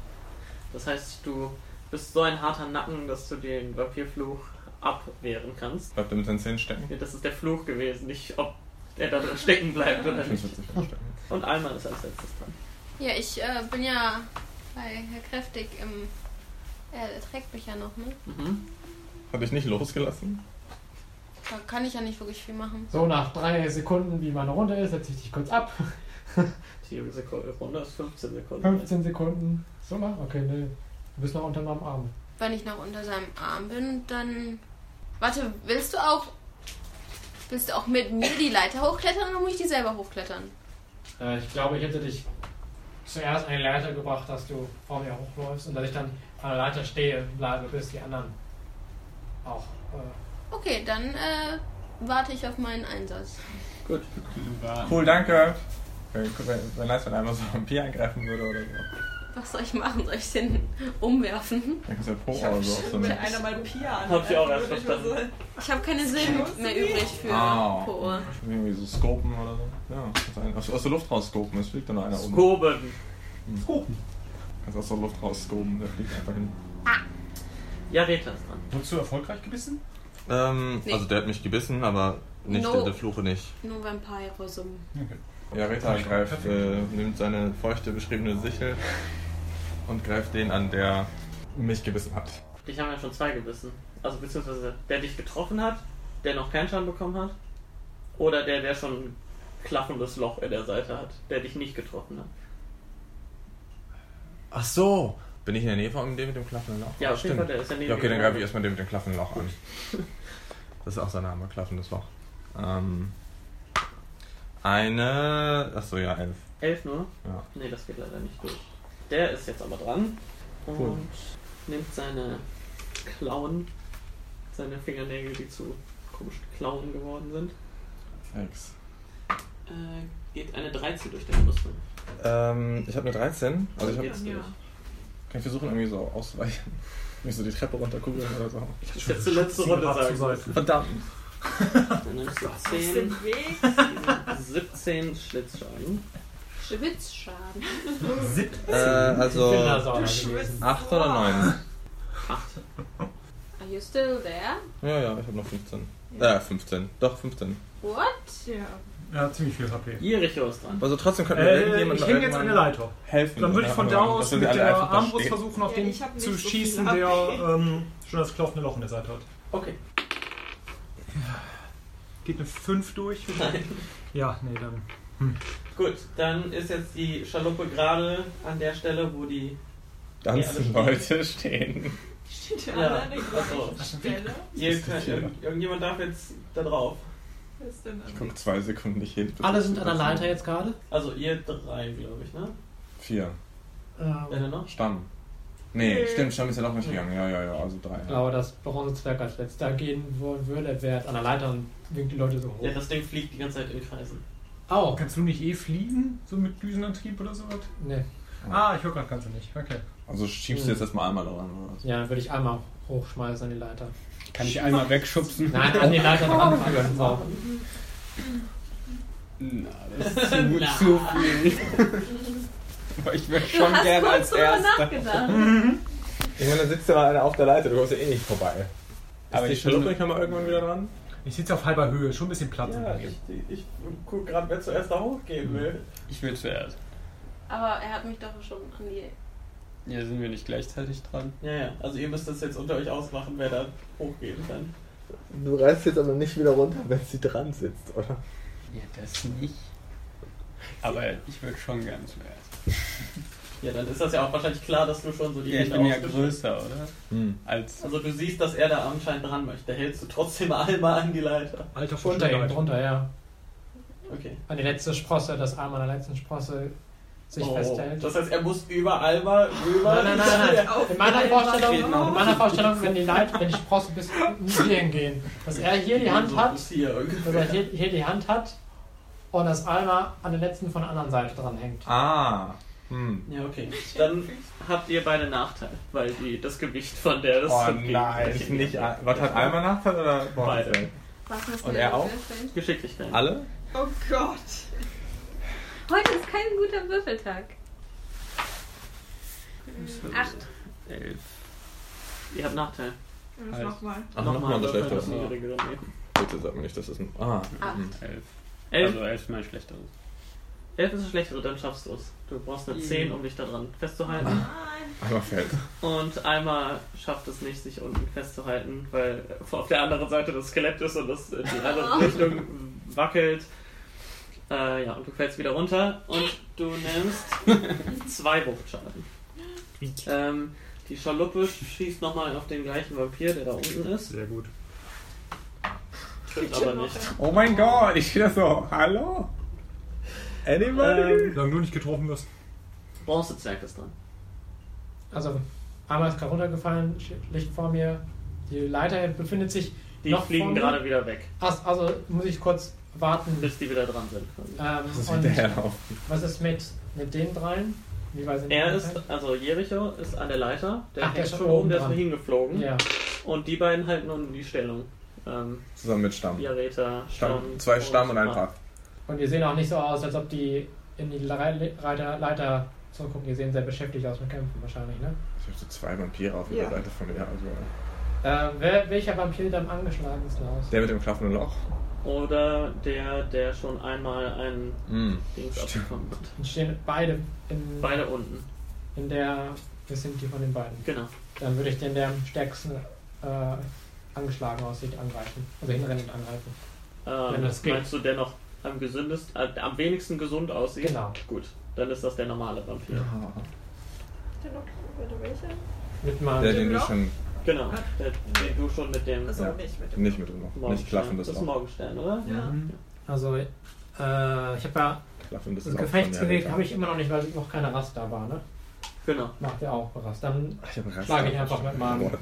Speaker 1: Das heißt, du bist so ein harter Nacken, dass du den Vampirfluch abwehren kannst.
Speaker 15: Bleibt er mit seinen Zähnen stecken?
Speaker 1: Ja, Das ist der Fluch gewesen, nicht ob er da drin stecken bleibt oder
Speaker 15: Ich
Speaker 1: nicht.
Speaker 15: muss jetzt nicht stecken.
Speaker 1: Und einmal ist als letztes dran.
Speaker 4: Ja, ich äh, bin ja bei Herr Kräftig im. Er trägt mich ja noch, ne?
Speaker 1: Mhm.
Speaker 15: Hab ich nicht losgelassen?
Speaker 4: Da kann ich ja nicht wirklich viel machen.
Speaker 7: So, nach drei Sekunden, wie meine Runde ist, setze ich dich kurz ab.
Speaker 1: Die Sekunde, Runde ist 15 Sekunden.
Speaker 7: 15 Sekunden. So noch? Okay, nee. Du bist noch unter meinem Arm.
Speaker 4: Wenn ich noch unter seinem Arm bin, dann. Warte, willst du auch. Willst du auch mit mir die Leiter hochklettern oder muss ich die selber hochklettern?
Speaker 7: Äh, ich glaube, ich hätte dich zuerst an die Leiter gebracht, dass du vor mir hochläufst und dass ich dann an der Leiter stehe bleibe, bis die anderen auch. Äh,
Speaker 4: Okay, dann äh, warte ich auf meinen Einsatz.
Speaker 1: Gut.
Speaker 15: Cool, danke. Wäre wär nice, wenn einmal so ein Vampir angreifen würde oder so.
Speaker 11: Was soll ich machen? Soll ich den umwerfen?
Speaker 15: Da kannst du ja pro Auge auch so
Speaker 2: Will einer mal Pia an.
Speaker 1: Hab ich auch erst verstanden.
Speaker 11: Ich habe keine Silben mehr übrig für
Speaker 15: Au.
Speaker 11: Poor.
Speaker 15: Irgendwie so Scopen oder so. Ja, kannst einen- aus, aus der Luft raus scopen, es fliegt dann noch einer oben.
Speaker 1: Scopen.
Speaker 15: Hm. Scopen. Kannst aus der Luft raus scopen, der fliegt einfach hin.
Speaker 1: Ja, Reta ist dran.
Speaker 3: Wurdest du erfolgreich gebissen?
Speaker 9: Ähm,
Speaker 11: Nee.
Speaker 9: Also der hat mich gebissen, aber nicht
Speaker 11: No.
Speaker 9: der, der Fluche nicht.
Speaker 11: Nur Vampirosum.
Speaker 9: Ja, Rita greift, äh, nimmt seine feuchte beschriebene Sichel und greift den an, der mich gebissen hat.
Speaker 1: Dich haben ja schon zwei gebissen. Also beziehungsweise der dich getroffen hat, der noch keinen Schaden bekommen hat. Oder der, der schon ein klaffendes Loch in der Seite hat, der dich nicht getroffen hat.
Speaker 9: Ach so. Bin ich in der Nähe von dem mit dem klaffenden Loch?
Speaker 1: Ja, auf jeden Fall,
Speaker 9: stimmt.
Speaker 1: der ist in der Nähe.
Speaker 9: Ja, okay, dann greife ich erstmal den mit dem klaffenden Loch an. Das ist auch sein Name, klaffendes Loch. Ähm, eine. Achso, ja, elf.
Speaker 1: Elf nur?
Speaker 9: Ja.
Speaker 1: Nee, das geht leider nicht durch. Der ist jetzt aber dran und
Speaker 9: Cool.
Speaker 1: nimmt seine Klauen, seine Fingernägel, die zu komischen Klauen geworden sind.
Speaker 9: Thanks.
Speaker 1: Äh, geht eine 13 durch den Rüstung.
Speaker 9: Ähm, ich habe eine 13. Also ich hab,
Speaker 1: Ja, ja.
Speaker 9: Kann ich versuchen, irgendwie so auszuweichen? Mich so die Treppe runterkugeln oder so. Ich
Speaker 1: Das ist jetzt die letzte Runde, sagen.
Speaker 9: Verdammt.
Speaker 1: Dann nimmst du 10,
Speaker 11: den Weg.
Speaker 1: 17 Schlitzschaden.
Speaker 11: Schwitzschaden.
Speaker 9: Äh, also.
Speaker 1: Kindersauna gewesen.
Speaker 9: 8 oder 9?
Speaker 11: Are you still there?
Speaker 9: Ja, ja, ich habe noch 15.
Speaker 11: Ja.
Speaker 9: Äh, 15. Doch, 15.
Speaker 11: What?
Speaker 3: Ja, ziemlich viel HP.
Speaker 1: Jericho ist dran.
Speaker 9: Also trotzdem könnte mir
Speaker 3: Äh,
Speaker 9: irgendjemand
Speaker 3: ich hänge jetzt an der Leiter.
Speaker 9: helfen.
Speaker 3: Dann würde ich von
Speaker 9: Oder Also,
Speaker 3: da
Speaker 9: dass
Speaker 3: aus
Speaker 9: wir
Speaker 3: mit
Speaker 9: alle
Speaker 3: der
Speaker 9: einfach da
Speaker 3: Armbrust
Speaker 9: stehen.
Speaker 3: versuchen, auf
Speaker 2: Ja,
Speaker 3: den
Speaker 2: ich hab nicht
Speaker 3: zu
Speaker 2: so viel
Speaker 3: schießen,
Speaker 2: HP.
Speaker 3: der ähm, schon das klaffende Loch in der Seite hat.
Speaker 1: Okay.
Speaker 3: Geht eine 5 durch?
Speaker 1: Nein.
Speaker 3: Ja, nee, dann.
Speaker 1: Gut, dann ist jetzt die Schaluppe gerade an der Stelle, wo die
Speaker 9: Ganzen Leute stehen.
Speaker 2: Steht ja
Speaker 1: Ja,
Speaker 2: alle an der gleichen
Speaker 1: also-
Speaker 2: Stelle.
Speaker 1: Ihr könnt, irgend- irgendjemand darf jetzt da drauf.
Speaker 2: Wer ist denn
Speaker 9: Ich
Speaker 2: an
Speaker 9: guck zwei Sekunden nicht hin.
Speaker 3: Ah.
Speaker 7: Alle sind an der Leiter jetzt gerade?
Speaker 1: Also ihr drei, glaube ich, ne?
Speaker 9: Vier.
Speaker 7: Ähm,
Speaker 1: Wer denn noch?
Speaker 9: Stamm. Nee,
Speaker 7: Nee.
Speaker 9: stimmt, Stamm ist ja noch nicht gegangen. Ja, ja, ja, also drei.
Speaker 7: Aber das Bronzezwerg als letzter gehen wollen würde, wäre jetzt an der Leiter und winkt die Leute so hoch.
Speaker 1: Ja, das Ding fliegt die ganze Zeit in Kreisen.
Speaker 3: Oh. Kannst du nicht eh fliegen? So mit Düsenantrieb oder sowas?
Speaker 7: Nee.
Speaker 3: Ah, ich höre gerade kannst du nicht. Okay.
Speaker 9: Also schiebst du jetzt erstmal einmal ran oder so.
Speaker 7: Ja, dann würde ich einmal hochschmeißen an die Leiter.
Speaker 10: Kann ich einmal wegschubsen?
Speaker 7: Nein, an die Leiter ranführen. So.
Speaker 10: Na, das ist zu, zu viel. Aber ich wäre schon
Speaker 11: hast
Speaker 10: gerne
Speaker 11: kurz
Speaker 10: als
Speaker 11: drüber
Speaker 10: Erster.
Speaker 11: nachgedacht.
Speaker 9: Ich meine, da sitzt ja mal einer auf der Leiter, du kommst ja eh nicht vorbei.
Speaker 10: Aber
Speaker 9: ist
Speaker 10: ich
Speaker 9: die Schaluppe
Speaker 10: bin-
Speaker 9: kann man irgendwann wieder dran?
Speaker 3: Ich sitze auf halber Höhe, schon ein bisschen Platz.
Speaker 1: Ja, ich, ich guck gerade, wer zuerst da hochgehen will.
Speaker 10: Ich will zuerst.
Speaker 11: Aber er hat mich doch schon
Speaker 4: oh
Speaker 11: an die.
Speaker 10: Ja, sind wir nicht gleichzeitig dran?
Speaker 1: Ja, ja, also ihr müsst das jetzt unter euch ausmachen, wer da hochgehen kann.
Speaker 9: Du reißt jetzt aber nicht wieder runter, wenn sie dran sitzt, oder?
Speaker 10: Ja, das nicht. Aber ich würde schon gern zuerst.
Speaker 1: Ja, dann ist das ja auch wahrscheinlich klar, dass du schon so die
Speaker 10: Ja, ich bin ja
Speaker 1: ausgeschüttet-
Speaker 10: größer, oder?
Speaker 9: Hm.
Speaker 10: Als
Speaker 1: Also du siehst, dass er da anscheinend dran möchte. Hältst du trotzdem einmal an die Leiter.
Speaker 3: Alter,
Speaker 7: Unter ihm, drunter, ja.
Speaker 1: Okay.
Speaker 7: An die letzte Sprosse, dass Arm an der letzten Sprosse sich
Speaker 1: Oh,
Speaker 7: festhält.
Speaker 1: Das heißt, er muss über Alba rüber.
Speaker 7: Nein, nein, nein, nein. In meiner Vorstellung,
Speaker 1: Geht
Speaker 7: in
Speaker 1: noch.
Speaker 7: meiner Vorstellung wenn die Leiter, wenn die Sprossen bis unten hier hingehen, dass er hier die Hand
Speaker 1: So
Speaker 7: hat,
Speaker 1: bis hier
Speaker 7: dass er hier, hier die Hand hat und dass Alma an der letzten von der anderen Seite dran hängt.
Speaker 9: Ah. Hm.
Speaker 1: Ja, okay. Dann habt ihr beide Nachteil, weil die, das Gewicht von der ist.
Speaker 9: Oh nein, nicht. ein- Was hat einmal Nachteil oder Beide.
Speaker 11: Was hast du
Speaker 9: Und
Speaker 11: denn
Speaker 9: er auch?
Speaker 11: gewürfelt?
Speaker 1: Geschicklichkeit.
Speaker 9: Alle?
Speaker 11: Oh Gott. Heute ist kein guter Würfeltag. Hm, Acht.
Speaker 1: Elf. Ihr habt Nachteil.
Speaker 2: der- Nochmal.
Speaker 9: Ach,
Speaker 1: würfeln,
Speaker 9: nochmal Beschlechterung.
Speaker 1: das niedrigere nehmen.
Speaker 9: Bitte sag mir nicht, das ist ein. Ah.
Speaker 11: Acht.
Speaker 9: hm.
Speaker 10: elf.
Speaker 1: Elf.
Speaker 10: Also elf ist mein schlechteres.
Speaker 1: Elf ist das schlechtere, dann schaffst du es. Du brauchst eine 10, um dich daran festzuhalten.
Speaker 9: Einmal fällt.
Speaker 1: Und einmal schafft es nicht, sich unten festzuhalten, weil auf der anderen Seite das Skelett ist und das in die andere Richtung wackelt. Äh, ja, und du fällst wieder runter und du nimmst zwei Wuchtschaden. Ähm, die Schaluppe schießt nochmal auf den gleichen Vampir, der da unten ist.
Speaker 3: Sehr gut.
Speaker 1: Trifft aber nicht.
Speaker 9: Oh mein Gott, ich wieder so. Hallo? Anybody?
Speaker 1: Ähm,
Speaker 3: Solange du nicht getroffen wirst.
Speaker 1: Bronzezwerg ist dran.
Speaker 7: Also, Alma ist gerade runtergefallen, sch- liegt vor mir. Die Leiter befindet sich
Speaker 1: Die
Speaker 7: noch vor
Speaker 1: fliegen
Speaker 7: mir.
Speaker 1: gerade wieder weg,
Speaker 7: Ach, Also muss ich kurz warten.
Speaker 1: bis die wieder dran sind.
Speaker 7: Ähm,
Speaker 9: Das ist
Speaker 7: und
Speaker 9: hinterherlaufen.
Speaker 7: was ist mit, mit den dreien? Jeweils in
Speaker 1: Er
Speaker 7: der
Speaker 1: ist,
Speaker 7: Zeit?
Speaker 1: also Jericho ist an der Leiter, der
Speaker 7: Ach, der
Speaker 1: hängt
Speaker 7: ist
Speaker 1: schon
Speaker 7: schon
Speaker 1: oben,
Speaker 7: oben
Speaker 1: der ist
Speaker 7: dran.
Speaker 1: nur hingeflogen.
Speaker 7: Ja.
Speaker 1: Und die beiden halten nun die Stellung. Ähm,
Speaker 9: Zusammen mit Stamm.
Speaker 1: Jareta,
Speaker 9: Stamm.
Speaker 1: Stamm.
Speaker 9: Zwei Stamm und ein Pfaff.
Speaker 7: Und die sehen auch nicht so aus, als ob die in die Lei- Leiter, Leiter zurückgucken. Die sehen sehr beschäftigt aus mit Kämpfen wahrscheinlich, ne?
Speaker 9: Ich habe so zwei Vampire auf
Speaker 7: Ja.
Speaker 9: jeder Seite von mir. Also
Speaker 7: Ähm, wer, welcher Vampir sieht am angeschlagensten aus?
Speaker 9: der mit dem klaffenden Loch.
Speaker 1: Oder der, der schon einmal einen
Speaker 9: Hm,
Speaker 1: Dings
Speaker 9: stimmt.
Speaker 1: abbekommen hat.
Speaker 7: Dann stehen beide in,
Speaker 1: Beide unten.
Speaker 7: in der Vicinity von den beiden.
Speaker 1: Genau.
Speaker 7: Dann würde ich den, der am stärksten äh, angeschlagen aussieht, angreifen. Also hinrennen und angreifen.
Speaker 1: Ähm,
Speaker 7: Wenn das geht.
Speaker 1: meinst du, der noch am gesündesten, äh, am wenigsten gesund aussieht?
Speaker 7: Genau.
Speaker 1: Gut, dann ist das der normale Vampir.
Speaker 2: Der Lock würde welche?
Speaker 7: Mit meinem
Speaker 9: Der, den du schon.
Speaker 1: Genau, der, den du schon mit dem.
Speaker 2: Also-
Speaker 9: Ja. Nicht mit dem Loch. Nicht klaffendes
Speaker 1: Das ist
Speaker 9: Loch.
Speaker 1: Morgenstern, oder?
Speaker 7: Mhm. Also, äh, ich habe ja
Speaker 9: Klaffendes
Speaker 7: das
Speaker 9: ist auch
Speaker 7: Gefechtsgerät
Speaker 9: von
Speaker 7: habe ich immer noch nicht, weil noch keine Rast da war, ne?
Speaker 1: Genau.
Speaker 7: Macht er auch Rast. Dann
Speaker 9: Ich habe Rast
Speaker 7: schlage ich
Speaker 9: da.
Speaker 7: einfach mit meinem,
Speaker 9: What?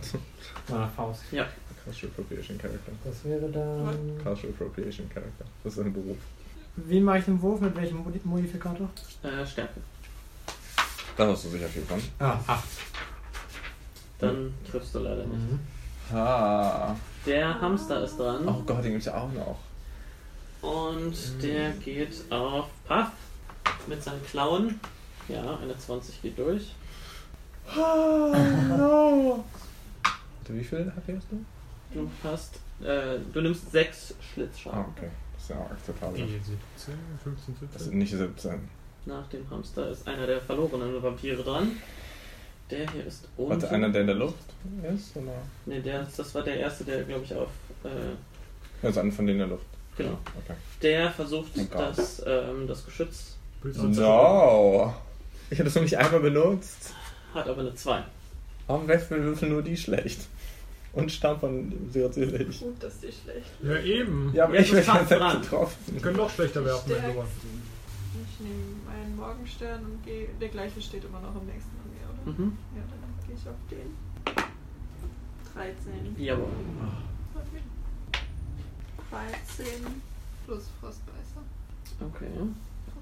Speaker 7: meiner Faust.
Speaker 1: Ja.
Speaker 9: Cultural Appropriation Character.
Speaker 7: Das wäre dann.
Speaker 9: Cultural Appropriation Character. Das ist ein Beruf.
Speaker 7: Wie mache ich den Wurf? Mit welchem Modi- Modifikator?
Speaker 1: Äh, Stärke.
Speaker 9: Da hast du sicher viel von.
Speaker 7: Ah, acht.
Speaker 9: Hm.
Speaker 7: Mhm.
Speaker 1: Dann triffst du leider nicht.
Speaker 9: Ah.
Speaker 1: Der Hamster ist dran.
Speaker 9: Oh Gott, den gibt's ja auch noch.
Speaker 1: Und der geht auf Puff mit seinen Klauen. Ja, eine 20 geht durch.
Speaker 7: Oh no!
Speaker 9: Warte, Wie viel HP hast du?
Speaker 1: Du hast, äh, du nimmst 6 Schlitzschaden.
Speaker 9: Ah, okay. Das ist ja auch akzeptabel.
Speaker 1: Die
Speaker 9: 17, 15, 17. Das sind nicht 17.
Speaker 1: Nach dem Hamster ist einer der verlorenen Vampire dran. Der hier ist unten.
Speaker 9: Warte, einer, der in der Luft ist? Oder?
Speaker 1: Nee, der, das war der erste, der, glaube ich, auf. Äh,
Speaker 9: Also einer von denen in der Luft.
Speaker 1: genau.
Speaker 9: Okay.
Speaker 1: Der versucht,
Speaker 9: Oh Gott.
Speaker 1: das, ähm, das Geschütz.
Speaker 9: No! Ich habe das noch nicht einmal benutzt.
Speaker 1: Hat aber eine 2.
Speaker 9: Warum werfen wir Würfel nur die schlecht? Und Stamm von Sirotselich.
Speaker 2: Gut, dass die schlecht.
Speaker 3: Ja, eben.
Speaker 9: Ja, aber
Speaker 3: Jetzt
Speaker 9: ich
Speaker 3: ist
Speaker 9: werde
Speaker 3: Tag
Speaker 9: ganz
Speaker 3: dran.
Speaker 9: getroffen.
Speaker 3: Wir können noch schlechter werfen, wenn
Speaker 2: Stärk-
Speaker 3: sowas.
Speaker 2: Ich nehme meinen Morgenstern und gehe. Der gleiche steht immer noch im nächsten an mir, oder?
Speaker 1: Mhm.
Speaker 2: Ja, dann gehe ich auf den. 13.
Speaker 1: Jawohl.
Speaker 2: Okay. 13 plus Frostbeißer.
Speaker 1: Okay.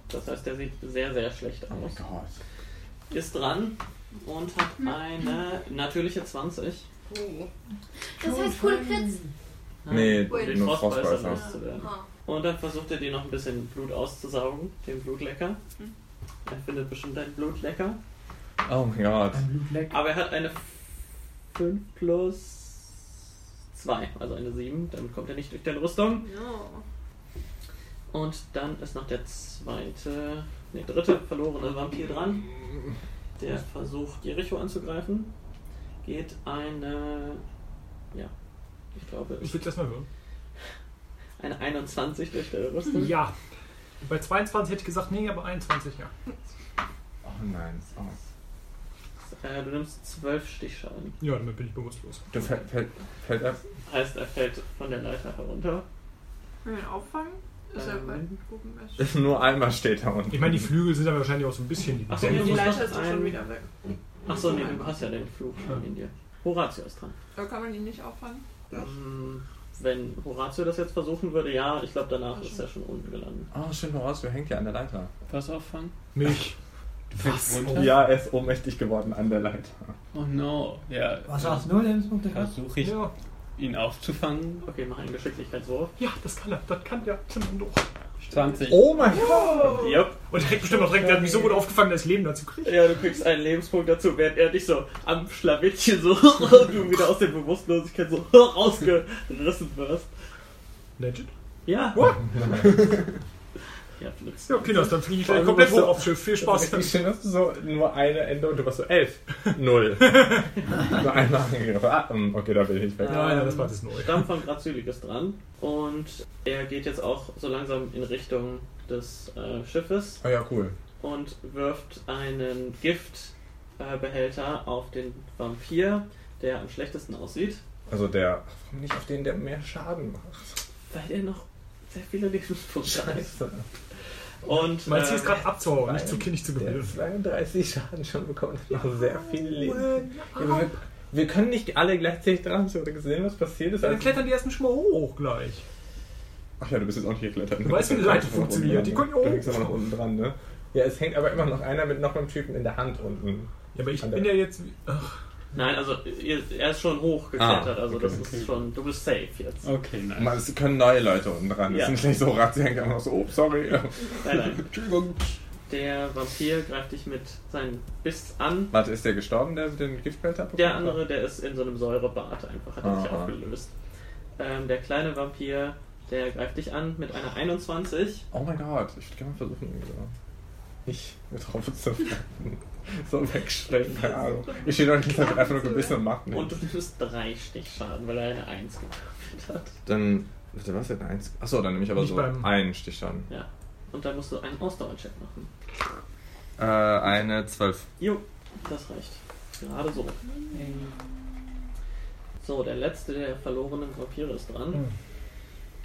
Speaker 1: Das heißt, der sieht sehr, sehr schlecht
Speaker 9: Oh
Speaker 1: aus.
Speaker 9: Gott.
Speaker 1: Ist dran und hat eine natürliche 20.
Speaker 4: Das heißt cool Kids.
Speaker 9: Nee,
Speaker 1: um den
Speaker 9: nur
Speaker 1: Frostbeißer
Speaker 9: Frostbeißer.
Speaker 1: loszuwerden. Und dann versucht er dir noch ein bisschen Blut auszusaugen, den Blutlecker. Er findet bestimmt dein Blut lecker.
Speaker 9: Oh mein Gott.
Speaker 1: Aber er hat eine 5 plus 2, also eine 7. Damit kommt er nicht durch deine Rüstung.
Speaker 2: No.
Speaker 1: Und dann ist noch der zweite, ne, dritte verlorene Vampir dran. Der versucht, Jericho anzugreifen. Geht eine, ja, ich glaube,
Speaker 3: Ich würde das mal hören.
Speaker 1: eine 21 durch deine Rüstung.
Speaker 3: Ja. Bei 22 hätte ich gesagt, nee, aber 21, ja.
Speaker 9: Oh nein. Oh.
Speaker 1: Äh, du nimmst 12 Stichschaden.
Speaker 3: Ja, damit bin ich bewusstlos.
Speaker 9: Du fällt, fällt, fällt ab.
Speaker 1: Heißt, er fällt von der Leiter herunter.
Speaker 2: Will man ihn auffangen? Ist er
Speaker 1: Ähm.
Speaker 2: bei oben erst-
Speaker 9: Nur einmal steht da unten.
Speaker 3: Ich meine, die Flügel sind aber wahrscheinlich auch so ein bisschen die
Speaker 1: Ach so,
Speaker 2: Die
Speaker 1: muss noch
Speaker 2: Leiter ist auch
Speaker 1: ein-
Speaker 2: schon wieder weg.
Speaker 1: Achso, nee, du hast ja den Fluch schon in dir. Horatio ist dran.
Speaker 2: Da kann man ihn nicht auffangen.
Speaker 1: Ähm, wenn Horatio das jetzt versuchen würde, ja, ich glaube, danach
Speaker 2: Ach,
Speaker 1: ist er schon unten gelandet.
Speaker 9: Oh, schön, Horatio hängt ja an der Leiter.
Speaker 1: Was auffangen?
Speaker 3: Mich.
Speaker 9: Du fällst
Speaker 1: runter?
Speaker 9: Ja, er ist ohnmächtig geworden an der Leiter.
Speaker 10: Oh no. Ja.
Speaker 7: Was
Speaker 10: äh,
Speaker 7: hast du Lebenspunkte gehabt?
Speaker 10: Versuche ich,
Speaker 3: Ja.
Speaker 10: ihn aufzufangen.
Speaker 1: Okay, mach einen Geschicklichkeitswurf.
Speaker 3: Ja, das kann er. Das kann der Timando.
Speaker 10: 20.
Speaker 9: Oh mein Gott!
Speaker 1: Yep.
Speaker 3: Und er hätte bestimmt noch direkt, der hat mich so gut aufgefangen, das Leben dazu kriegt.
Speaker 1: Ja, du kriegst einen Lebenspunkt dazu, während er dich so am Schlawittchen so du wieder aus der Bewusstlosigkeit so rausgerissen wirst.
Speaker 3: Legend.
Speaker 1: Ja.
Speaker 3: What?
Speaker 1: Ja, Flitz.
Speaker 3: Ja, Kinder, dann fliege ich
Speaker 9: Also,
Speaker 3: gleich komplett
Speaker 9: bevor-
Speaker 3: hoch aufs Schiff. Viel Spaß.
Speaker 9: Richtig schön, dass du so nur eine Ende und du warst so elf. Null. nur einmal angegriffen. Ah, ähm, okay, da bin ich weg.
Speaker 3: Ja, ja, das war das neu.
Speaker 1: Stamm von Grazylik ist dran und er geht jetzt auch so langsam in Richtung des äh, Schiffes
Speaker 9: Oh ja, cool.
Speaker 1: und wirft einen Giftbehälter äh, Behälter auf den Vampir, der am schlechtesten aussieht,
Speaker 9: Also der. Ach, warum nicht auf den, der mehr Schaden macht?
Speaker 1: weil er noch sehr viele Lebenspunkte hat.
Speaker 9: Scheiße.
Speaker 1: Und
Speaker 3: Mein Ziel ist
Speaker 1: ähm,
Speaker 3: gerade abzuhauen, nicht zu nicht zu
Speaker 9: Der
Speaker 3: gewinnen.
Speaker 9: 32 Schaden schon bekommen hat noch sehr viel Leben. Ja, wir, wir können nicht alle gleichzeitig dran. Ich habe gesehen, was passiert ist.
Speaker 3: Ja, dann
Speaker 9: als-
Speaker 3: klettern die erst nicht mal hoch gleich.
Speaker 9: Ach ja, du bist jetzt auch nicht geklettert. ne?
Speaker 3: Du weißt, wie die Leiter funktioniert. Die können ja
Speaker 9: Du
Speaker 3: oben.
Speaker 9: hängst aber noch unten dran, ne?
Speaker 5: Ja, es hängt aber immer noch einer mit noch einem Typen in der Hand unten.
Speaker 1: Ja, aber ich
Speaker 5: An
Speaker 1: bin
Speaker 5: der-
Speaker 1: ja jetzt- Nein, also ihr- er ist schon hochgeklettert, also das ist schon, du bist safe jetzt.
Speaker 9: Man, es können neue Leute unten dran.
Speaker 1: Ja.
Speaker 9: Das ist nicht so, Ratzi hängt einfach so, oh, sorry.
Speaker 1: Nein, nein. Der Vampir greift dich mit seinem Biss an.
Speaker 9: Warte, ist der gestorben, der den Giftbelt hat?
Speaker 1: Der andere, der ist in so einem Säurebad einfach, hat er sich
Speaker 9: Aha.
Speaker 1: aufgelöst. Ähm, der kleine Vampir, der greift dich an mit einer 21.
Speaker 9: Oh mein Gott, ich würde gerne mal versuchen, ihn so nicht mit drauf zu treffen. so wegschrecken, keine Ahnung. Ich stehe doch nicht da, wird einfach nur gebissen und macht
Speaker 1: Und
Speaker 9: nichts.
Speaker 1: du nimmst drei Stichschaden, weil er eine 1 gekriegt hat.
Speaker 9: Dann, warte, was denn? Eins? Achso, dann nehme ich aber
Speaker 1: Nicht
Speaker 9: so
Speaker 1: beim-
Speaker 9: einen Stichschaden.
Speaker 1: Ja. Und dann musst du einen Ausdauercheck machen.
Speaker 9: Äh, eine zwölf.
Speaker 1: Jo, das reicht. Gerade so. So, der letzte der verlorenen Vampire ist dran.
Speaker 9: Hm.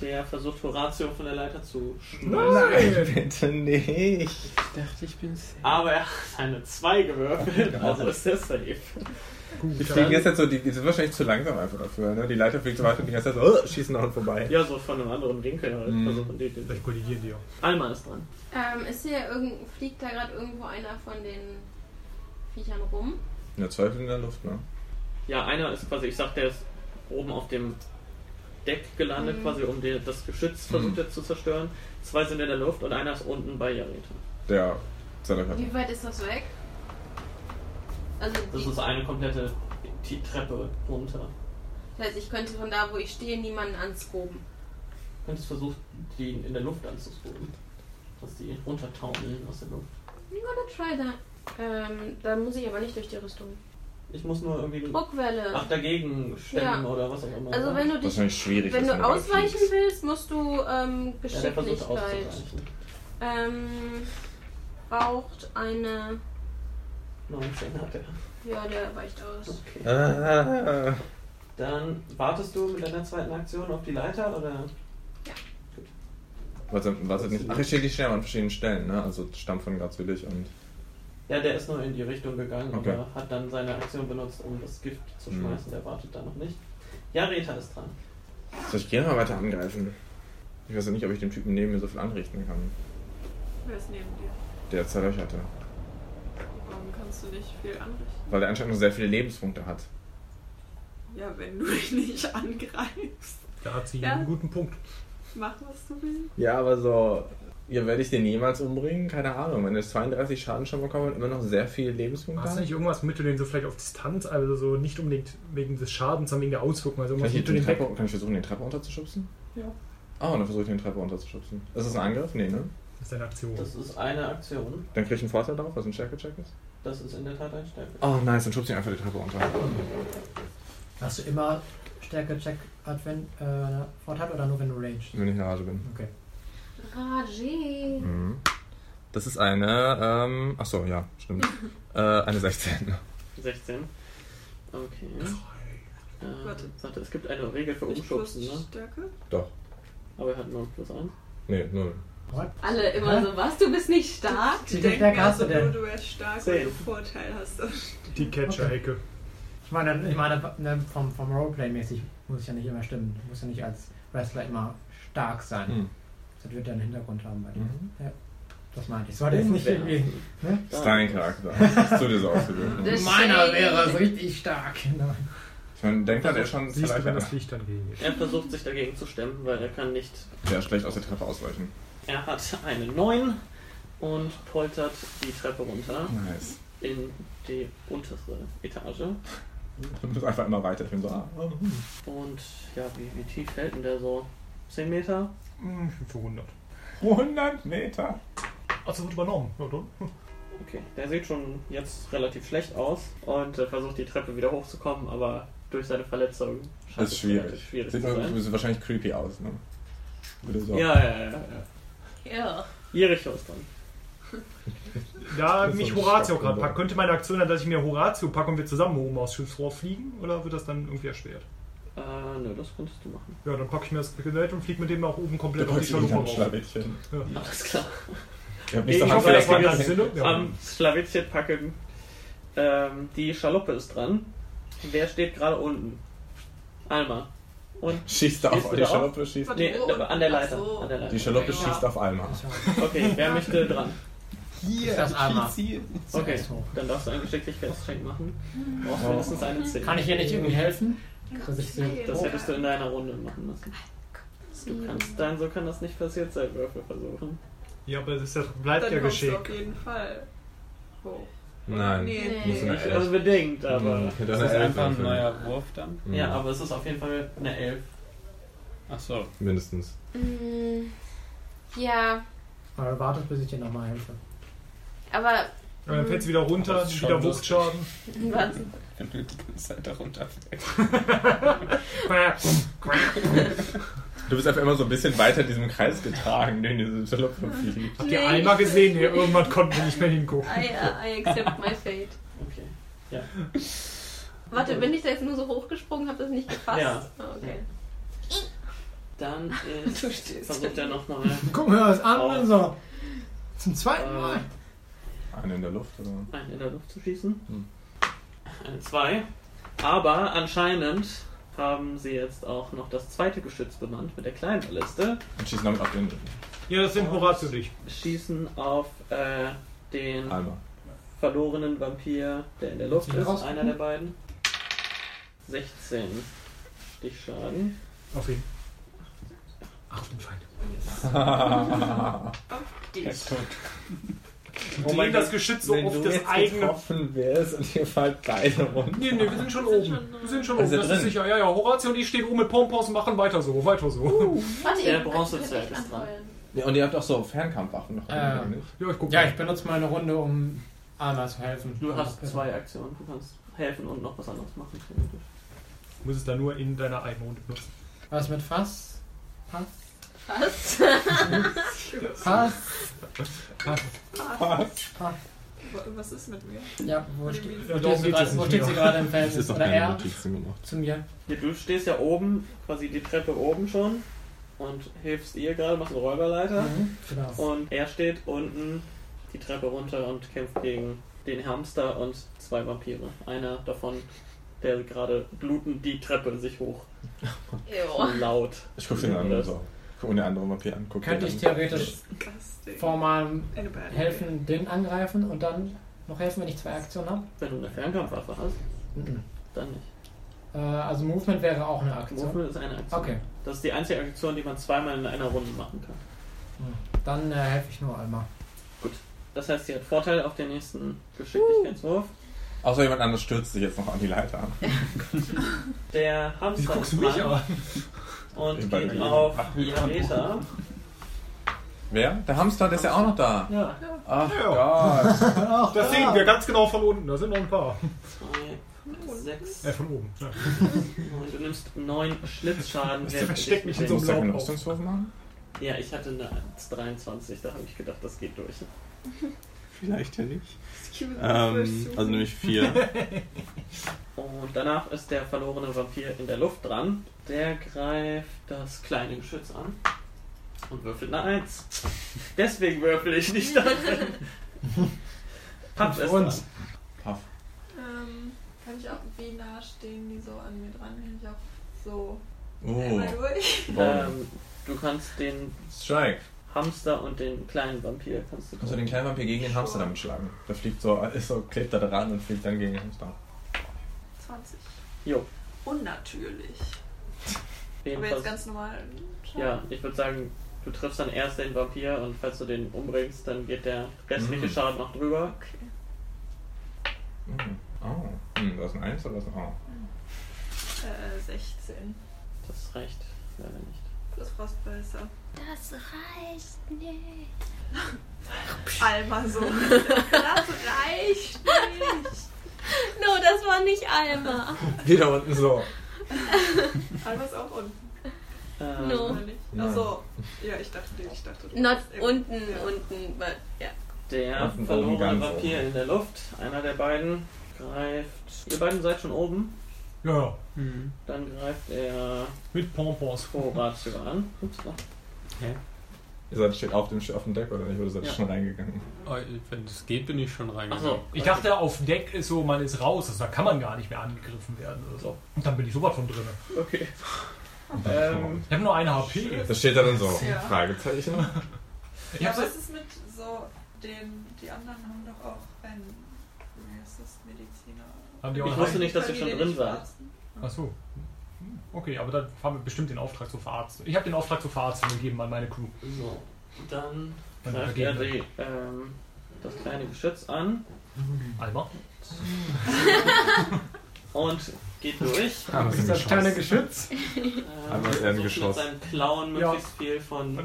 Speaker 1: Der versucht Horatio von der Leiter zu schmeißen.
Speaker 9: Nein, bitte nicht.
Speaker 6: Ich dachte, ich bin safe.
Speaker 1: Aber er hat eine 2 gewürfelt, also ist er safe.
Speaker 9: Die fliegen jetzt, jetzt so, die, die sind wahrscheinlich zu langsam einfach dafür. Ne? Die Leiter fliegt so weit und die ganze Zeit so, oh, schießen noch vorbei.
Speaker 1: Ja, so von einem anderen Winkel halt.
Speaker 9: Mhm.
Speaker 1: Versuchen die, Vielleicht kollidieren die auch. Alma ist dran.
Speaker 4: Ähm, ist hier irgend, fliegt da gerade irgendwo einer von den Viechern rum?
Speaker 9: Ja, zwölf in der Luft, ne?
Speaker 1: Ja, einer ist quasi, ich sag, der ist oben auf dem Deck gelandet,
Speaker 4: Mhm.
Speaker 1: quasi um die, das Geschütz versucht
Speaker 9: Mhm.
Speaker 1: er zu zerstören. Zwei sind in der Luft und einer ist unten bei Jareta.
Speaker 9: Der Zellerkörper.
Speaker 4: Wie weit ist das weg? Also,
Speaker 1: Das ist eine komplette T- Treppe runter.
Speaker 4: das heißt, ich könnte von da, wo ich stehe, niemanden anskoben.
Speaker 1: Du könntest versuchen, die in der Luft anzuspüren. Dass die runtertaumeln aus der Luft.
Speaker 4: I'm gonna try that. Ähm, dann muss ich aber nicht durch die Rüstung.
Speaker 1: Ich muss nur irgendwie.
Speaker 4: Druckwelle.
Speaker 1: Ach, dagegen stemmen
Speaker 4: Ja.
Speaker 1: oder was auch immer.
Speaker 4: Also
Speaker 1: oder?
Speaker 4: wenn du dich,
Speaker 9: Wahrscheinlich schwierig,
Speaker 4: wenn
Speaker 9: dass
Speaker 4: du
Speaker 9: man dabei
Speaker 4: ausweichen
Speaker 9: fliegt.
Speaker 4: willst, musst du ähm,
Speaker 1: Ja, der versucht
Speaker 4: Geschicklichkeit.
Speaker 1: auszuweichen.
Speaker 4: ähm, braucht eine.
Speaker 1: 19 hat er.
Speaker 4: Ja, der weicht aus.
Speaker 9: Ah.
Speaker 1: Dann wartest du mit deiner zweiten Aktion auf die Leiter oder?
Speaker 9: Warte, warte nicht. Ach, ich stehe die Sterne an verschiedenen Stellen, ne? Also stammt von Grazwillig und.
Speaker 1: Ja, der ist nur in die Richtung gegangen,
Speaker 9: Okay.
Speaker 1: aber hat dann seine Aktion benutzt, um das Gift zu
Speaker 9: Mhm.
Speaker 1: schmeißen. Der wartet da noch nicht. Ja, Reta ist dran.
Speaker 9: Soll ich gerne mal weiter angreifen? Ich weiß ja nicht, ob ich dem Typen neben mir so viel anrichten kann.
Speaker 2: Wer ist neben dir?
Speaker 9: Der zerlöcherte.
Speaker 2: Warum kannst du nicht viel anrichten?
Speaker 9: Weil der anscheinend noch sehr viele Lebenspunkte hat.
Speaker 2: Ja, wenn du dich nicht angreifst.
Speaker 3: Da hat sie
Speaker 2: Ja.
Speaker 3: einen guten Punkt.
Speaker 2: Mach, was du willst.
Speaker 9: Ja, aber so. Ja, werde ich den jemals umbringen? Keine Ahnung. Wenn es 32 Schaden schon bekommen und immer noch sehr viele Lebenspunkte
Speaker 3: Hast du nicht irgendwas, womit du den so vielleicht auf Distanz, also so nicht unbedingt wegen des Schadens, sondern wegen der Auswirkungen, also
Speaker 9: Kann
Speaker 3: irgendwas,
Speaker 9: ich,
Speaker 3: womit du
Speaker 9: die
Speaker 3: den weg...
Speaker 9: Treppe, kann ich versuchen, den Treppe unterzuschubsen?
Speaker 1: Ja.
Speaker 9: Ah, dann versuche ich den Treppe unterzuschubsen. Ist das ein Angriff? Nee, ne?
Speaker 3: Das ist eine Aktion.
Speaker 1: Das ist eine Aktion.
Speaker 9: Dann kriege ich einen Vorteil darauf, was ein Stärke-Check ist.
Speaker 1: Das ist in der Tat ein Stärke.
Speaker 9: Oh, nice, dann schubst du ihn einfach die Treppe unter.
Speaker 16: Hast du immer Stärke-Check Advent äh, Vorteil oder nur wenn du Range?
Speaker 9: Wenn ich in der Rage bin.
Speaker 16: Okay.
Speaker 4: Rage.
Speaker 9: Mhm. Das ist eine, ähm, achso, ja, stimmt. äh, eine 16.
Speaker 1: 16. Okay. Äh, Warte, es gibt eine Regel für Umschubsen, ne?
Speaker 2: Stärke?
Speaker 9: Doch.
Speaker 1: Aber er hat nur plus 1.
Speaker 9: Nee, null.
Speaker 11: Alle immer so, was, du bist nicht stark?
Speaker 2: Die denken also nur, du wärst stark, weil du
Speaker 16: Zehn.
Speaker 2: Vorteil hast.
Speaker 3: Die Catcher-Ecke.
Speaker 16: Ich meine, ich meine ne, vom, vom Roleplay-mäßig muss ich ja nicht immer stimmen. Du musst ja nicht als Wrestler immer stark sein.
Speaker 9: Hm.
Speaker 16: Das wird ja einen Hintergrund haben bei dir.
Speaker 9: Mhm.
Speaker 16: Ja, das meinte ich. Das war
Speaker 7: Oh,
Speaker 16: jetzt nicht
Speaker 9: Unfair.
Speaker 16: irgendwie. Ne?
Speaker 9: Das ist dein Charakter. Das hast du dir so ausgesucht. Das
Speaker 16: Meiner wäre so richtig stark. Genau.
Speaker 9: Ich meine, denkt er, der ist schon
Speaker 3: Also, Siehst du, wenn das
Speaker 9: vielleicht-
Speaker 3: Licht angehen
Speaker 1: Er versucht sich dagegen zu stemmen, weil er kann nicht.
Speaker 9: Ja, schlecht aus der Treppe ausweichen.
Speaker 1: Er hat eine 9 und poltert die Treppe runter.
Speaker 9: Nice.
Speaker 1: In die untere Etage.
Speaker 9: Du bist einfach immer weiter. Ich bin so, ah, oh, hm.
Speaker 1: Und ja, wie, wie tief fällt denn der so? 10 Meter?
Speaker 3: Hm, Ich bin für 100.
Speaker 9: 100 Meter?
Speaker 3: Achso, wird übernommen, oder?
Speaker 1: Okay, der sieht schon jetzt relativ schlecht aus und äh, versucht die Treppe wieder hochzukommen, aber durch seine Verletzung scheint
Speaker 9: Das ist
Speaker 1: es
Speaker 9: schwierig. ne?
Speaker 1: relativ schwierig
Speaker 9: Sieht
Speaker 1: zu
Speaker 9: man,
Speaker 1: sein.
Speaker 9: sieht wahrscheinlich creepy aus, ne? Oder so.
Speaker 1: Ja, ja, ja. ja.
Speaker 11: Ja.
Speaker 1: Jericho ist dran.
Speaker 3: Da
Speaker 9: Das ist
Speaker 3: mich
Speaker 9: so ein
Speaker 3: Horatio
Speaker 9: Stock
Speaker 3: gerade
Speaker 9: dabei.
Speaker 3: packt, könnte meine Aktion dann, dass ich mir Horatio packe und wir zusammen oben aufs Schiffsrohr fliegen? Oder wird das dann irgendwie erschwert?
Speaker 1: Äh, nö, das könntest du machen.
Speaker 3: Ja, dann packe ich mir das Gerät und fliege mit dem auch oben komplett
Speaker 9: Du
Speaker 3: auf die
Speaker 9: packst ihn
Speaker 3: Schaluppe
Speaker 9: am
Speaker 3: rauf.
Speaker 9: Schlawittchen.
Speaker 3: Ja.
Speaker 1: Alles klar.
Speaker 9: Ich hab
Speaker 1: Nee,
Speaker 9: nicht
Speaker 1: ich
Speaker 9: so
Speaker 1: hoffe,
Speaker 9: Hand-
Speaker 1: das war
Speaker 9: Ja.
Speaker 1: das
Speaker 9: Ja.
Speaker 1: Am Schlawittchen packen. Ähm, die Schaluppe ist dran. Wer steht gerade unten? Alma. Und
Speaker 9: Schießt er auf-
Speaker 1: stehst du
Speaker 9: die
Speaker 1: da
Speaker 9: Schaluppe schießt-
Speaker 1: Nee,
Speaker 9: Warte, wo
Speaker 1: an der
Speaker 9: unten?
Speaker 1: Leiter.
Speaker 9: Ach so.
Speaker 1: An der Leiter.
Speaker 9: Die Schaluppe schießt auf Alma.
Speaker 1: Okay, wer möchte dran? Hier,
Speaker 6: das einmal.
Speaker 1: PC. Okay, dann darfst du einen Geschicklichkeitscheck machen. Du brauchst
Speaker 7: Wow.
Speaker 1: mindestens eine 10.
Speaker 7: Kann ich hier nicht irgendwie helfen? Dass ich so-
Speaker 1: Das hättest du in deiner Runde machen müssen. Du kannst, dein so kann das nicht passiert sein, Würfel versuchen.
Speaker 17: Ja, aber das ist ja, bleibt ja
Speaker 2: kommst du
Speaker 17: geschickt.
Speaker 2: auf jeden Fall hoch.
Speaker 5: Nein,
Speaker 2: Nee.
Speaker 5: muss eine
Speaker 1: Nicht
Speaker 5: Elf.
Speaker 1: unbedingt, Also aber.
Speaker 9: Hm,
Speaker 5: Mhm, könnte auch eine Elf würfeln. Mhm.
Speaker 1: Ja, aber es ist auf jeden Fall eine 11. Achso.
Speaker 9: Mindestens.
Speaker 4: Mm, ja,
Speaker 16: Oder wartet, bis ich dir nochmal helfe.
Speaker 4: aber.
Speaker 3: Ja, dann fällt sie wieder runter,
Speaker 9: Das ist schon
Speaker 3: wieder
Speaker 9: lustig.
Speaker 3: Wuchtschaden.
Speaker 4: Was?
Speaker 9: Wenn du die ganze Zeit da runterfällst. Du bist einfach immer so ein bisschen weiter in diesem Kreis getragen, den diese Schlüpfen fliegt.
Speaker 3: Habt
Speaker 4: Nee.
Speaker 3: ihr einmal gesehen? Nee, irgendwann konnten wir nicht mehr hingucken.
Speaker 4: I, I accept my fate.
Speaker 1: Okay. Ja.
Speaker 4: Warte, bin ich da jetzt nur so hochgesprungen, hab das nicht gefasst?
Speaker 1: Ja.
Speaker 4: Ah, Okay.
Speaker 1: Dann ist, versucht er nochmal.
Speaker 16: Guck mir das an, und so. Zum zweiten Mal.
Speaker 9: Einen in der Luft, oder?
Speaker 1: Äh, Einen in der Luft zu schießen.
Speaker 9: Hm.
Speaker 1: Eine 2. Aber anscheinend haben sie jetzt auch noch das zweite Geschütz bemannt mit der kleinen Liste.
Speaker 9: Und schießen damit auf den.
Speaker 1: Ja, das sind Horatio dich. Schießen auf äh, den
Speaker 9: Alma.
Speaker 1: verlorenen Vampir, der in der Luft
Speaker 3: Wieder
Speaker 1: ist,
Speaker 3: rausgucken.
Speaker 1: einer der beiden. 16 Stichschaden.
Speaker 3: Auf ihn. Achtung, Feind.
Speaker 9: Auf dich. Er ist tot.
Speaker 3: Oh mein das Geschütz so
Speaker 9: Wenn
Speaker 3: auf
Speaker 9: du
Speaker 3: das
Speaker 9: jetzt
Speaker 3: eigene.
Speaker 9: getroffen wärst und ihr fallt beide runter.
Speaker 3: Nee, nee, wir sind schon oben. Wir sind schon
Speaker 9: Ist
Speaker 3: oben,
Speaker 9: er
Speaker 3: das
Speaker 9: drin?
Speaker 3: ist sicher. Ja, ja, Horatio und ich stehen oben mit Pompons und machen weiter so, weiter so.
Speaker 4: Warte,
Speaker 1: Der
Speaker 4: ihr-
Speaker 1: Bronzezwerg ist dran.
Speaker 9: Ja, und ihr habt auch so Fernkampfwaffen noch.
Speaker 3: Ah.
Speaker 7: Äh,
Speaker 9: oder nicht?
Speaker 3: ja, ich
Speaker 7: ja, ich benutze meine Runde, um einmal zu helfen.
Speaker 1: Du hast zwei Aktionen, du kannst helfen und noch was anderes machen. theoretisch.
Speaker 3: Du musst es da nur in deiner eigenen Runde benutzen.
Speaker 7: Was mit Fass? Pass?
Speaker 4: Was?
Speaker 7: Pass? Pass.
Speaker 9: Was?
Speaker 7: Pass.
Speaker 2: Was ist mit mir?
Speaker 7: Ja, wo,
Speaker 2: Mit
Speaker 7: ste
Speaker 2: dem-
Speaker 7: wo, steht, sie gerade, wo steht sie gerade im
Speaker 9: Das ist
Speaker 7: Verhältnis?
Speaker 9: doch
Speaker 7: Äh, Oder
Speaker 9: keine
Speaker 7: er?
Speaker 9: Notiz gemacht.
Speaker 7: Zu mir.
Speaker 1: Ja, du stehst ja oben, quasi die Treppe oben schon und hilfst ihr gerade, machst eine Räuberleiter.
Speaker 7: Mhm, genau.
Speaker 1: Und er steht unten die Treppe runter und kämpft gegen den Hamster und zwei Vampire. Einer davon, der gerade blutend die Treppe sich hoch laut.
Speaker 9: Ich guck den anderen so. Guck den anderen Vampir an. Guck
Speaker 7: Könnte
Speaker 9: den
Speaker 7: ich
Speaker 9: an.
Speaker 7: theoretisch vor meinem Helfen den angreifen und dann noch helfen, wenn ich zwei Aktionen habe?
Speaker 1: Wenn du eine Fernkampfwaffe hast,
Speaker 7: Mhm.
Speaker 1: dann nicht.
Speaker 7: Äh, also Movement wäre auch eine Aktion.
Speaker 1: Movement ist eine Aktion.
Speaker 7: Okay,
Speaker 1: Das ist die einzige Aktion, die man zweimal in einer Runde machen kann.
Speaker 7: dann äh, helfe ich nur einmal.
Speaker 1: Gut. Das heißt, sie hat Vorteil auf den nächsten Geschicklichkeitswurf.
Speaker 9: Außer jemand anderes stürzt sich jetzt noch an die Leiter an.
Speaker 1: Der Hamster
Speaker 9: guckst
Speaker 1: ist
Speaker 9: mich
Speaker 1: dran und
Speaker 9: Ich bin
Speaker 1: geht
Speaker 9: bei
Speaker 1: auf
Speaker 9: jedem.
Speaker 1: Violeta.
Speaker 9: Wer? Der Hamster, der ist ja auch noch da.
Speaker 1: Ja.
Speaker 9: Ach
Speaker 3: Ja.
Speaker 9: Gott.
Speaker 3: Das sehen wir ganz genau von unten, da sind noch ein paar.
Speaker 2: Hm,
Speaker 1: Zwei, sechs.
Speaker 3: Äh, von oben. Ja.
Speaker 1: Neun. Du nimmst neun Schlitzschaden.
Speaker 3: Ich
Speaker 1: während
Speaker 3: versteck mich in so einem
Speaker 1: bewegst.
Speaker 3: Laub auf.
Speaker 9: Rüstungswurf machen?
Speaker 1: Ja, ich hatte eine 23, da habe ich gedacht, das geht durch.
Speaker 9: Vielleicht ja nicht.
Speaker 1: Excuse me,
Speaker 9: Ähm,
Speaker 1: first
Speaker 9: also nämlich vier.
Speaker 1: Und danach ist der verlorene Vampir in der Luft dran. Der greift das kleine Geschütz an und würfelt eine 1. Deswegen würfel ich nicht da drin. Papp ist dran.
Speaker 9: Puff.
Speaker 2: Ähm, kann ich auch, wie nah stehen die so an mir dran? Kann ich auch so
Speaker 9: Oh.
Speaker 2: einmal durch?
Speaker 1: Ähm, du kannst den
Speaker 9: Strike.
Speaker 1: Hamster und den kleinen Vampir kannst du
Speaker 9: Kannst du Also den kleinen Vampir gegen den Hamster damit schlagen? Der fliegt so, äh, ist so, klebt da dran und fliegt dann gegen den Hamster.
Speaker 2: 20.
Speaker 1: Jo.
Speaker 2: Unnatürlich. Aber
Speaker 1: Jedenfalls-
Speaker 2: jetzt ganz normal. Schaden.
Speaker 1: Ja, ich würde sagen, du triffst dann erst den Vampir und falls du den umbringst, dann geht der restliche
Speaker 9: Mhm.
Speaker 1: Schaden noch drüber.
Speaker 9: Hm. Oh. Hm, das ist ein Eins oder das ist ein A?
Speaker 2: Äh, 16.
Speaker 1: Das reicht leider nicht.
Speaker 2: Plus Frostbeißer.
Speaker 4: Das reicht nicht.
Speaker 2: Alma so. das reicht nicht.
Speaker 4: No, das war nicht Alma.
Speaker 9: Geht da unten so.
Speaker 2: Alma ist auch unten.
Speaker 1: Ähm,
Speaker 4: No.
Speaker 2: Oder nicht?
Speaker 9: Nein.
Speaker 2: Achso. Ja, ich dachte, ich dachte. du
Speaker 4: Not
Speaker 2: warst eben-
Speaker 4: unten, unten, but, ja.
Speaker 1: Der
Speaker 9: Unten oben,
Speaker 1: verlorene
Speaker 9: ganz
Speaker 1: Vampir
Speaker 9: oben.
Speaker 1: in der Luft, einer der beiden, greift. Ihr beiden seid schon oben,
Speaker 3: Ja.
Speaker 6: Hm.
Speaker 1: dann greift er
Speaker 3: Mit Pompons.
Speaker 1: Horatio an. Ups, oh.
Speaker 9: Ihr seid steht auf dem, auf dem Deck oder nicht? Oder seid ihr
Speaker 1: Ja.
Speaker 9: schon reingegangen?
Speaker 6: Oh, Wenn es geht, bin ich schon reingegangen.
Speaker 1: Ach so.
Speaker 3: Ich dachte, auf Deck ist so, man ist raus, also da kann man gar nicht mehr angegriffen werden oder so. Und dann bin ich sowas von drin.
Speaker 1: Okay.
Speaker 9: Ähm,
Speaker 3: Ich habe nur eine HP.
Speaker 9: Ah, das steht da dann so.
Speaker 2: Ja.
Speaker 9: Fragezeichen.
Speaker 2: Ja,
Speaker 3: hab's-
Speaker 2: was ist mit so den, die anderen haben doch auch einen Racist-Mediziner.
Speaker 3: Haben die auch
Speaker 1: Ich
Speaker 3: einen
Speaker 1: wusste
Speaker 3: Heil-
Speaker 1: nicht, dass ihr schon drin wart.
Speaker 3: Ach so. Hm, Okay, aber dann haben wir bestimmt den Auftrag zur Verarztung. Ich habe den Auftrag zur Verarztung gegeben an meine Crew.
Speaker 1: So, dann
Speaker 3: Dann
Speaker 1: greift er
Speaker 3: übergeben
Speaker 1: die, ähm, das kleine Geschütz an.
Speaker 3: Alba.
Speaker 1: Und geht durch.
Speaker 18: Aber sie geschossen.
Speaker 1: Ähm,
Speaker 18: Alba ist
Speaker 1: versucht mit
Speaker 18: geschossen.
Speaker 1: seinem Clown möglichst viel von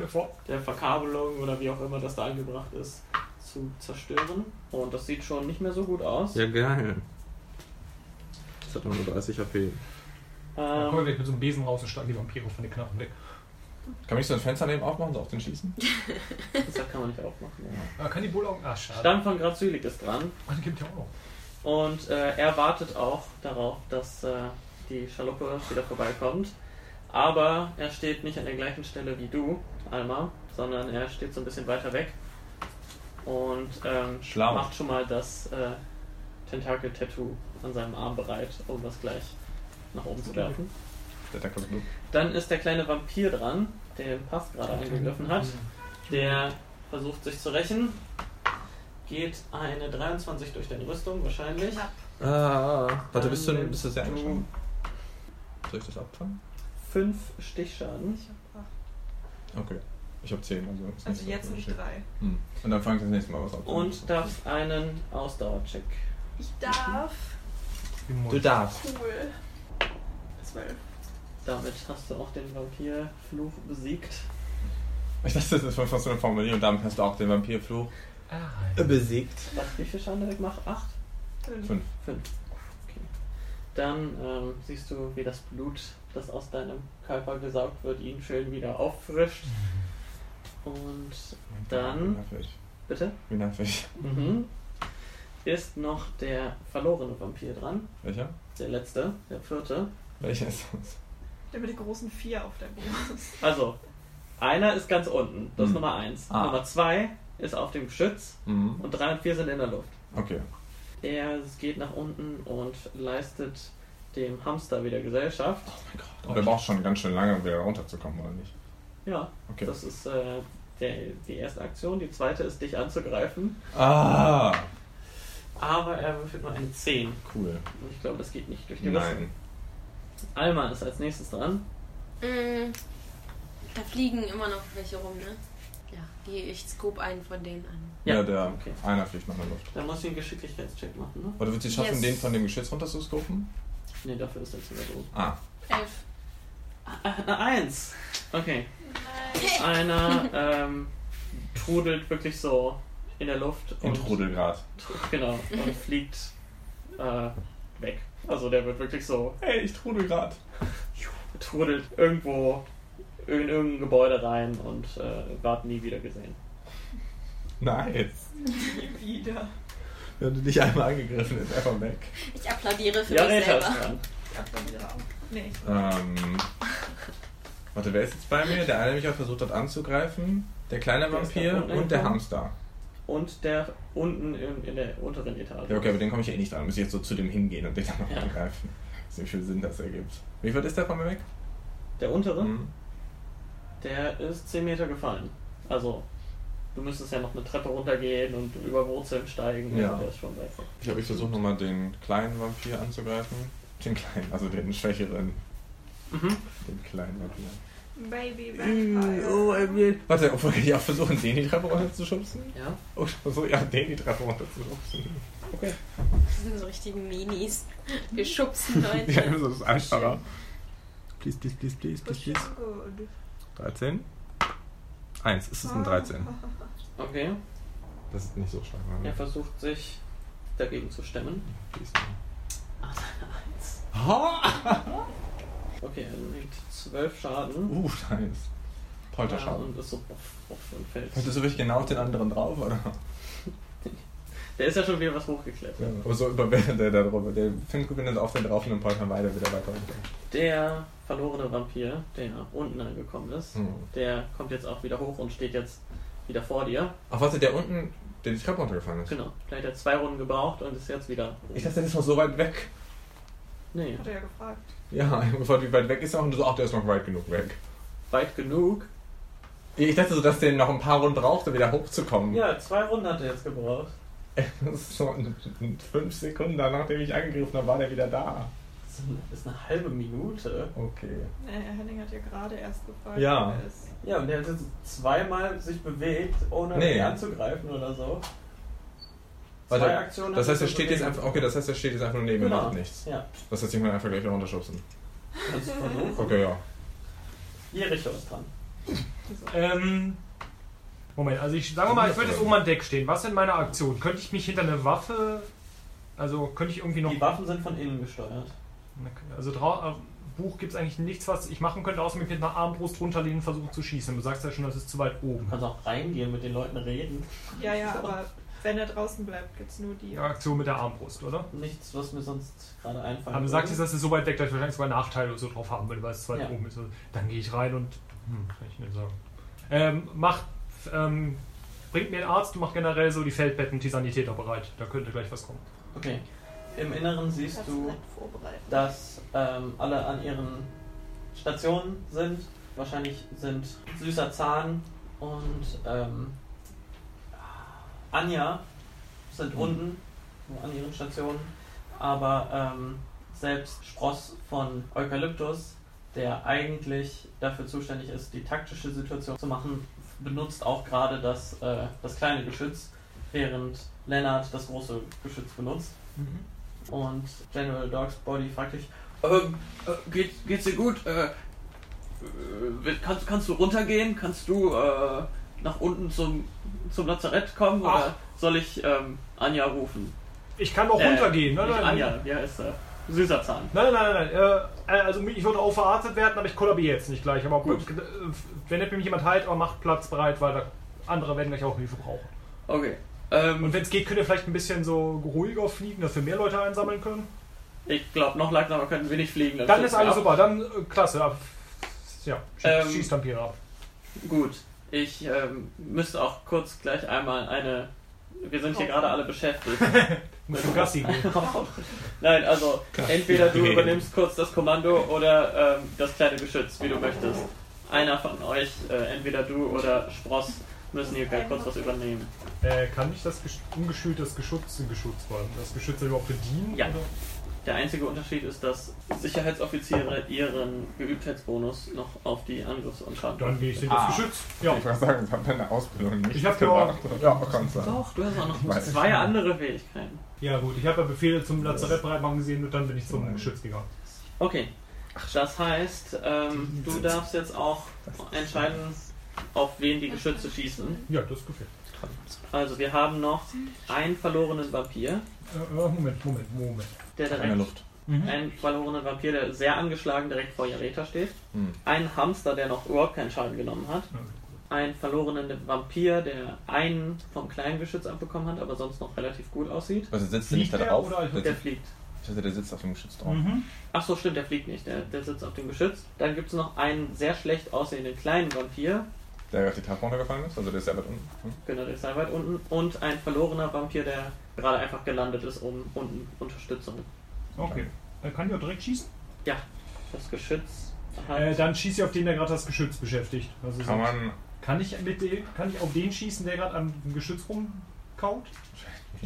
Speaker 1: der Verkabelung oder wie auch immer das da angebracht ist, zu zerstören. Und das sieht schon nicht mehr so gut aus.
Speaker 18: Ja, geil. Das hat nur 30 HP.
Speaker 3: Dann
Speaker 1: Ähm,
Speaker 3: kommen wir gleich mit so einem Besen raus und schlagen die Vampire von den Knochen weg.
Speaker 9: Kann ich so ein Fenster neben aufmachen, so auf den schießen?
Speaker 1: das kann man nicht aufmachen.
Speaker 3: Ah, kann die Bull auch. Ah, schade.
Speaker 1: Stamm von Grazylik ist dran.
Speaker 3: Ah, die gibt ja auch noch.
Speaker 1: Und äh, er wartet auch darauf, dass äh, die Schaluppe wieder vorbeikommt. Aber er steht nicht an der gleichen Stelle wie du, Alma, sondern er steht so ein bisschen weiter weg und ähm,
Speaker 9: Schlau.
Speaker 1: macht schon mal das äh, Tentakel-Tattoo an seinem Arm bereit, um das gleich nach oben zu werfen.
Speaker 9: Der Tag kommt genug.
Speaker 1: Dann ist der kleine Vampir dran, der den Pass gerade eingegriffen hat. Der versucht sich zu rächen. Geht eine 23 durch deine Rüstung, wahrscheinlich.
Speaker 9: Ah, warte, bist du,
Speaker 1: Dann
Speaker 9: bist du sehr
Speaker 1: du-
Speaker 9: angeschlagen? Soll ich das abfangen?
Speaker 1: Fünf Stichschaden.
Speaker 9: Okay. Ich habe 10, also. ist
Speaker 2: Also
Speaker 9: nicht so
Speaker 2: jetzt
Speaker 9: viel
Speaker 2: nicht
Speaker 9: Schick.
Speaker 2: drei.
Speaker 9: Hm. Und dann fange ich das nächste Mal was ab.
Speaker 1: Und darfst einen Ausdauercheck.
Speaker 2: Ich darf.
Speaker 9: Du darfst.
Speaker 2: Cool. Zwölf.
Speaker 1: Damit hast du auch den Vampirfluch besiegt.
Speaker 9: Ich dachte, das ist von so einer Formulierung und damit hast du auch den Vampirfluch besiegt.
Speaker 1: Was, wie viel Schaden der wegmacht? Acht?
Speaker 2: Fünf.
Speaker 9: Fünf.
Speaker 1: Fünf. Okay. Dann ähm, siehst du, wie das Blut, das aus deinem Körper gesaugt wird, ihn schön wieder auffrischt. Und
Speaker 9: Wie
Speaker 1: dann
Speaker 9: nervig.
Speaker 1: Bitte?
Speaker 9: Wie nervig.
Speaker 1: mhm, ist noch der verlorene Vampir dran.
Speaker 9: Welcher?
Speaker 1: Der letzte, der vierte.
Speaker 9: Welcher ist das?
Speaker 2: Der mit den großen vier auf der Brust.
Speaker 1: Also, einer ist ganz unten, das ist Nummer 1.
Speaker 9: Ah.
Speaker 1: Nummer 2 ist auf dem Geschütz
Speaker 9: Mhm.
Speaker 1: und 3 und 4 sind in der Luft.
Speaker 9: Okay. Oh
Speaker 1: Er geht nach unten und leistet dem Hamster wieder Gesellschaft.
Speaker 9: Und der braucht schon ganz schön lange, um wieder runterzukommen, oder nicht?
Speaker 1: Ja,
Speaker 9: Okay.
Speaker 1: das ist äh, der, die erste Aktion. Die zweite ist, dich anzugreifen.
Speaker 9: Ah!
Speaker 1: Aber er würfelt nur eine 10.
Speaker 9: Cool.
Speaker 1: Und ich glaube, das geht nicht durch die
Speaker 9: Nein.
Speaker 1: Rüstung. Alma ist als nächstes dran.
Speaker 4: Mm, Da fliegen immer noch welche rum, ne? Ja, die, ich scope einen von denen an.
Speaker 9: Ja,
Speaker 1: Ja,
Speaker 9: der
Speaker 1: okay.
Speaker 9: einer fliegt noch in der Luft.
Speaker 1: Dann musst du einen Geschicklichkeitscheck machen, ne?
Speaker 9: Oder wird sie es schaffen,
Speaker 4: Yes.
Speaker 9: den von dem Geschütz runterzuscopen?
Speaker 1: Ne, dafür ist er zu weit oben. Ah,
Speaker 9: Ah.
Speaker 4: Elf.
Speaker 1: Eine Eins. Okay. Einer ähm, trudelt wirklich so in der Luft.
Speaker 9: Im
Speaker 1: und-
Speaker 9: Trudelgrad.
Speaker 1: Tru- Genau. Und fliegt äh, weg. Also der wird wirklich so.
Speaker 9: Hey, ich trudel grad.
Speaker 1: Trudelt irgendwo in irgendein Gebäude rein und äh, wird nie wieder gesehen.
Speaker 9: Nice.
Speaker 2: Nie wieder.
Speaker 9: Wenn du dich einmal angegriffen ist, einfach weg.
Speaker 4: Ich applaudiere für
Speaker 1: Ja,
Speaker 4: mich
Speaker 1: Rita
Speaker 4: selber.
Speaker 1: ist dran.
Speaker 2: Ich applaudiere auch. Nee, ich
Speaker 9: Ähm. Warte, wer ist jetzt bei mir? Der eine, der mich auch versucht hat anzugreifen. Der kleine
Speaker 1: Der ist da
Speaker 9: Vampir
Speaker 1: unten
Speaker 9: und der
Speaker 1: angekommen.
Speaker 9: Hamster.
Speaker 1: Und der unten in, in der unteren Etage.
Speaker 9: Ja, okay, aber den komme ich ja eh nicht dran. Muss ich jetzt so zu dem hingehen und den dann noch
Speaker 1: Ja.
Speaker 9: angreifen. Weiß nicht, Wie viel Sinn das ergibt. Wie weit ist der von mir weg?
Speaker 1: Der untere,
Speaker 9: Mhm.
Speaker 1: der ist 10 Meter gefallen. Also, du müsstest ja noch eine Treppe runtergehen und über Wurzeln steigen.
Speaker 9: Ja.
Speaker 1: Also, Der ist schon weit weg.
Speaker 9: Ich glaube, ich versuche nochmal den kleinen Vampir anzugreifen. Den kleinen, also den schwächeren.
Speaker 1: Mhm.
Speaker 9: Den kleinen Vampir.
Speaker 2: Baby
Speaker 9: Äh,
Speaker 2: Vampire.
Speaker 9: Oh, er will. Warte, obwohl kann ich auch versuchen, den die Treppe runterzuschubsen?
Speaker 1: Ja.
Speaker 9: Oh, ich versuche ja, den die Treppe runterzuschubsen.
Speaker 1: Okay.
Speaker 4: Das sind so richtige Minis. Wir schubsen Leute.
Speaker 18: Ja, das ist einfacher. Please, please, please, please, please, please.
Speaker 2: Good.
Speaker 18: 13. 1. Es ist ein 13.
Speaker 1: Okay.
Speaker 18: Das ist nicht so stark. oder?
Speaker 1: Er versucht sich dagegen zu stemmen. Ah, seine Eins. Okay, er nimmt 12 Schaden.
Speaker 9: Uh, nice.
Speaker 1: Ja,
Speaker 9: Polterschaden.
Speaker 1: und ist so buff, buff und fällt.
Speaker 9: Hättest du wirklich genau auf den anderen drauf, oder?
Speaker 1: Der ist ja schon wieder was hochgeklettert.
Speaker 9: Genau. Aber so überwältigt der da drüber. Der Filmkugel ist auf den drauf und dann poltern weiter wieder weiter. runter.
Speaker 1: Der verlorene Vampir, der unten angekommen ist,
Speaker 9: Hm.
Speaker 1: der kommt jetzt auch wieder hoch und steht jetzt wieder vor dir.
Speaker 9: Ach, warte, der unten, der die Treppe runtergefallen ist.
Speaker 1: Genau. Vielleicht hat er zwei Runden gebraucht und ist jetzt wieder. oben.
Speaker 9: Ich dachte, der ist noch so weit weg.
Speaker 1: Nee,
Speaker 2: Hat er ja gefragt.
Speaker 9: Ja, ich hab gefragt, wie weit weg ist er? Und du so, ach, der ist noch weit genug weg.
Speaker 1: weit genug,
Speaker 9: Ich dachte so, dass der noch ein paar Runden braucht, um wieder hochzukommen.
Speaker 1: Ja, zwei Runden hat er jetzt gebraucht.
Speaker 9: Das ist so in- in fünf Sekunden nachdem ich angegriffen habe, war der wieder da.
Speaker 1: Das ist eine- das ist eine halbe Minute.
Speaker 9: Okay.
Speaker 2: Nee, Henning hat ja gerade erst gefragt.
Speaker 9: Ja.
Speaker 2: wer ist.
Speaker 1: Ja, und der hat jetzt zweimal sich bewegt, ohne
Speaker 9: Nee.
Speaker 1: ihn anzugreifen oder so. Zwei
Speaker 9: Warte,
Speaker 1: Aktionen
Speaker 9: das
Speaker 1: hat
Speaker 9: heißt, er
Speaker 1: er
Speaker 9: steht
Speaker 1: bewegt.
Speaker 9: jetzt einfach. Okay, das heißt, er steht jetzt einfach nur neben
Speaker 1: Genau,
Speaker 9: und macht nichts.
Speaker 1: ja.
Speaker 9: Das heißt, ich kann einfach gleich wieder runterschubsen.
Speaker 1: Kannst du versuchen.
Speaker 9: Okay, ja.
Speaker 1: Jericho ist dran.
Speaker 3: Ähm, Moment, also ich sage mal, ich würde jetzt oben am Deck stehen. Was sind meine Aktionen? Könnte ich mich hinter eine Waffe. Also könnte ich irgendwie noch.
Speaker 1: Die Waffen sind von innen gesteuert.
Speaker 3: Also drau- äh, Buch gibt es eigentlich nichts, was ich machen könnte, außer mich mit einer Armbrust runterlehnen und versuchen zu schießen. Du sagst ja schon, das ist zu weit oben. Du
Speaker 1: kannst auch reingehen, mit den Leuten reden.
Speaker 2: Ja, ja, aber wenn er draußen bleibt, gibt's nur die.
Speaker 3: Aktion mit der Armbrust, oder?
Speaker 1: Nichts, was mir sonst gerade einfallen
Speaker 3: Aber du sagst jetzt, das ist so weit weg, dass ich wahrscheinlich sogar Nachteile oder so drauf haben würde, weil es zu weit
Speaker 1: Ja.
Speaker 3: oben ist. Also, Dann gehe ich rein und. Hm, kann ich nicht sagen. Ähm, macht. Ähm, bringt mir einen Arzt und macht generell so die Feldbetten, die Sanitäter bereit. Da könnte gleich was kommen.
Speaker 1: Okay. Im Inneren siehst du, dass ähm, alle an ihren Stationen sind. Wahrscheinlich sind Süßer Zahn und ähm, Anja
Speaker 3: Mhm.
Speaker 1: sind unten an ihren Stationen. Aber ähm, selbst Spross von Eukalyptus, der eigentlich dafür zuständig ist, die taktische Situation zu machen, benutzt auch gerade das, äh, das kleine Geschütz, während Lennart das große Geschütz benutzt.
Speaker 3: Mhm.
Speaker 1: Und General Dogs Body fragt dich, ähm, äh, geht, geht's dir gut? Äh, äh, wird- kannst, kannst du runtergehen? Kannst du äh, nach unten zum, zum Lazarett kommen? Oder soll ich ähm, Anja rufen?
Speaker 3: Ich kann auch runtergehen, ne?
Speaker 1: Äh, Nicht
Speaker 3: Nein,
Speaker 1: Anja,
Speaker 3: nein.
Speaker 1: ja, ist äh, süßer Zahn.
Speaker 3: Nein, nein, nein, nein. Äh, also ich würde auch verarztet werden, aber ich kollabiere jetzt nicht gleich. Aber gut, äh, wenn jetzt mich jemand heilt, aber macht Platz bereit, weil da andere werden gleich auch Hilfe brauchen.
Speaker 1: Okay. Ähm,
Speaker 3: Und wenn es geht, könnt ihr vielleicht ein bisschen so ruhiger fliegen, dass wir mehr Leute einsammeln können.
Speaker 1: Ich glaube, noch langsamer können wir nicht fliegen.
Speaker 3: Dann ist
Speaker 1: stürzen wir
Speaker 3: alles
Speaker 1: ab.
Speaker 3: super, dann äh, klasse. ab. Ja, schießt
Speaker 1: Ähm,
Speaker 3: schieß Vampire ab.
Speaker 1: Gut, ich ähm, müsste auch kurz gleich einmal eine. Wir sind hier gerade alle beschäftigt.
Speaker 3: Musst du Gassi gehen.
Speaker 1: Nein, also
Speaker 3: Gassi
Speaker 1: entweder du
Speaker 3: gehen.
Speaker 1: übernimmst kurz das Kommando oder ähm, das kleine Geschütz, wie du möchtest. Einer von euch, äh, entweder du oder Spross, müssen hier gleich kurz was übernehmen.
Speaker 3: Äh, kann ich das gesch- ungeschültes Geschütz in Geschütz werden? Das Geschütz überhaupt bedienen?
Speaker 1: Ja.
Speaker 3: Oder?
Speaker 1: Der einzige Unterschied ist, dass Sicherheitsoffiziere ihren Geübtheitsbonus noch auf die Angriffs- und Schaden.
Speaker 3: Dann gehe ich in
Speaker 9: Ah.
Speaker 3: das Geschütz. Ja.
Speaker 9: Ich wollte sagen, ich habe deine Ausbildung nicht
Speaker 3: Ich hab
Speaker 9: gemacht. Ja, kannst du.
Speaker 1: Doch, du hast auch noch
Speaker 9: Weiß ich
Speaker 1: zwei
Speaker 3: nicht.
Speaker 1: andere Fähigkeiten.
Speaker 3: Ja gut, ich habe ja Befehle zum Lazarett bereit machen gesehen und dann bin ich zum
Speaker 9: Mhm.
Speaker 3: Geschütz gegangen.
Speaker 1: Okay. Das heißt, ähm, du darfst jetzt auch entscheiden, auf wen die Geschütze schießen.
Speaker 3: Ja, das gefällt.
Speaker 1: Also wir haben noch einen verlorenen Vampir,
Speaker 3: Äh, äh, Moment, Moment, Moment.
Speaker 1: der direkt
Speaker 3: Keine Luft. Mhm.
Speaker 1: einen verlorenen Vampir, der sehr angeschlagen direkt vor Jareta steht.
Speaker 3: Mhm.
Speaker 9: Hm.
Speaker 1: Einen Hamster, der noch überhaupt keinen Schaden genommen hat. Einen verlorenen Vampir, der einen vom kleinen Geschütz abbekommen hat, aber sonst noch relativ gut aussieht.
Speaker 9: Also sitzt der nicht da drauf? Sitzt-
Speaker 1: Der fliegt.
Speaker 9: Ich dachte, der sitzt auf dem Geschütz drauf.
Speaker 3: Mhm.
Speaker 1: Ach so, stimmt, der fliegt nicht, der, der sitzt auf dem Geschütz. Dann gibt es noch einen sehr schlecht aussehenden kleinen Vampir,
Speaker 9: Der auf die Treppe runtergefallen ist, also der ist ja weit unten. Hm?
Speaker 1: genau, der ist sehr weit unten, und ein verlorener Vampir, der gerade einfach gelandet ist, um unten Unterstützung.
Speaker 3: Okay. Er kann ja direkt schießen.
Speaker 1: Ja, das Geschütz hat.
Speaker 3: Äh, dann schieße ich auf den, der gerade das Geschütz beschäftigt. Also
Speaker 9: Kann
Speaker 3: so-
Speaker 9: man-
Speaker 3: Kann ich, mit dem, kann ich auf den schießen, der gerade am Geschütz rumkaut?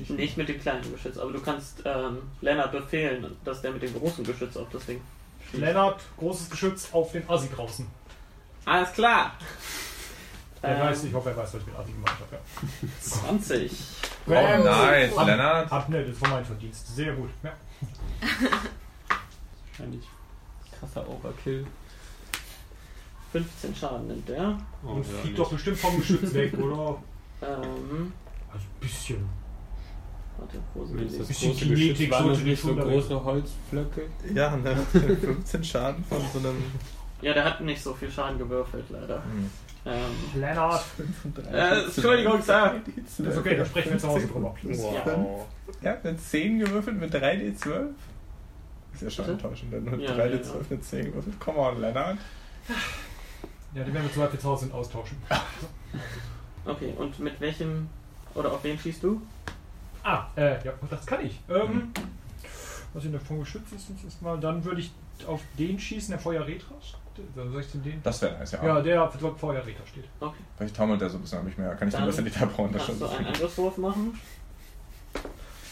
Speaker 1: nicht mit dem kleinen Geschütz, aber du kannst ähm, Lennart befehlen, dass der mit dem großen Geschütz auf das Ding schießt.
Speaker 3: Lennart, großes Geschütz auf den Assi draußen.
Speaker 1: Alles klar!
Speaker 3: Er
Speaker 1: Ähm,
Speaker 3: weiß, ich hoffe, er weiß, was ich mit Assi gemacht habe. Ja.
Speaker 1: 20.
Speaker 9: Oh, nice, Lennart.
Speaker 3: Hab nett, ne, ist von meinem Verdienst. Sehr gut. Ja.
Speaker 1: Wahrscheinlich krasser Overkill. 15 Schaden nimmt der.
Speaker 3: Oh, Und ja, fliegt nicht. doch bestimmt vom Geschütz weg, oder?
Speaker 1: Ähm.
Speaker 3: Also ein bisschen.
Speaker 1: Warte, wo sind
Speaker 6: Mensch,
Speaker 1: die
Speaker 6: das
Speaker 1: nächsten?
Speaker 6: große Geschütz waren das nicht so große Holzflöcke.
Speaker 9: Ja, ne? 15 Schaden von so einem.
Speaker 1: Ja, der hat nicht so viel Schaden gewürfelt, leider.
Speaker 9: Hm.
Speaker 1: Ähm,
Speaker 3: Lennart.
Speaker 1: Äh, Entschuldigung, Sir.
Speaker 3: Das ist okay, da sprechen wir zu Hause drüber.
Speaker 9: Wow. Ja, eine 10 gewürfelt mit 3D12? Ist ja schon
Speaker 3: Bitte?
Speaker 9: enttäuschend, wenn du mit
Speaker 3: Ja,
Speaker 9: 3D12
Speaker 3: ja, ja.
Speaker 9: eine 10 gewürfelt. Come on, Lennart.
Speaker 3: Ja, die werden wir zum Beispiel zu Hause sind, austauschen.
Speaker 1: Okay, und mit welchem oder auf wen schießt du?
Speaker 3: Mhm. Ah, äh, ja, das kann ich. Ähm, was ihn davon geschützt ist, ist ist mal, dann würde ich auf den schießen, der Feuer Retras. Dann soll ich zu den?
Speaker 9: Das wäre nice, ja.
Speaker 3: Ja, der auf Feuer Retras steht.
Speaker 1: Okay.
Speaker 9: Vielleicht taumelt der so ein bisschen, habe ich mehr. Kann ich den
Speaker 1: Dann
Speaker 9: besser die Tabron da schon
Speaker 1: Kannst du einen Angriffswurf machen?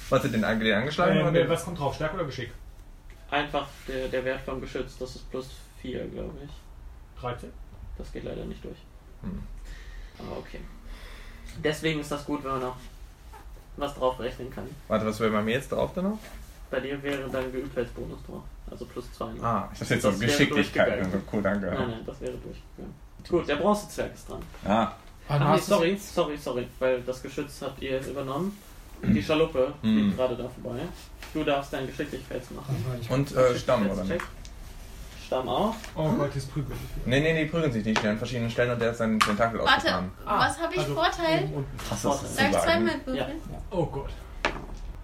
Speaker 9: Warte, den, den angeschlagen
Speaker 3: Ähm,
Speaker 9: oder
Speaker 3: nee,
Speaker 9: den-
Speaker 3: was kommt drauf? Stärke oder Geschick?
Speaker 1: Einfach der, der Wert vom Geschütz, das ist plus 4, glaube ich.
Speaker 3: 13?
Speaker 1: Das geht leider nicht durch.
Speaker 9: Hm.
Speaker 1: Aber okay. Deswegen ist das gut, wenn man noch was drauf rechnen kann.
Speaker 9: Warte, was wäre bei mir jetzt drauf dann noch?
Speaker 1: Bei dir wäre dein Geübtheitsbonus drauf. Also plus 2.
Speaker 9: Ah, ich dachte jetzt auf Geschicklichkeit und so, cool, danke.
Speaker 1: Nein, nein, das wäre durchgegangen. Gut, der Bronzezwerg ist dran.
Speaker 9: Ah.
Speaker 1: Ah,
Speaker 7: Ah,
Speaker 1: nee,
Speaker 7: hast du-
Speaker 1: sorry, sorry, sorry, weil das Geschütz habt ihr jetzt übernommen. Die Schaluppe
Speaker 9: Hm.
Speaker 1: liegt gerade da vorbei. Du darfst deinen Geschicklichkeits machen.
Speaker 9: Und äh, Stamm, oder?
Speaker 1: Check. Stamm auf.
Speaker 3: Oh Gott, jetzt prügelt.
Speaker 9: Nee, nee, die prügeln sich nicht. Die sind an verschiedenen Stellen und der hat seinen Tentakel
Speaker 4: Warte,
Speaker 9: ausgefahren.
Speaker 4: was habe ich
Speaker 9: also
Speaker 4: Vorteil?
Speaker 9: Hast du das zu
Speaker 4: Darf ich
Speaker 9: sagen?
Speaker 4: zweimal würfeln?
Speaker 3: Oh Gott.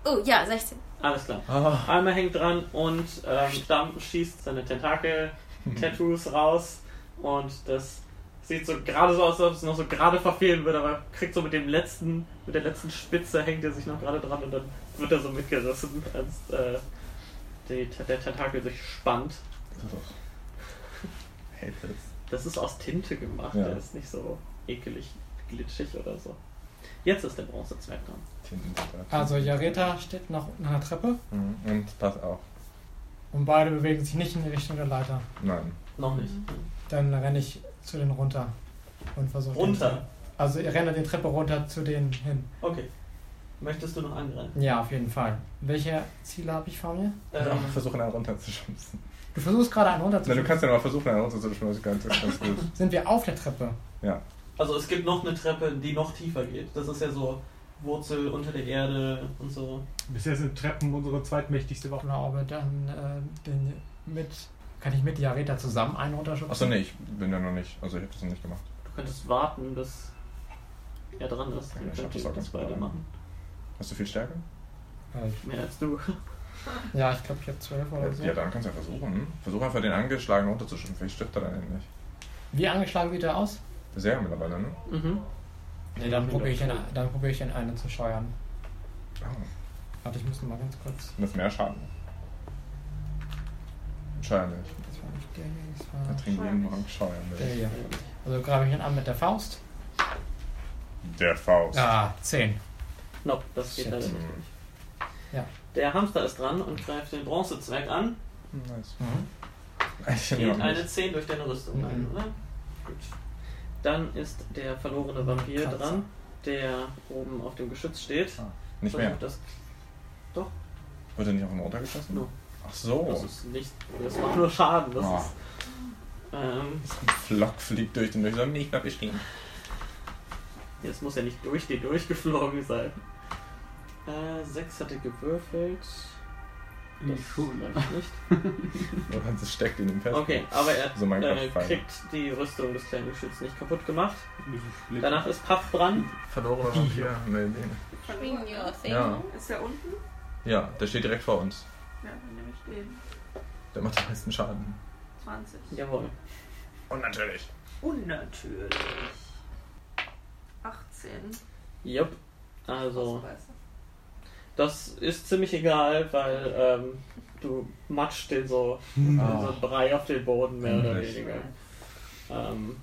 Speaker 4: Oh ja, 16.
Speaker 1: Alles klar.
Speaker 9: Ah.
Speaker 1: Alma hängt dran und ähm, Stamm schießt seine
Speaker 9: Hm.
Speaker 1: Tentakel-Tattoos raus und das sieht so gerade so aus, als ob es noch so gerade verfehlen würde, aber kriegt so mit dem letzten, mit der letzten Spitze hängt er sich noch gerade dran und dann wird er so mitgerissen, als äh, die, der Tentakel sich spannt.
Speaker 9: Hey, das.
Speaker 1: Das ist aus Tinte gemacht,
Speaker 9: Ja.
Speaker 1: der ist nicht so ekelig, glitschig oder so. Jetzt ist der Bronzezwerg dran.
Speaker 7: Also Jareta steht noch unten an der Treppe
Speaker 9: Mhm, Und pass auf.
Speaker 7: und beide bewegen sich nicht in die Richtung der Leiter.
Speaker 9: Nein.
Speaker 1: Noch nicht.
Speaker 7: Dann renne ich zu denen runter und versuche.
Speaker 1: Runter?
Speaker 7: Also ich renne die Treppe runter zu denen hin.
Speaker 1: Okay. Möchtest du noch angreifen?
Speaker 7: Ja, auf jeden Fall. Welche Ziele habe ich vor mir?
Speaker 9: Ja,
Speaker 1: Ähm,
Speaker 9: versuchen einen runterzuschubsen.
Speaker 7: Du versuchst gerade einen
Speaker 9: Na, du
Speaker 7: runterzuschießen.
Speaker 9: kannst ja noch mal versuchen, einen runterzuschubsen, das ist ganz, das ist ganz gut.
Speaker 7: Sind wir auf der Treppe?
Speaker 9: Ja.
Speaker 1: Also es gibt noch eine Treppe, die noch tiefer geht. Das ist ja so Wurzel unter der Erde und so.
Speaker 3: Bisher sind Treppen unsere zweitmächtigste Waffe.
Speaker 7: Genau, aber dann äh, den mit. Kann ich mit Jareta zusammen einen runterschubsen?
Speaker 9: Achso, nee, ich bin ja noch nicht. Also, ich habe das noch nicht gemacht.
Speaker 1: Du könntest warten, bis er dran ist. Dann
Speaker 9: ich schaff
Speaker 1: könnt
Speaker 9: das
Speaker 1: ihr
Speaker 9: auch
Speaker 1: das
Speaker 9: ganz
Speaker 1: beide
Speaker 9: gut.
Speaker 1: machen.
Speaker 9: Hast du viel Stärke?
Speaker 1: Mehr als du.
Speaker 7: Äh, Ja, ich glaube, ich habe 12 oder so.
Speaker 9: Ja, dann kannst du ja versuchen. Versuch einfach den angeschlagenen runterzuschubsen. Vielleicht stirbt er dann endlich.
Speaker 7: Wie angeschlagen sieht er aus?
Speaker 9: Sehr mittlerweile, ne?
Speaker 1: Mhm.
Speaker 7: Nee, dann probiere ich, den- dann probier ich den einen zu scheuern.
Speaker 9: Ah.
Speaker 7: Warte, ich muss noch mal ganz kurz.
Speaker 9: Und das ist mehr Schaden. Wahrscheinlich.
Speaker 7: Das war nicht der hier, das
Speaker 9: Da
Speaker 7: war
Speaker 9: trinken wir morgen
Speaker 7: der
Speaker 9: Scheuern.
Speaker 7: hier. Also greife ich ihn an mit der Faust.
Speaker 9: Der Faust.
Speaker 7: Ah, 10.
Speaker 1: Nope, das geht
Speaker 7: Shit.
Speaker 1: leider nicht.
Speaker 7: Ja.
Speaker 1: Der Hamster ist dran und greift den Bronzezwerg an.
Speaker 9: Nice.
Speaker 7: Mhm.
Speaker 1: Geht eine 10 durch deine Rüstung ein,
Speaker 9: Mhm.
Speaker 1: oder? Gut. Dann ist der verlorene Vampir
Speaker 9: Kratzer.
Speaker 1: dran, der oben auf dem Geschütz steht.
Speaker 9: Ah, Nicht mehr.
Speaker 1: Versucht Das, doch,
Speaker 9: Wird er nicht auf den runtergeschossen?
Speaker 1: No.
Speaker 9: Ach so.
Speaker 1: das ist nicht. Das macht nur Schaden. Das
Speaker 9: Oh. Ah.
Speaker 1: ist. Ähm,
Speaker 9: Flock fliegt durch den Durchsam. Nee, ich bleib hier stehen.
Speaker 1: jetzt muss er nicht durch die durchgeflogen sein. Äh, 6 hatte gewürfelt.
Speaker 6: In die
Speaker 1: Das
Speaker 6: Schule.
Speaker 1: reicht nicht.
Speaker 9: Oder es steckt in ihm fest.
Speaker 1: Okay, aber er
Speaker 9: So
Speaker 1: äh,
Speaker 9: Minecraft-Pfeile.
Speaker 1: kriegt die Rüstung des kleinen Geschütz nicht kaputt gemacht. Danach ist Puff dran.
Speaker 9: Verlorener Vampir. Nee, nee. Ja.
Speaker 2: Ist der unten?
Speaker 9: ja, der steht direkt vor uns.
Speaker 2: Ja, dann nehme ich den.
Speaker 9: Der macht am meisten Schaden.
Speaker 2: 20.
Speaker 1: Jawohl.
Speaker 9: Und natürlich.
Speaker 2: Unnatürlich. 18.
Speaker 1: Jupp. Also. Das ist ziemlich egal, weil ähm, du matschst den so,
Speaker 6: Hm.
Speaker 9: Ah.
Speaker 1: in so
Speaker 3: Also, Ah.
Speaker 1: einen Brei Also auf den Boden, mehr oder
Speaker 6: Endlich.
Speaker 1: weniger. Ähm,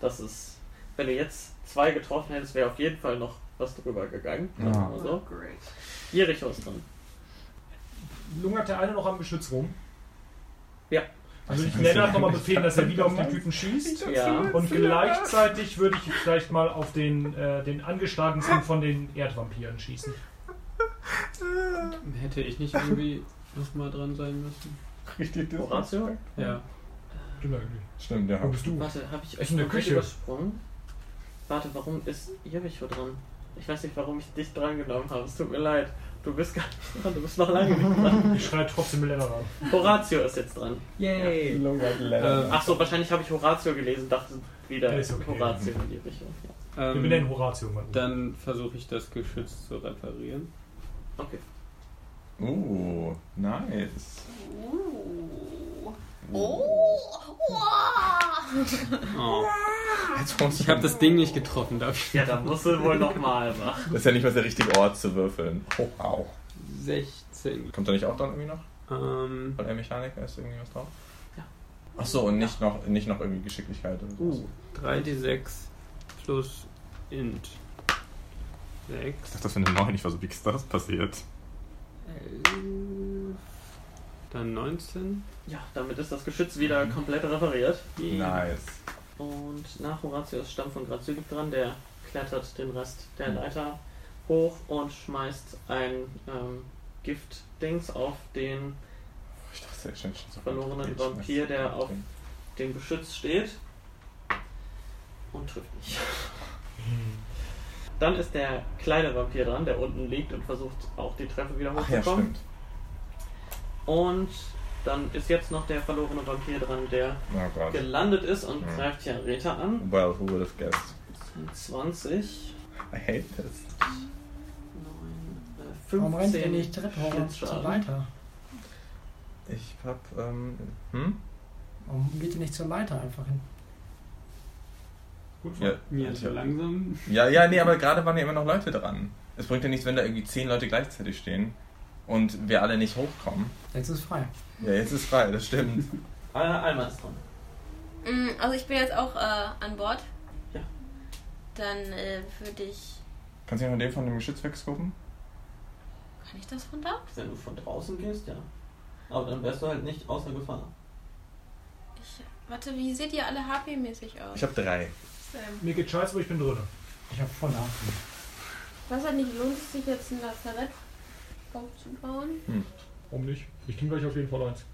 Speaker 1: das ist. Wenn du jetzt zwei getroffen hättest, wäre auf jeden Fall noch was drüber gegangen.
Speaker 9: Ja.
Speaker 1: Also. Jericho ist dran.
Speaker 3: Lungert der eine noch am Geschütz rum?
Speaker 1: Ja.
Speaker 3: Also ich Lennart nochmal befehlen, dass er wieder auf die Typen schießt.
Speaker 1: Ja.
Speaker 3: Und gleichzeitig würde ich vielleicht mal auf den, äh, den Angeschlagensten von den Erdvampiren schießen.
Speaker 6: Hätte ich nicht irgendwie nochmal dran sein müssen?
Speaker 9: Richtig, das
Speaker 1: Horatio?
Speaker 6: Ja.
Speaker 9: Stimmt, ja. Wo bist
Speaker 3: du?
Speaker 1: Warte, habe ich
Speaker 3: Das ist
Speaker 1: euch
Speaker 3: in der
Speaker 1: noch nicht
Speaker 3: Küche.
Speaker 1: übersprungen? Warte, warum ist Jericho dran? Ich weiß nicht, warum ich dich dran genommen habe. Es tut mir leid. Du bist gar nicht dran, du bist noch lange nicht dran.
Speaker 3: Ich schreie trotzdem mit Lennart an.
Speaker 1: Horatio ist jetzt dran.
Speaker 6: Yay!
Speaker 9: Lungert
Speaker 6: Lennart.
Speaker 9: Äh,
Speaker 1: Ach so, wahrscheinlich habe ich Horatio gelesen, dachte wieder
Speaker 3: Ist okay.
Speaker 1: Horatio in die Richtung.
Speaker 10: Ähm,
Speaker 3: Wir benennen Horatio mal.
Speaker 6: Ähm, Dann versuche ich das Geschütz zu reparieren.
Speaker 1: Okay.
Speaker 9: Uh, nice.
Speaker 4: Uh.
Speaker 6: Oh.
Speaker 9: Ich
Speaker 6: habe das Ding nicht getroffen, darf ich?
Speaker 1: Ja, da musst du wohl nochmal machen.
Speaker 9: Das ist ja nicht mal der richtige Ort zu würfeln. Oh, au.
Speaker 6: 16.
Speaker 9: Kommt er nicht auch dann irgendwie noch?
Speaker 5: Ähm, Von der Mechaniker ist irgendwie was drauf?
Speaker 1: Ja.
Speaker 9: Achso, und nicht, noch, nicht noch irgendwie Geschicklichkeit oder so.
Speaker 5: Uh, 3d6 plus int. 6.
Speaker 15: dachte, das wäre eine 9. Ich war so, wie ist das passiert?
Speaker 5: 11. Dann 19.
Speaker 1: Ja, damit ist das Geschütz
Speaker 9: Mhm.
Speaker 1: wieder komplett repariert.
Speaker 15: Nice.
Speaker 1: Und nach Horatius Stamm von Grazil dran, der klettert den Rest der
Speaker 9: Mhm.
Speaker 1: Leiter hoch und schmeißt ein ähm, Giftdings auf den
Speaker 9: Ich dachte, ich schon so
Speaker 1: verlorenen
Speaker 9: Mädchen,
Speaker 1: Vampir,
Speaker 9: das-
Speaker 1: der auf dem Geschütz steht. Und trifft nicht. Dann ist der kleine Vampir dran, der unten liegt und versucht auch die Treppe wieder
Speaker 9: Ach ja,
Speaker 1: hochzukommen. und dann ist jetzt noch der verlorene Vampir dran, der
Speaker 9: Oh Gott.
Speaker 1: gelandet ist und
Speaker 9: Mhm.
Speaker 1: greift ja Reta an.
Speaker 9: Well, who would have guessed?
Speaker 1: 20,
Speaker 9: I hate this.
Speaker 1: 15
Speaker 7: Warum rennt ihr nicht Treppe hoch und
Speaker 1: Blitzschaden.
Speaker 7: zur Leiter?
Speaker 9: Ich hab, ähm, hm?
Speaker 7: Warum geht ihr nicht zur Leiter einfach hin?
Speaker 5: Gut,
Speaker 9: Ja,
Speaker 5: mir
Speaker 9: hat
Speaker 5: ist
Speaker 9: ja-
Speaker 5: langsam.
Speaker 9: Ja, ja, nee, aber gerade waren ja immer noch Leute dran. Es bringt ja nichts, wenn da irgendwie zehn Leute gleichzeitig stehen und wir alle nicht hochkommen.
Speaker 7: Jetzt ist frei.
Speaker 9: Ja, jetzt ist frei, das stimmt.
Speaker 1: Äh, Alma ist dran.
Speaker 4: Mm, Also ich bin jetzt auch äh, an Bord.
Speaker 1: Ja.
Speaker 4: Dann äh, würde ich.
Speaker 9: Kannst du noch den von dem Geschütz wegscopen?
Speaker 4: Kann ich das von da?
Speaker 1: Wenn du von draußen gehst, ja. Aber dann wärst du halt nicht außer Gefahr.
Speaker 4: Ich, warte, wie seht ihr alle HP-mäßig aus?
Speaker 9: Ich hab drei.
Speaker 4: Sam.
Speaker 3: Mir geht scheiße, aber ich bin drin. Ich hab voll Affen.
Speaker 4: Was halt nicht lohnt, es sich jetzt ein Lazarett aufzubauen.
Speaker 9: Hm.
Speaker 3: Warum nicht? Ich krieg gleich auf jeden Fall eins.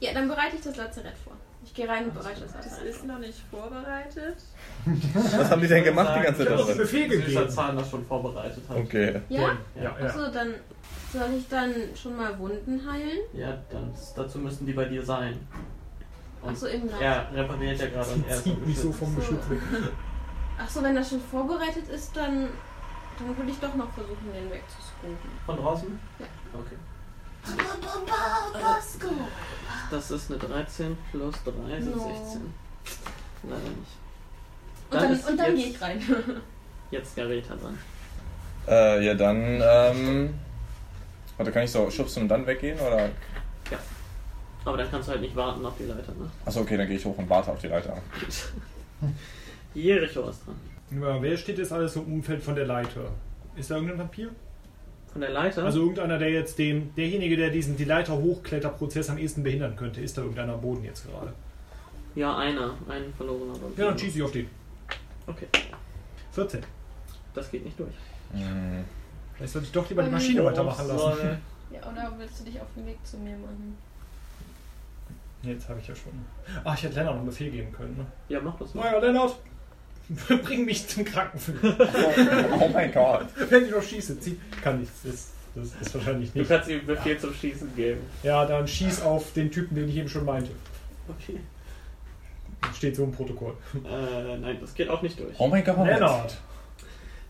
Speaker 4: Ja, dann bereite ich das Lazarett vor. Ich gehe rein und bereite das
Speaker 2: Das
Speaker 4: Lazarett
Speaker 2: ist
Speaker 4: vor.
Speaker 2: noch nicht vorbereitet.
Speaker 9: Was haben die denn gemacht die ganze
Speaker 1: Ich hab
Speaker 9: Zeit?
Speaker 1: uns einen
Speaker 3: Befehl
Speaker 1: Süßer
Speaker 3: gegeben.
Speaker 1: Zahn das halt schon vorbereitet hat.
Speaker 9: Okay.
Speaker 4: Ja?
Speaker 1: Ja, ja.
Speaker 4: Achso, dann soll ich dann schon mal Wunden heilen?
Speaker 1: Ja, dann, dazu müssen die bei dir sein. Und
Speaker 4: Ach so, im Lager.
Speaker 1: Er repariert ja gerade und er ist halt
Speaker 3: Zieht mich so
Speaker 1: geschützt.
Speaker 3: vom Geschütz weg.
Speaker 4: Achso, wenn das schon vorbereitet ist, dann, dann würde ich doch noch versuchen, den wegzuscoopen.
Speaker 1: Von draußen?
Speaker 4: Ja.
Speaker 1: Okay. Das ist eine 13 plus 3 sind
Speaker 4: No.
Speaker 1: 16. Leider nicht.
Speaker 4: Und dann,
Speaker 1: ist
Speaker 4: und dann
Speaker 1: jetzt,
Speaker 4: gehe ich rein.
Speaker 1: Jetzt Gareta dran.
Speaker 9: Äh, ja, dann, ähm. Warte, kann ich so schubsen und dann weggehen? Oder.
Speaker 1: Ja. Aber dann kannst du halt nicht warten auf die Leiter, ne?
Speaker 9: Achso, okay, dann gehe ich hoch und warte auf die Leiter.
Speaker 1: Jericho ist dran.
Speaker 3: Ja, Äh, wer steht jetzt alles im Umfeld von der Leiter? Ist da irgendein Vampir?
Speaker 1: Von der Leiter?
Speaker 3: Also irgendeiner, der jetzt den, derjenige, der diesen die Leiter hochkletterprozess am ehesten behindern könnte, ist da irgendeiner am Boden jetzt gerade.
Speaker 1: ja, einer. Ein verlorener Vampir.
Speaker 3: Ja, dann schieße ich auf den.
Speaker 1: Okay,
Speaker 3: 14.
Speaker 1: das geht nicht durch.
Speaker 9: Hm.
Speaker 3: Vielleicht sollte ich doch lieber die
Speaker 4: Ähm,
Speaker 3: Maschine
Speaker 4: Worum
Speaker 3: weitermachen lassen.
Speaker 4: ja, oder willst du dich auf den Weg zu mir machen?
Speaker 3: Jetzt habe ich ja schon. Ach, ich hätte Lennart noch einen Befehl geben können. Ne?
Speaker 1: Ja, mach das mal.
Speaker 3: Naja, Lennart, bring mich zum Krankenfilm.
Speaker 9: Oh mein Gott.
Speaker 3: Wenn ich noch schieße, zieh. Kann nichts. Das, das ist wahrscheinlich
Speaker 1: Du
Speaker 3: nicht.
Speaker 1: kannst ihm Befehl zum Schießen geben.
Speaker 3: Ja, dann schieß auf den Typen, den ich eben schon meinte.
Speaker 1: Okay.
Speaker 3: Steht so im Protokoll.
Speaker 1: Äh, nein, das geht auch nicht durch.
Speaker 9: Oh mein Gott.
Speaker 3: Lennart!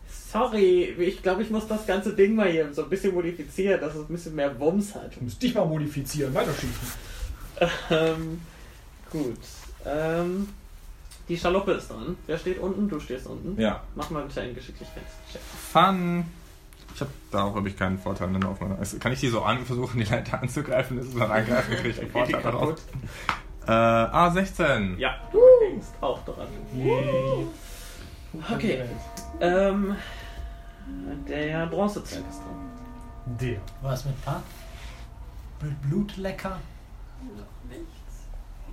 Speaker 1: Sorry, ich glaube, ich muss das ganze Ding mal hier so ein bisschen modifizieren, dass es ein bisschen mehr Wumms hat.
Speaker 3: Du musst dich mal modifizieren, weiterschießen.
Speaker 1: Ähm, gut. Ähm, die Schaluppe ist dran. Wer steht unten? Du stehst unten.
Speaker 9: Ja.
Speaker 1: Mach mal bitte einen Geschicklichkeitscheck.
Speaker 15: Fun! Ich hab, darauf habe ich keinen Vorteil dann auf meiner. Also, kann ich die so an, versuchen, die Leiter anzugreifen? Ist es dann angreifen, kriege ich einen
Speaker 1: Geht die
Speaker 15: Vorteil darauf.
Speaker 1: kaputt?
Speaker 15: Äh,
Speaker 9: ah,
Speaker 15: A16.
Speaker 1: Ja, du hängst auch dran. Okay. Ähm, der Bronzezwerg ist dran.
Speaker 3: Der.
Speaker 7: Was mit Park? Mit Blutlecker?
Speaker 2: Noch nichts.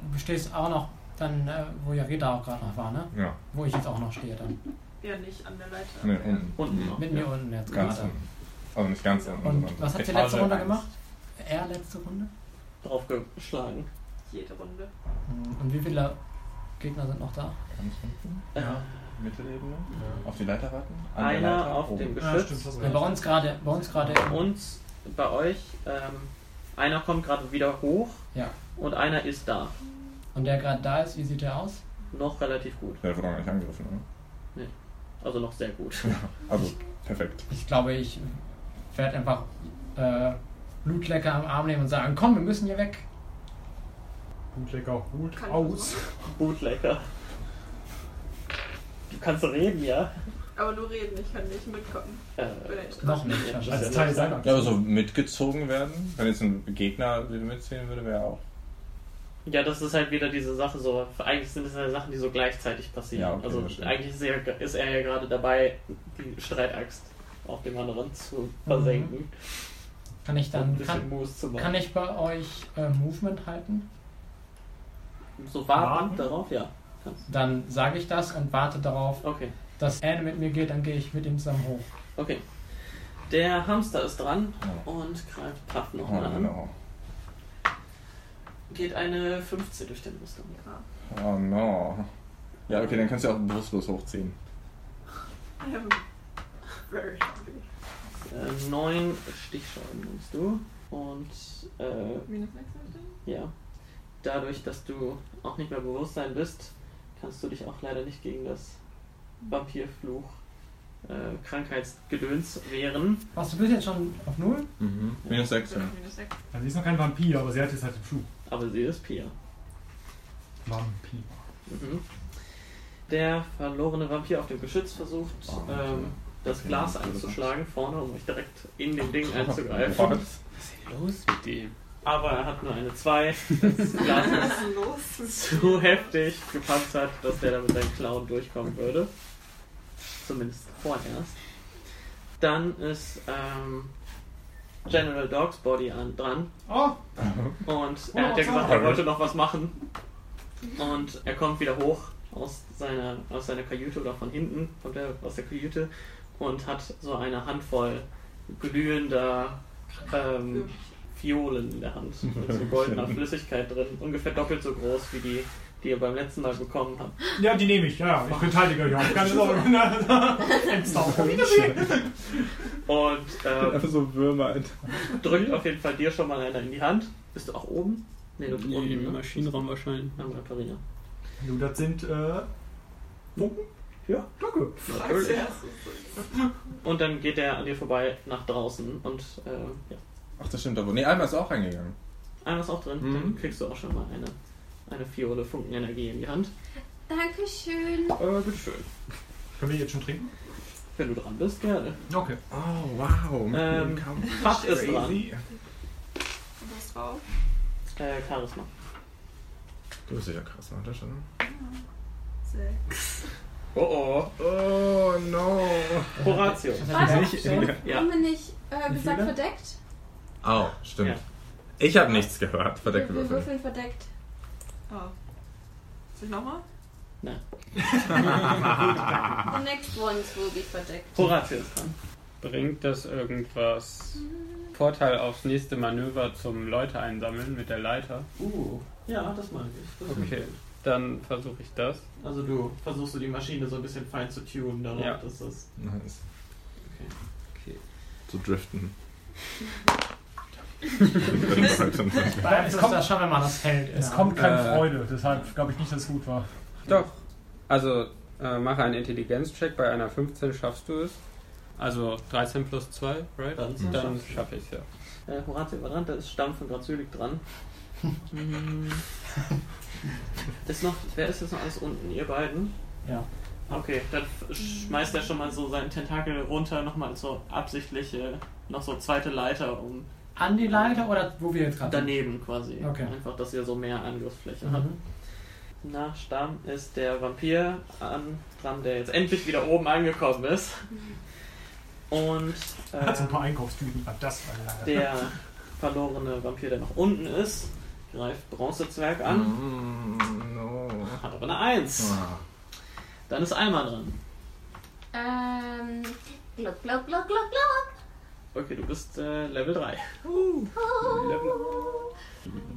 Speaker 7: Du bestehst auch noch, dann, äh, wo ja Rita auch gerade noch war, ne?
Speaker 9: Ja.
Speaker 7: Wo ich jetzt auch noch stehe dann.
Speaker 2: Ja, nicht an der Leiter.
Speaker 9: Ne, unten.
Speaker 1: Unten noch.
Speaker 7: Mit mir unten jetzt
Speaker 9: Ganz
Speaker 7: gerade.
Speaker 9: unten. Also nicht ganz unten.
Speaker 7: Und
Speaker 9: sondern-
Speaker 7: was habt ihr letzte Runde gemacht? Er letzte Runde?
Speaker 1: Draufgeschlagen.
Speaker 2: Jede Runde.
Speaker 7: Hm, Und wie viele Gegner sind noch da?
Speaker 9: Ganz unten?
Speaker 1: Ja.
Speaker 9: Mittelebene? Auf die Leiter warten? An der
Speaker 1: Äh, Einer
Speaker 9: Leiter? Oh.
Speaker 1: auf
Speaker 9: Oben. Ah,
Speaker 1: dem
Speaker 3: Ja,
Speaker 1: Geschütz.
Speaker 3: stimmt, hast
Speaker 7: Ja, Äh, bei uns gerade, bei uns gerade.
Speaker 1: Bei uns, bei euch, ähm, einer kommt gerade wieder hoch
Speaker 7: Ja.
Speaker 1: und einer ist da.
Speaker 7: Und der gerade da ist, wie sieht der aus?
Speaker 1: Noch relativ gut.
Speaker 9: Der wurde auch nicht angegriffen, oder?
Speaker 1: Nee. Also noch sehr gut.
Speaker 9: Also, perfekt.
Speaker 7: Ich glaube, ich werde einfach äh, Blutlecker am Arm nehmen und sagen, komm, wir müssen hier weg.
Speaker 3: Blutlecker Hut
Speaker 2: Kann ich
Speaker 3: aus.
Speaker 1: Bootlecker. Du kannst reden, ja? Äh,
Speaker 2: Aber nur reden, ich kann nicht mitkommen. Bin ein Strafe.
Speaker 9: Als Also Teil seiner. Ja, aber so mitgezogen werden, wenn jetzt ein Gegner mitziehen würde, wäre auch.
Speaker 1: Ja, das ist halt wieder diese Sache so. Eigentlich sind es ja Sachen, die so gleichzeitig passieren.
Speaker 9: Ja, okay,
Speaker 1: also
Speaker 9: verstehe.
Speaker 1: eigentlich ist er, ist er ja gerade dabei, die Streitaxt auf dem anderen
Speaker 9: Mhm.
Speaker 1: zu versenken.
Speaker 7: Kann ich
Speaker 1: Um ein
Speaker 7: dann.
Speaker 1: bisschen
Speaker 7: Kann,
Speaker 1: Moos zu machen.
Speaker 7: kann ich bei euch äh, Movement halten?
Speaker 1: So warten darauf, ja. Kannst.
Speaker 7: Dann sage ich das und warte darauf, dass Anne mit mir geht, dann gehe ich mit ihm zusammen hoch.
Speaker 1: Okay. Der Hamster ist dran und greift Puff nochmal
Speaker 9: Oh,
Speaker 1: an.
Speaker 9: no.
Speaker 1: Geht eine 15 durch den Brustumkram.
Speaker 9: Oh no. Ja, okay, dann kannst du auch bewusstlos hochziehen.
Speaker 2: I'm very hungry.
Speaker 1: Äh, 9 Stichschaden nimmst du. Und äh,
Speaker 2: Minus 6 Seite?
Speaker 1: ja, dadurch, dass du auch nicht mehr Bewusstsein bist, kannst du dich auch leider nicht gegen das Vampirfluch äh, Krankheitsgedöns wehren.
Speaker 7: Was, du bist jetzt schon auf Null?
Speaker 9: Mhm. Minus 6. ja.
Speaker 3: Also sie ist noch kein Vampir, aber sie hat jetzt halt den Fluch.
Speaker 1: Aber sie ist Pia.
Speaker 3: Vampir.
Speaker 1: Mhm. Der verlorene Vampir auf dem Geschütz versucht, ähm, das Glas einzuschlagen vorne, um euch direkt in den Ding einzugreifen.
Speaker 9: Was
Speaker 1: ist los mit dem? Aber er hat nur eine 2. Das Glas
Speaker 2: Was ist los mit
Speaker 1: ist zu heftig gepanzert, dass der da mit seinen Clown durchkommen würde. Zumindest vorerst. Dann ist ähm, General Dogs Body an, dran.
Speaker 3: Oh!
Speaker 1: Und
Speaker 6: Oh,
Speaker 1: er hat ja gesagt, er wollte noch was machen. Und er kommt wieder hoch aus seiner, aus seiner Kajüte oder von hinten, kommt er aus der Kajüte und hat so eine Handvoll glühender ähm, Fiolen in der Hand mit so goldener Flüssigkeit drin. Ungefähr doppelt so groß wie die, die ihr beim letzten Mal bekommen habt.
Speaker 3: Ja, die nehme ich, ja, ja. Ich verteidige euch auch. Keine Sorge. Fenster auf. Auf Wiedersehen.
Speaker 1: Und ähm,
Speaker 9: Einfach so Würmer. Alter.
Speaker 1: drückt auf jeden Fall dir schon mal einer in die Hand. Bist du auch oben? Nee, du bist
Speaker 6: Nee,
Speaker 1: unten.
Speaker 6: im
Speaker 1: ne?
Speaker 6: Maschinenraum wahrscheinlich.
Speaker 1: Am Katharina.
Speaker 3: Du, das sind äh, Funken?
Speaker 1: Ja.
Speaker 3: Danke.
Speaker 1: Natürlich. Und dann geht er an dir vorbei nach draußen und äh, ja.
Speaker 9: Ach, das stimmt aber. Nee, einmal ist auch reingegangen.
Speaker 1: Einmal Ah, ist auch drin, dann kriegst du auch schon mal eine, eine Fiole Funkenenergie in die Hand.
Speaker 4: Dankeschön.
Speaker 9: Äh, bitteschön.
Speaker 3: Können wir jetzt schon trinken?
Speaker 1: Wenn du dran bist, gerne.
Speaker 3: Okay.
Speaker 9: Oh, wow. Mit
Speaker 1: Ähm,
Speaker 9: dem Kampf.
Speaker 1: Fach ist dran.
Speaker 9: Crazy.
Speaker 2: Was drauf?
Speaker 1: Äh, Charisma.
Speaker 9: Du bist ja krass, macht das schon.
Speaker 2: Sechs.
Speaker 1: Oh
Speaker 9: oh. Oh no.
Speaker 1: Horatio.
Speaker 4: Warte,
Speaker 9: Nicht in der-
Speaker 4: haben wir nicht äh,
Speaker 9: Wie
Speaker 4: gesagt
Speaker 9: viele?
Speaker 4: verdeckt?
Speaker 9: Oh, stimmt. Ich habe nichts gehört. Verdeckt
Speaker 4: wir, wir
Speaker 9: gewürfelt.
Speaker 4: würfeln verdeckt.
Speaker 2: Oh. Soll ich nochmal?
Speaker 1: Nein. Ah.
Speaker 4: The next ones will be verdeckt.
Speaker 1: Horatio ist dran.
Speaker 10: Bringt das irgendwas? Vorteil aufs nächste Manöver zum Leute einsammeln mit der Leiter.
Speaker 1: Uh, ja, das mag ich. Das
Speaker 10: Okay, dann versuche ich das.
Speaker 1: Also du versuchst du die Maschine so ein bisschen fein zu tunen, darauf,
Speaker 10: Ja.
Speaker 1: dass das.
Speaker 9: Nice.
Speaker 1: Okay.
Speaker 9: Zu driften.
Speaker 7: Bei uns ist das schon, wenn man das hält.
Speaker 3: Es kommt keine
Speaker 10: Äh.
Speaker 3: Freude, deshalb glaube ich nicht, dass es gut war.
Speaker 10: Doch. Also äh, mache einen Intelligenzcheck. Bei einer 15 schaffst du es. Also 13 plus 2, right?
Speaker 1: Dann schaffst
Speaker 10: Dann
Speaker 1: du's.
Speaker 10: schaffe ich es ja.
Speaker 1: Äh, Horatio war dran, da ist Stamm von Grazylik dran. Mm. ist noch, wer ist jetzt noch alles unten? Ihr beiden?
Speaker 7: Ja.
Speaker 1: Okay, dann f- schmeißt er schon mal so seinen Tentakel runter, nochmal so absichtliche, noch so zweite Leiter um.
Speaker 7: An die Leiter oder wo wir jetzt gerade sind?
Speaker 1: Daneben quasi.
Speaker 7: Okay.
Speaker 1: Einfach, dass ihr so mehr Angriffsfläche
Speaker 7: Mhm.
Speaker 1: habt. Nach Stamm ist der Vampir an, dran, der jetzt endlich wieder oben angekommen ist. Und
Speaker 3: Er hat so ein paar
Speaker 1: ähm,
Speaker 3: Einkaufstüten. Ah, Das war leider.
Speaker 1: der verlorene Vampir, der noch unten ist, greift Bronzezwerg
Speaker 9: Mhm.
Speaker 1: an.
Speaker 9: Mm, Ah, no.
Speaker 1: Hat aber eine 1.
Speaker 9: Ah.
Speaker 1: Dann ist einmal dran.
Speaker 4: Ähm, gluck, gluck, gluck, gluck, gluck.
Speaker 1: Okay, du bist äh, Level 3.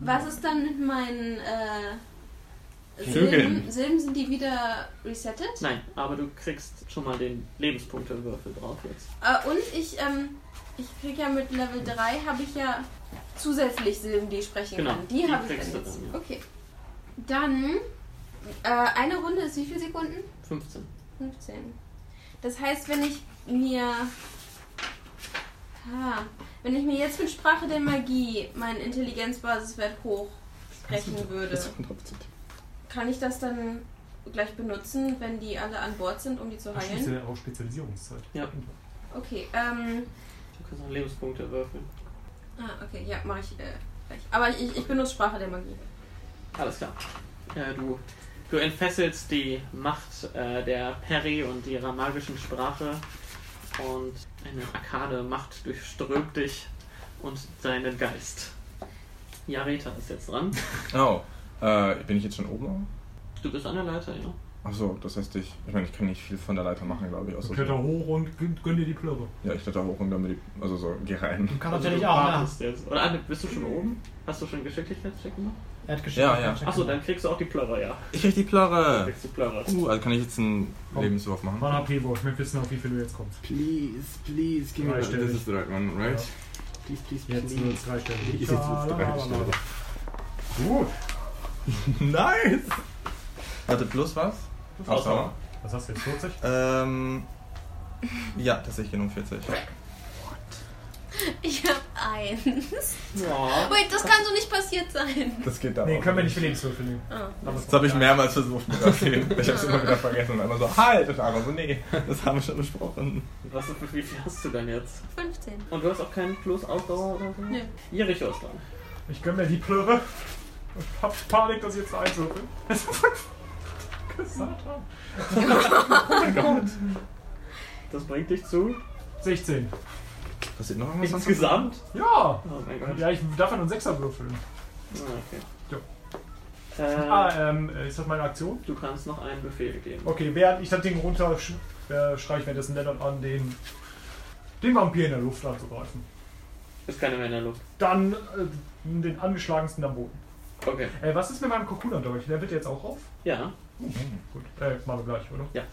Speaker 4: Was ist dann mit meinen äh,
Speaker 1: Vögeln.
Speaker 4: Silben? Silben sind die wieder resettet?
Speaker 1: Nein, aber du kriegst schon mal den Lebenspunktewürfel drauf jetzt.
Speaker 4: Äh, und ich, ähm, ich krieg ja mit Level 3 habe ich ja zusätzlich Silben, die ich sprechen
Speaker 1: Genau,
Speaker 4: kann.
Speaker 1: die
Speaker 4: Die, habe ich
Speaker 1: kriegst
Speaker 4: dann
Speaker 1: du
Speaker 4: jetzt.
Speaker 1: dann, ja.
Speaker 4: Okay. Dann äh, eine Runde ist wie viele Sekunden?
Speaker 1: 15.
Speaker 4: 15. Das heißt, wenn ich mir. Ha, wenn ich mir jetzt mit Sprache der Magie meinen Intelligenzbasiswert hoch sprechen würde,
Speaker 9: Das kommt auf zu tief.
Speaker 4: kann ich das dann gleich benutzen, wenn die alle an Bord sind, um die zu
Speaker 3: Ach, stimmt, ist
Speaker 4: heilen?
Speaker 3: ja auch Spezialisierungszeit.
Speaker 1: Ja.
Speaker 4: Okay, ähm.
Speaker 1: Du kannst noch Lebenspunkte würfeln.
Speaker 4: Ah, okay, ja, mache ich äh, gleich. Aber ich, ich benutze Sprache der Magie.
Speaker 1: Alles klar. Äh, du, du entfesselst die Macht äh, der Peri und ihrer magischen Sprache und eine arkane Macht durchströmt dich und deinen Geist. Jareta ist jetzt dran.
Speaker 9: Oh, äh, bin ich jetzt schon oben?
Speaker 1: Du bist an der Leiter, ja.
Speaker 9: Achso, das heißt, ich, ich meine, ich kann nicht viel von der Leiter machen, glaube ich. Außer
Speaker 3: Kletter hoch und gönn, gönn dir die Plörre.
Speaker 9: Ja, ich kletter hoch und damit, die, also so, geh rein.
Speaker 1: Also du
Speaker 3: ne?
Speaker 1: wartest jetzt. Oder ah, bist du schon oben? Hast du schon Geschicklichkeitscheck gemacht?
Speaker 16: Er hat
Speaker 9: Geschicklichkeitscheck
Speaker 1: Achso,
Speaker 3: genau.
Speaker 1: dann kriegst du auch die Plörre, ja.
Speaker 9: Ich krieg die Plörre.
Speaker 1: Kriegst du Plörre.
Speaker 9: Uh, also kann ich jetzt einen Lebenswurf machen?
Speaker 3: Mann HP, Wolf, ich möchte wissen, auf wie viel du jetzt kommst.
Speaker 9: Please, please,
Speaker 3: gib mir-
Speaker 9: das ist the right one, right?
Speaker 3: Ja.
Speaker 9: Please, please, please.
Speaker 3: Jetzt nur dreistellig.
Speaker 9: Jetzt wird's dreistellig.
Speaker 3: Uh,
Speaker 9: nice! Warte, plus was?
Speaker 3: Plus
Speaker 9: Ausdauer.
Speaker 3: Ausdauer. Was hast du jetzt, 40?
Speaker 9: Ähm. Ja, tatsächlich genau um genug 40.
Speaker 4: Ich hab eins.
Speaker 9: Ja.
Speaker 4: Wait, das kann so nicht passiert sein.
Speaker 9: Das geht da
Speaker 3: nee,
Speaker 9: auch.
Speaker 3: können wir nicht für Lebenswürfel nehmen.
Speaker 4: Ah.
Speaker 9: Das habe ich mehrmals versucht mit erzählen. Ich habe es immer wieder vergessen und einmal so, halt! Und einmal so, nee, das haben wir schon besprochen.
Speaker 1: Was, wie viel hast du denn jetzt?
Speaker 4: 15.
Speaker 1: Und du hast auch keinen Plus Ausdauer oder so?
Speaker 4: Nee.
Speaker 1: Jericho ist dran.
Speaker 3: Ich gönn mir die Plöre. Und hab Panik, dass ich jetzt einwürfel. Satan.
Speaker 1: oh mein Gott. Das bringt dich zu
Speaker 3: 16.
Speaker 9: Passiert noch irgendwas? sonst?
Speaker 1: insgesamt.
Speaker 3: Ja!
Speaker 1: Oh mein Gott.
Speaker 3: Ja, ich darf ja nur einen Sechser würfeln.
Speaker 1: Ah,
Speaker 3: okay.
Speaker 1: Ja.
Speaker 3: Ah, ähm, ist das meine Aktion?
Speaker 1: Du kannst noch einen Befehl geben.
Speaker 3: Okay, während ich das Ding runter sch äh, schrei ich währenddessen Lennart an, den, den Vampir in der Luft anzugreifen.
Speaker 1: Ist keine mehr in der Luft.
Speaker 3: Dann äh, den angeschlagensten am Boden.
Speaker 1: Okay.
Speaker 3: Äh, was ist mit meinem Kokuna-Dolch? Der wird jetzt auch auf?
Speaker 1: Ja.
Speaker 3: Gut, äh, machen wir gleich, oder?
Speaker 1: Ja.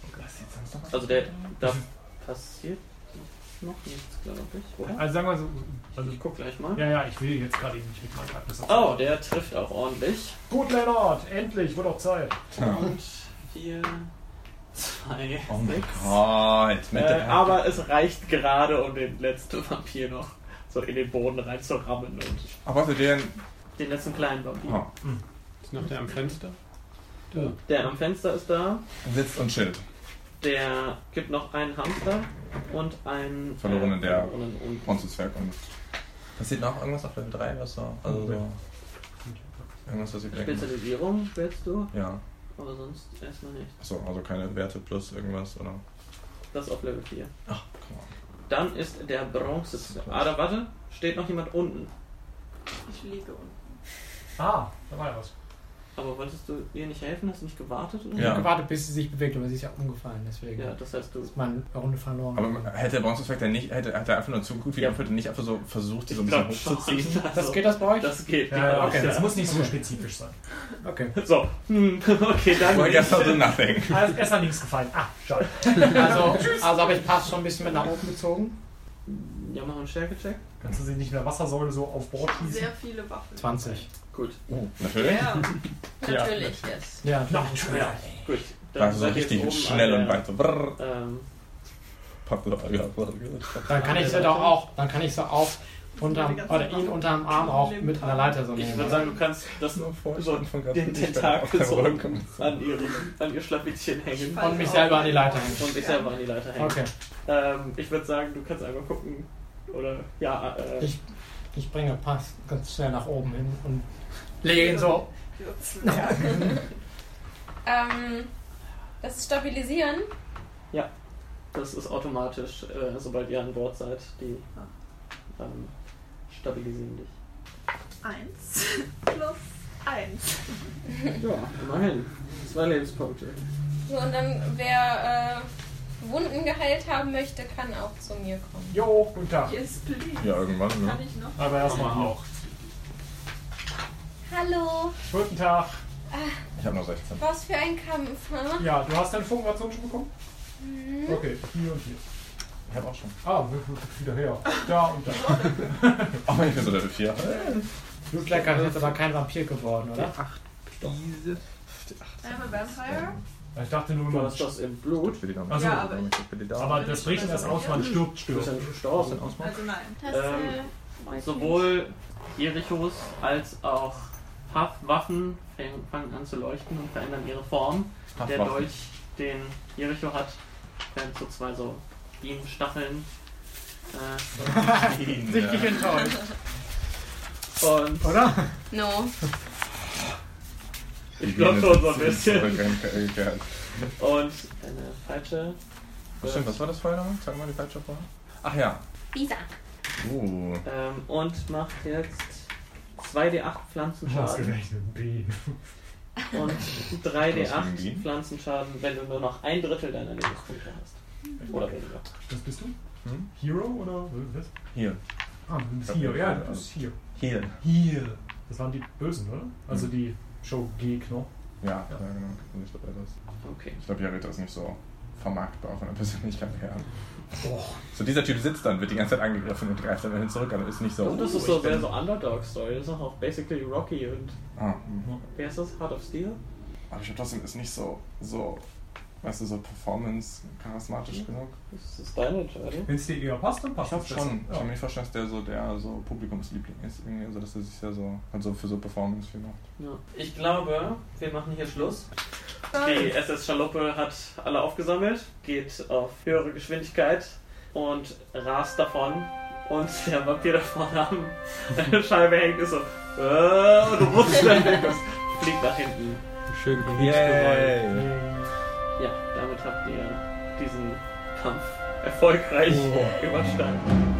Speaker 1: Also der da
Speaker 3: Mhm.
Speaker 1: passiert noch nichts, glaube ich. Oder?
Speaker 3: Also sagen wir so.
Speaker 1: Also ich guck gleich mal.
Speaker 3: Ja, ja, ich will jetzt gerade eben nicht mit meinem Ereignis
Speaker 1: Oh, der trifft auch ordentlich.
Speaker 3: Gut, Lennart, endlich, wurde auch Zeit.
Speaker 1: Und hier zwei.
Speaker 9: Oh mein
Speaker 1: sechs.
Speaker 9: Gott, Halt, mit
Speaker 1: Äh,
Speaker 9: der
Speaker 1: aber es reicht gerade, um den letzten Vampir noch so in den Boden reinzurammen und
Speaker 9: Aber warte, den.
Speaker 1: den letzten kleinen Vampir.
Speaker 9: Ah.
Speaker 6: Ist noch der am Fenster?
Speaker 1: Der am Fenster ist da,
Speaker 9: Sitzt und chillt.
Speaker 1: der gibt noch einen Hamster und einen äh,
Speaker 9: Verloren in der
Speaker 1: verlorenen Un-
Speaker 9: Bronzezwerg und. Passiert noch irgendwas auf Level 3 oder so? Also so. Irgendwas, was ich denke.
Speaker 1: Spezialisierung willst du?
Speaker 9: Ja.
Speaker 1: Aber sonst erstmal nicht.
Speaker 9: Achso, also keine Werte plus irgendwas, oder?
Speaker 1: Das ist auf Level 4. Ach, Dann ist der Bronze. Ah, da warte, steht noch jemand unten.
Speaker 4: Ich liege unten.
Speaker 3: Ah, da war ja was.
Speaker 1: Aber wolltest du ihr nicht helfen? Hast du nicht gewartet? oder?
Speaker 7: Ich habe gewartet, bis sie sich bewegt, aber sie ist ja umgefallen, deswegen.
Speaker 1: Ja, das heißt, du-
Speaker 7: Ist man eine Runde verloren.
Speaker 9: Aber äh, hätte der Bronzezwerg dann nicht, hätte, hätte er einfach nur zugeguckt, wie ja. Alfred nicht einfach so versucht, die so ein
Speaker 1: Ich
Speaker 9: bisschen
Speaker 1: glaub
Speaker 9: hochzuziehen?
Speaker 1: schon. Also,
Speaker 7: geht das bei euch?
Speaker 1: Das geht. genau.
Speaker 3: Ja, ja, okay, das muss nicht so spezifisch sein.
Speaker 7: Okay.
Speaker 1: So, hm, okay, dann.
Speaker 9: Well, yes, I'll do nothing.
Speaker 3: Also, erst nach links gefallen. Ah, schade.
Speaker 7: Also, also habe ich Pass schon ein bisschen mit nach oben gezogen.
Speaker 1: Ja, machen wir einen Stärkecheck.
Speaker 3: Kannst du sie nicht in der Wassersäule so auf Bord schießen?
Speaker 2: Sehr viele Waffen.
Speaker 7: 20.
Speaker 1: Gut.
Speaker 9: Oh,
Speaker 2: Ja, natürlich jetzt.
Speaker 7: Ja,
Speaker 1: Ja, gut.
Speaker 9: War so
Speaker 1: seid ihr jetzt
Speaker 9: richtig
Speaker 1: oben
Speaker 9: schnell
Speaker 1: an
Speaker 9: und weit so brrr.
Speaker 1: Ähm,
Speaker 9: Pop, ja, ja, ja.
Speaker 7: Dann kann ich sie doch auch, dann kann ich sie auch unterm, oder ihn unterm Arm auch mit einer Leiter so
Speaker 1: Ich
Speaker 7: nehmen.
Speaker 1: würde sagen, du kannst das nur so den Tentakel so an, ihrem, an ihr Schlappitchen hängen.
Speaker 7: Und mich selber an die Leiter hängen.
Speaker 1: Und mich selber an die Leiter hängen.
Speaker 7: Okay.
Speaker 1: Ähm, ich würde sagen, du kannst einmal gucken. Oder, ja, äh,
Speaker 7: Ich, ich bringe Pass ganz schnell nach oben hin und lege ihn so.
Speaker 2: Ja.
Speaker 4: Ähm, das ist Stabilisieren.
Speaker 1: ja. Das ist automatisch, äh, sobald ihr an Bord seid, die ähm, stabilisieren dich.
Speaker 2: Eins plus eins.
Speaker 1: Ja, immerhin. Zwei Lebenspunkte.
Speaker 4: So, und dann wer äh, Wunden geheilt haben möchte, kann auch zu mir kommen.
Speaker 3: Jo, guten Tag.
Speaker 2: Yes, please.
Speaker 9: Ja, irgendwann, ne?
Speaker 2: Kann ich noch?
Speaker 3: Aber erstmal auch.
Speaker 4: Hallo.
Speaker 3: Guten Tag.
Speaker 4: Ah,
Speaker 9: Ich hab noch 16.
Speaker 4: was für ein Kampf, hm?
Speaker 3: Ja, du hast deine Funkenration schon bekommen?
Speaker 4: Mhm.
Speaker 3: Okay, hier und hier.
Speaker 9: Ich hab auch schon.
Speaker 3: Ah, wieder her. Da und da.
Speaker 9: Aber Oh, ich bin so Level 4.
Speaker 7: Blutlecker ist jetzt aber kein Vampir geworden, oder?
Speaker 9: Ach,
Speaker 7: diese.
Speaker 2: I'm a vampire.
Speaker 3: Ich dachte nur,
Speaker 1: Du hast das im Blut.
Speaker 3: Ach so.
Speaker 2: Ja, aber ich-
Speaker 3: Aber das bricht erst aus, man stirbt, stirbt.
Speaker 1: Du bist dann gestorben.
Speaker 4: äh,
Speaker 2: Also nein.
Speaker 1: Ähm, sowohl Jerichos als auch Paffwaffen fangen an zu leuchten und verändern ihre Form. Der
Speaker 19: Paffwaffen.
Speaker 1: Dolch, den Jericho hat, werden zu zwei so Bienenstacheln. Äh,
Speaker 3: Sichtlich enttäuscht.
Speaker 1: Und
Speaker 3: Oder?
Speaker 4: No.
Speaker 1: Ich glaube schon so ein bisschen.
Speaker 9: Zurückgekehrt.
Speaker 1: Und eine äh, Falsche.
Speaker 19: Ach Stimmt, was war das vorher nochmal? Sag mal die falsche vorher. Ach ja.
Speaker 4: Lisa.
Speaker 9: Uh.
Speaker 1: Ähm, und macht jetzt 2d8 Pflanzenschaden.
Speaker 3: Ausgerechnet B.
Speaker 1: Und
Speaker 3: Was gegen
Speaker 1: 3d8
Speaker 3: Bienen?
Speaker 1: Pflanzenschaden, wenn du nur noch ein Drittel deiner Lebenspunkte hast. Oder weniger.
Speaker 3: Was bist du?
Speaker 19: Hm?
Speaker 3: Hero oder was?
Speaker 19: Hier.
Speaker 3: Ah, du bist
Speaker 19: Ich glaub,
Speaker 3: hier, ja,
Speaker 19: ich
Speaker 3: du bist hier.
Speaker 19: Hier.
Speaker 3: Hier. Das waren die Bösen, oder?
Speaker 9: Mhm.
Speaker 3: Also die Show-Gegner.
Speaker 9: Ja, ja, genau. Und Ich glaube, er ist.
Speaker 1: Okay.
Speaker 9: Ich glaube, Jarita ist nicht so vermarktbar von der Persönlichkeit her.
Speaker 3: Boah.
Speaker 9: So, dieser Typ sitzt dann, wird die ganze Zeit angegriffen und greift dann wieder zurück, aber ist nicht so.
Speaker 1: und das
Speaker 9: oh,
Speaker 1: ist so
Speaker 9: ich bin-
Speaker 1: sehr so Underdog-Story. Das ist auch basically Rocky und.
Speaker 9: Ah, mhm.
Speaker 1: Wer ist das? Heart of Steel?
Speaker 9: Aber ich glaube, trotzdem ist nicht so, so, weißt du, so performance-charismatisch
Speaker 1: Mhm.
Speaker 9: genug.
Speaker 1: Das ist deine Entscheidung.
Speaker 3: Wenn es dir eher passt, dann
Speaker 9: Ich
Speaker 1: Ah,
Speaker 3: passt
Speaker 9: glaube
Speaker 3: es besser.
Speaker 9: schon. Ich
Speaker 3: Ja.
Speaker 9: kann mir nicht vorstellen, dass der so der so Publikumsliebling ist, irgendwie, also dass er sich ja so, also für so Performance viel macht.
Speaker 1: Ja. Ich glaube, wir machen hier Schluss. Die SS Schaluppe hat alle aufgesammelt, geht auf höhere Geschwindigkeit und rast davon. Und der Vampir da vorne am eine Scheibe hängt ist so äh, und rutscht dann weg. Das fliegt nach hinten.
Speaker 10: Schön
Speaker 1: Yay.
Speaker 9: Oh.
Speaker 1: Ja, damit habt ihr diesen Kampf erfolgreich überstanden.